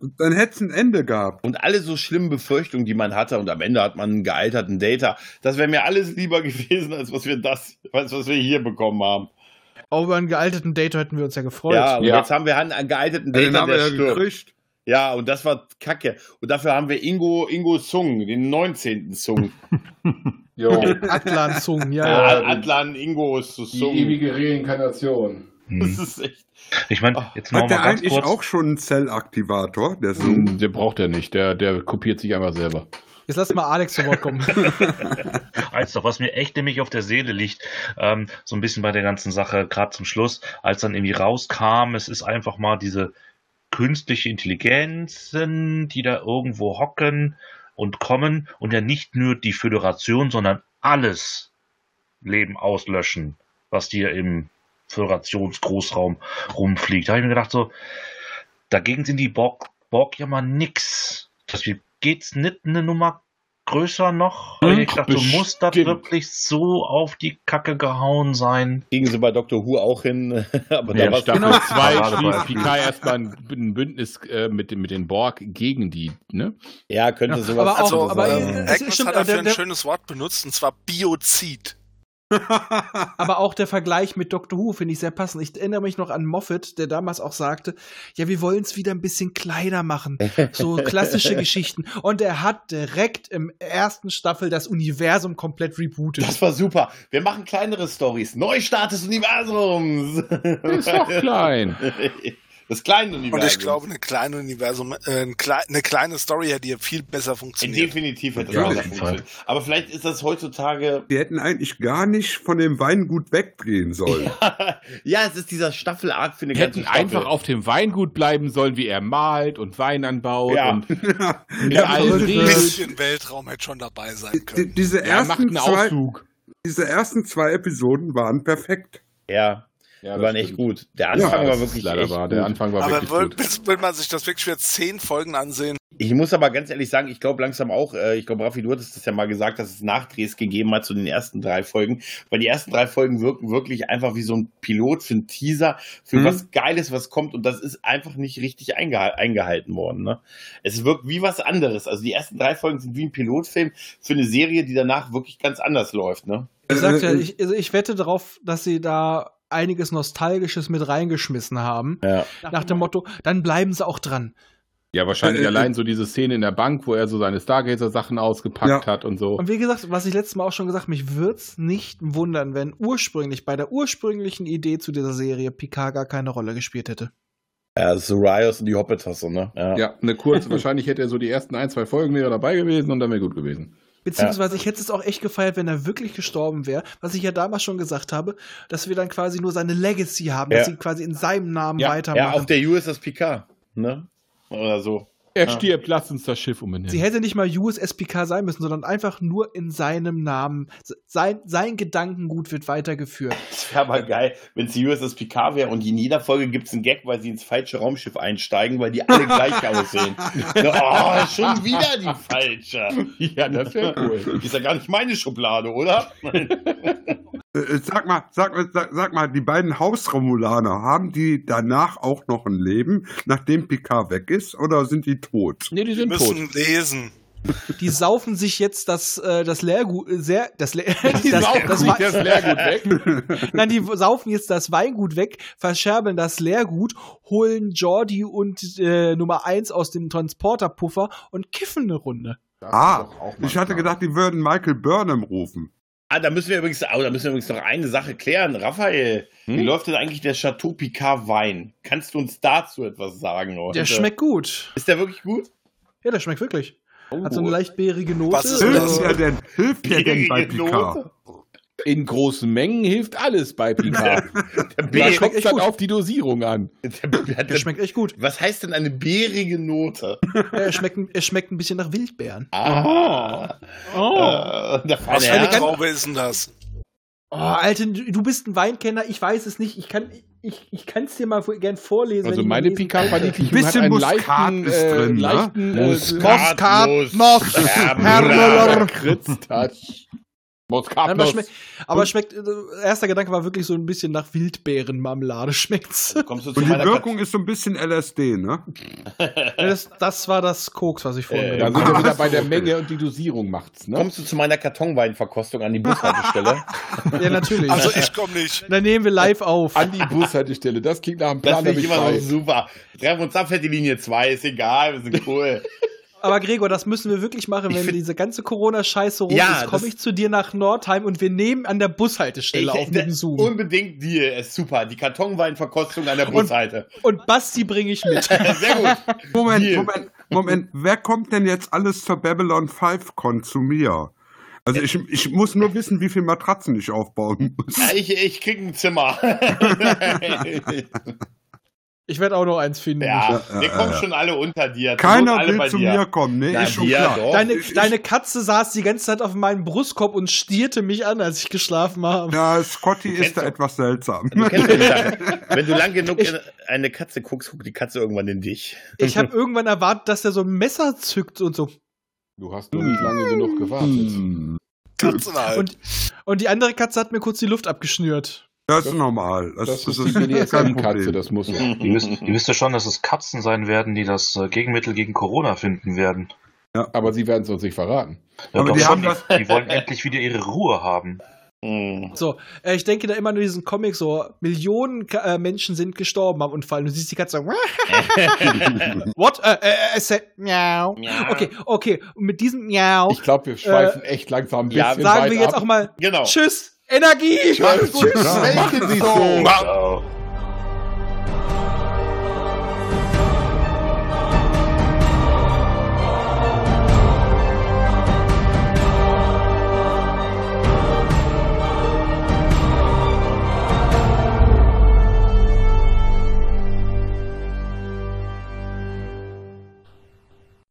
Und dann hätte es ein Ende gehabt.
Und alle so schlimmen Befürchtungen, die man hatte, und am Ende hat man einen gealterten Data. Das wäre mir alles lieber gewesen, als was wir das, als was wir hier bekommen haben.
Auch über einen gealterten Data hätten wir uns ja gefreut.
Ja, und ja. jetzt haben wir einen gealterten Data, den haben der wir stirbt. Gekriegt. Ja, und das war Kacke. Und dafür haben wir Ingo, Ingo Sung, den 19. Sung.
jo. Atlan Sung, ja.
ja Atlan Ingo Sung. Die
ewige Reinkarnation.
Hm. Das ist echt. Ich meine, jetzt noch
Oh, Hat der eigentlich kurz. auch schon einen Zellaktivator? Der,
Zoom? der braucht er nicht. Der, der kopiert sich einfach selber.
Jetzt lass mal Alex zu Wort kommen.
Eins doch, was mir echt nämlich auf der Seele liegt, ähm, so ein bisschen bei der ganzen Sache, gerade zum Schluss, als dann irgendwie rauskam, es ist einfach mal diese künstliche Intelligenzen, die da irgendwo hocken und kommen und ja nicht nur die Föderation, sondern alles Leben auslöschen, was dir im Föderationsgroßraum rumfliegt. Da habe ich mir gedacht, so, dagegen sind die Borg, Borg ja mal nix. Das geht's nicht eine Nummer größer noch. Hm, ich dachte, du musst da wirklich so auf die Kacke gehauen sein.
Gingen sie bei Dr. Who auch hin,
aber ja, da war Staffel 2 genau. Picard erstmal ein, ein Bündnis äh, mit, mit den Borg gegen die, ne?
Ja, könnte ja, sowas
aber auch, so aber sein. Aber, also, stimmt, hat dafür ein schönes Wort benutzt, und zwar Biozid.
Aber auch der Vergleich mit Doctor Who finde ich sehr passend. Ich erinnere mich noch an Moffat, der damals auch sagte, ja, wir wollen es wieder ein bisschen kleiner machen. So klassische Geschichten. Und er hat direkt im ersten Staffel das Universum komplett rebootet.
Das war super. Wir machen kleinere Stories. Neustart des Universums.
Ist doch klein.
Das kleine Universum.
Und ich glaube, eine kleine Universum, äh, eine kleine Story hätte hier viel besser funktioniert.
Definitiv hätte das besser funktioniert. Aber vielleicht ist das heutzutage.
Die hätten eigentlich gar nicht von dem Weingut weggehen sollen.
ja, ja es ist dieser Staffelart für eine
Die hätten Staffel. einfach auf dem Weingut bleiben sollen, wie er malt und Wein anbaut
ja.
und
ja.
ja, ein bisschen Weltraum hätte schon dabei sein können.
Die, diese ersten zwei, diese ersten zwei Episoden waren perfekt.
Ja. Ja, war nicht stimmt. gut. Der Anfang ja, war wirklich leider
war. Der Anfang war
aber
wirklich
will,
gut.
bis- will man sich das wirklich für zehn Folgen ansehen?
Ich muss aber ganz ehrlich sagen, ich glaube langsam auch, äh, ich glaube, Raffi, du hattest das ja mal gesagt, dass es Nachdrehs gegeben hat zu den ersten drei Folgen, weil die ersten drei Folgen wirken wirklich einfach wie so ein Pilot für einen Teaser, für
Mhm.
was Geiles, was kommt und das ist einfach nicht richtig eingeha eingehalten worden. Ne? Es wirkt wie was anderes. Also die ersten drei Folgen sind wie ein Pilotfilm für eine Serie, die danach wirklich ganz anders läuft. Ne?
Äh,
Ich sagte ja,
äh,
ich, also ich wette darauf, dass sie da einiges Nostalgisches mit reingeschmissen haben.
Ja.
Nach dem Motto, dann bleiben sie auch dran.
Ja, wahrscheinlich
Äh, äh,
allein so diese Szene in der Bank, wo er so seine Stargazer-Sachen ausgepackt hat und so.
Und wie gesagt, was ich letztes Mal auch schon gesagt, mich wird's nicht wundern, wenn ursprünglich bei der ursprünglichen Idee zu dieser Serie Picard gar keine Rolle gespielt hätte.
Ja, so Rios und die Hoppetasse, ne?
Ja, eine kurze. wahrscheinlich hätte er so die ersten ein, zwei Folgen wäre dabei gewesen und dann wäre gut gewesen.
Beziehungsweise ich hätte es auch echt gefeiert, wenn er wirklich gestorben wäre, was ich ja damals schon gesagt habe, dass wir dann quasi nur seine Legacy haben, dass
Ja.
sie quasi in seinem Namen
Ja, ja
weitermachen.
auf der USS Picard, ne? Oder so.
Er
Ja.
stirbt, lasst uns das Schiff umbenennen.
Sie hätte nicht mal USSPK sein müssen, sondern einfach nur in seinem Namen. Se- Sein, sein Gedankengut wird weitergeführt.
Das wäre aber geil, wenn es die USS Picard wäre und in jeder Folge gibt es einen Gag, weil sie ins falsche Raumschiff einsteigen, weil die alle gleich aussehen. oh, schon wieder die falsche.
ja, das wäre cool.
Ist ja gar nicht meine Schublade, oder?
Äh, äh, Sag mal, sag, mal, sag, sag mal, die beiden Hausromulaner, haben die danach auch noch ein Leben, nachdem Picard weg ist, oder sind die tot?
Nee, die
Wir
sind tot.
müssen lesen.
Die saufen sich jetzt das, äh, das Leergut, äh, sehr, das, Le das,
saufen sich
Wei-
das Leergut weg.
Nein, die saufen jetzt das Weingut weg, verscherbeln das Leergut, holen Jordi und äh, Nummer 1 aus dem Transporterpuffer und kiffen eine Runde.
Ah, ich hatte gedacht, die würden Michael Burnham rufen.
ah, da müssen wir übrigens, oh, da müssen wir übrigens noch eine Sache klären. Raphael, wie läuft denn eigentlich der Chateau Picard Wein? Kannst du uns dazu etwas sagen? Heute?
Der schmeckt gut.
Ist der wirklich gut?
Ja, der schmeckt wirklich. Hat so eine leicht beerige Note.
Was ist
Hilft
das?
Also-
der denn? Hilft der denn bei
Bierige
Picard?
Note?
In großen Mengen hilft alles bei Picard.
Der
da
Bier,
kommt
echt
dann
gut.
auf die Dosierung an.
der, hat
Der
der,
schmeckt echt gut.
was heißt denn eine bärige Note?
Er schmeckt, er schmeckt ein bisschen nach Wildbeeren.
Ah. Äh, der
Was
feine
für eine
Herr.
Traube ist denn das?
Oh, Alter, du du bist ein Weinkenner, ich weiß es nicht. Ich kann es ich, ich kann's dir mal vor- gern vorlesen.
Also
wenn du
meine
lesen-
Picard-Verniedlichung
Bisschen
hat einen
Muskat
leichten,
ist
äh,
drin, ne?
leichten äh,
Moskat, Mos,
Herr
Herr
Kritztouch.
Nein, aber,
Moskatnuss.
schmeckt, aber schmeckt, äh, erster Gedanke war wirklich so ein bisschen nach Wildbeerenmarmelade schmeckt's.
Kommst du zu
Und die
meiner
Wirkung ist so ein bisschen LSD, ne?
Das, das war das Koks, was ich vorhin
Äh,
Da
gedacht
sind wir wieder bei der Menge und die Dosierung macht's, ne?
Kommst du zu meiner Kartonweinverkostung an die Bushaltestelle?
habe. Ja, natürlich.
Also ich komme nicht.
dann nehmen wir live auf.
An die Bushaltestelle, das klingt nach einem
Das
Plan,
finde
hab
ich
ich
immer noch
frei.
super. Treffen uns ab, fährt die Linie 2, ist egal, wir sind cool.
Aber Gregor, das müssen wir wirklich machen,
Ich
wenn
find-
diese ganze Corona-Scheiße rum
Ja,
ist. Komme
das-
ich zu dir nach Nordheim und wir nehmen an der Bushaltestelle auf mit dem
ne,
Zoom.
Unbedingt Deal, ist super. Die Kartonweinverkostung an der Busseite.
Und Basti bringe ich mit.
Sehr gut.
Moment,
Deal.
Moment, Moment. Wer kommt denn jetzt alles zur Babylon 5 Con zu mir? Also ich, ich muss nur wissen, wie viele Matratzen ich aufbauen muss.
Ja, Ich, ich krieg ein Zimmer.
Ich werde auch noch eins finden.
ja,
Ja,
wir
ja,
kommen
ja.
schon alle unter dir. Zur Not
Keiner
alle
will
bei
zu
dir.
mir kommen, ne?
Na,
ist schon
wir
klar.
doch.
Deine,
ich-
deine Katze saß die ganze Zeit auf meinem Brustkorb und stierte mich an, als ich geschlafen habe.
Ja, Scotty ist
kennst
da
doch-
etwas seltsam.
Du kennst mich dann. Wenn du lang genug in eine Katze guckst, guckt die Katze irgendwann in dich.
Ich habe irgendwann erwartet, dass der so ein Messer zückt und so.
Du hast nur nicht lange genug
Hm.
gewartet.
Katzenhalt.
Und, und die andere Katze hat mir kurz die Luft abgeschnürt.
Das ist normal. Das,
Das ist
das ist,
die
kein
BDSM-Katze,
Problem.
das muss man.
Ihr wisst, ihr wisst ja schon, dass es Katzen sein werden, die das äh, Gegenmittel gegen Corona finden werden.
Aber sie werden es uns nicht verraten.
Ja,
Aber
doch
die
schon,
haben
die,
das-
die wollen endlich wieder ihre Ruhe haben.
Hm.
So, äh, ich denke da immer nur diesen Comic so, Millionen Ka- äh, Menschen sind gestorben am Unfall. Und du siehst die Katze so, what? Äh, äh, äh, es sagt, miau.
Ja.
Okay, okay. Und mit diesem miau
Ich glaube, wir schweifen echt langsam ein bisschen
ja,
weit
äh, sagen wir jetzt
ab.
auch mal
Genau.
Tschüss, Energie. Macht's gut.
Machen Sie so.
Ciao.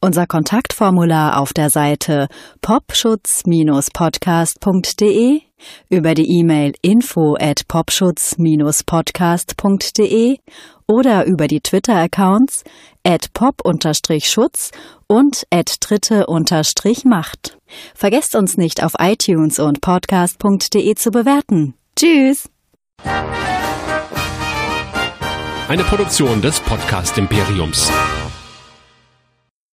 Unser Kontaktformular auf der Seite popschutz-podcast.de, über die E-Mail info at popschutz-podcast.de oder über die Twitter-Accounts at pop-schutz und at dritte-macht. Vergesst uns nicht auf iTunes und podcast.de zu bewerten. Tschüss!
Eine Produktion des Podcast Imperiums.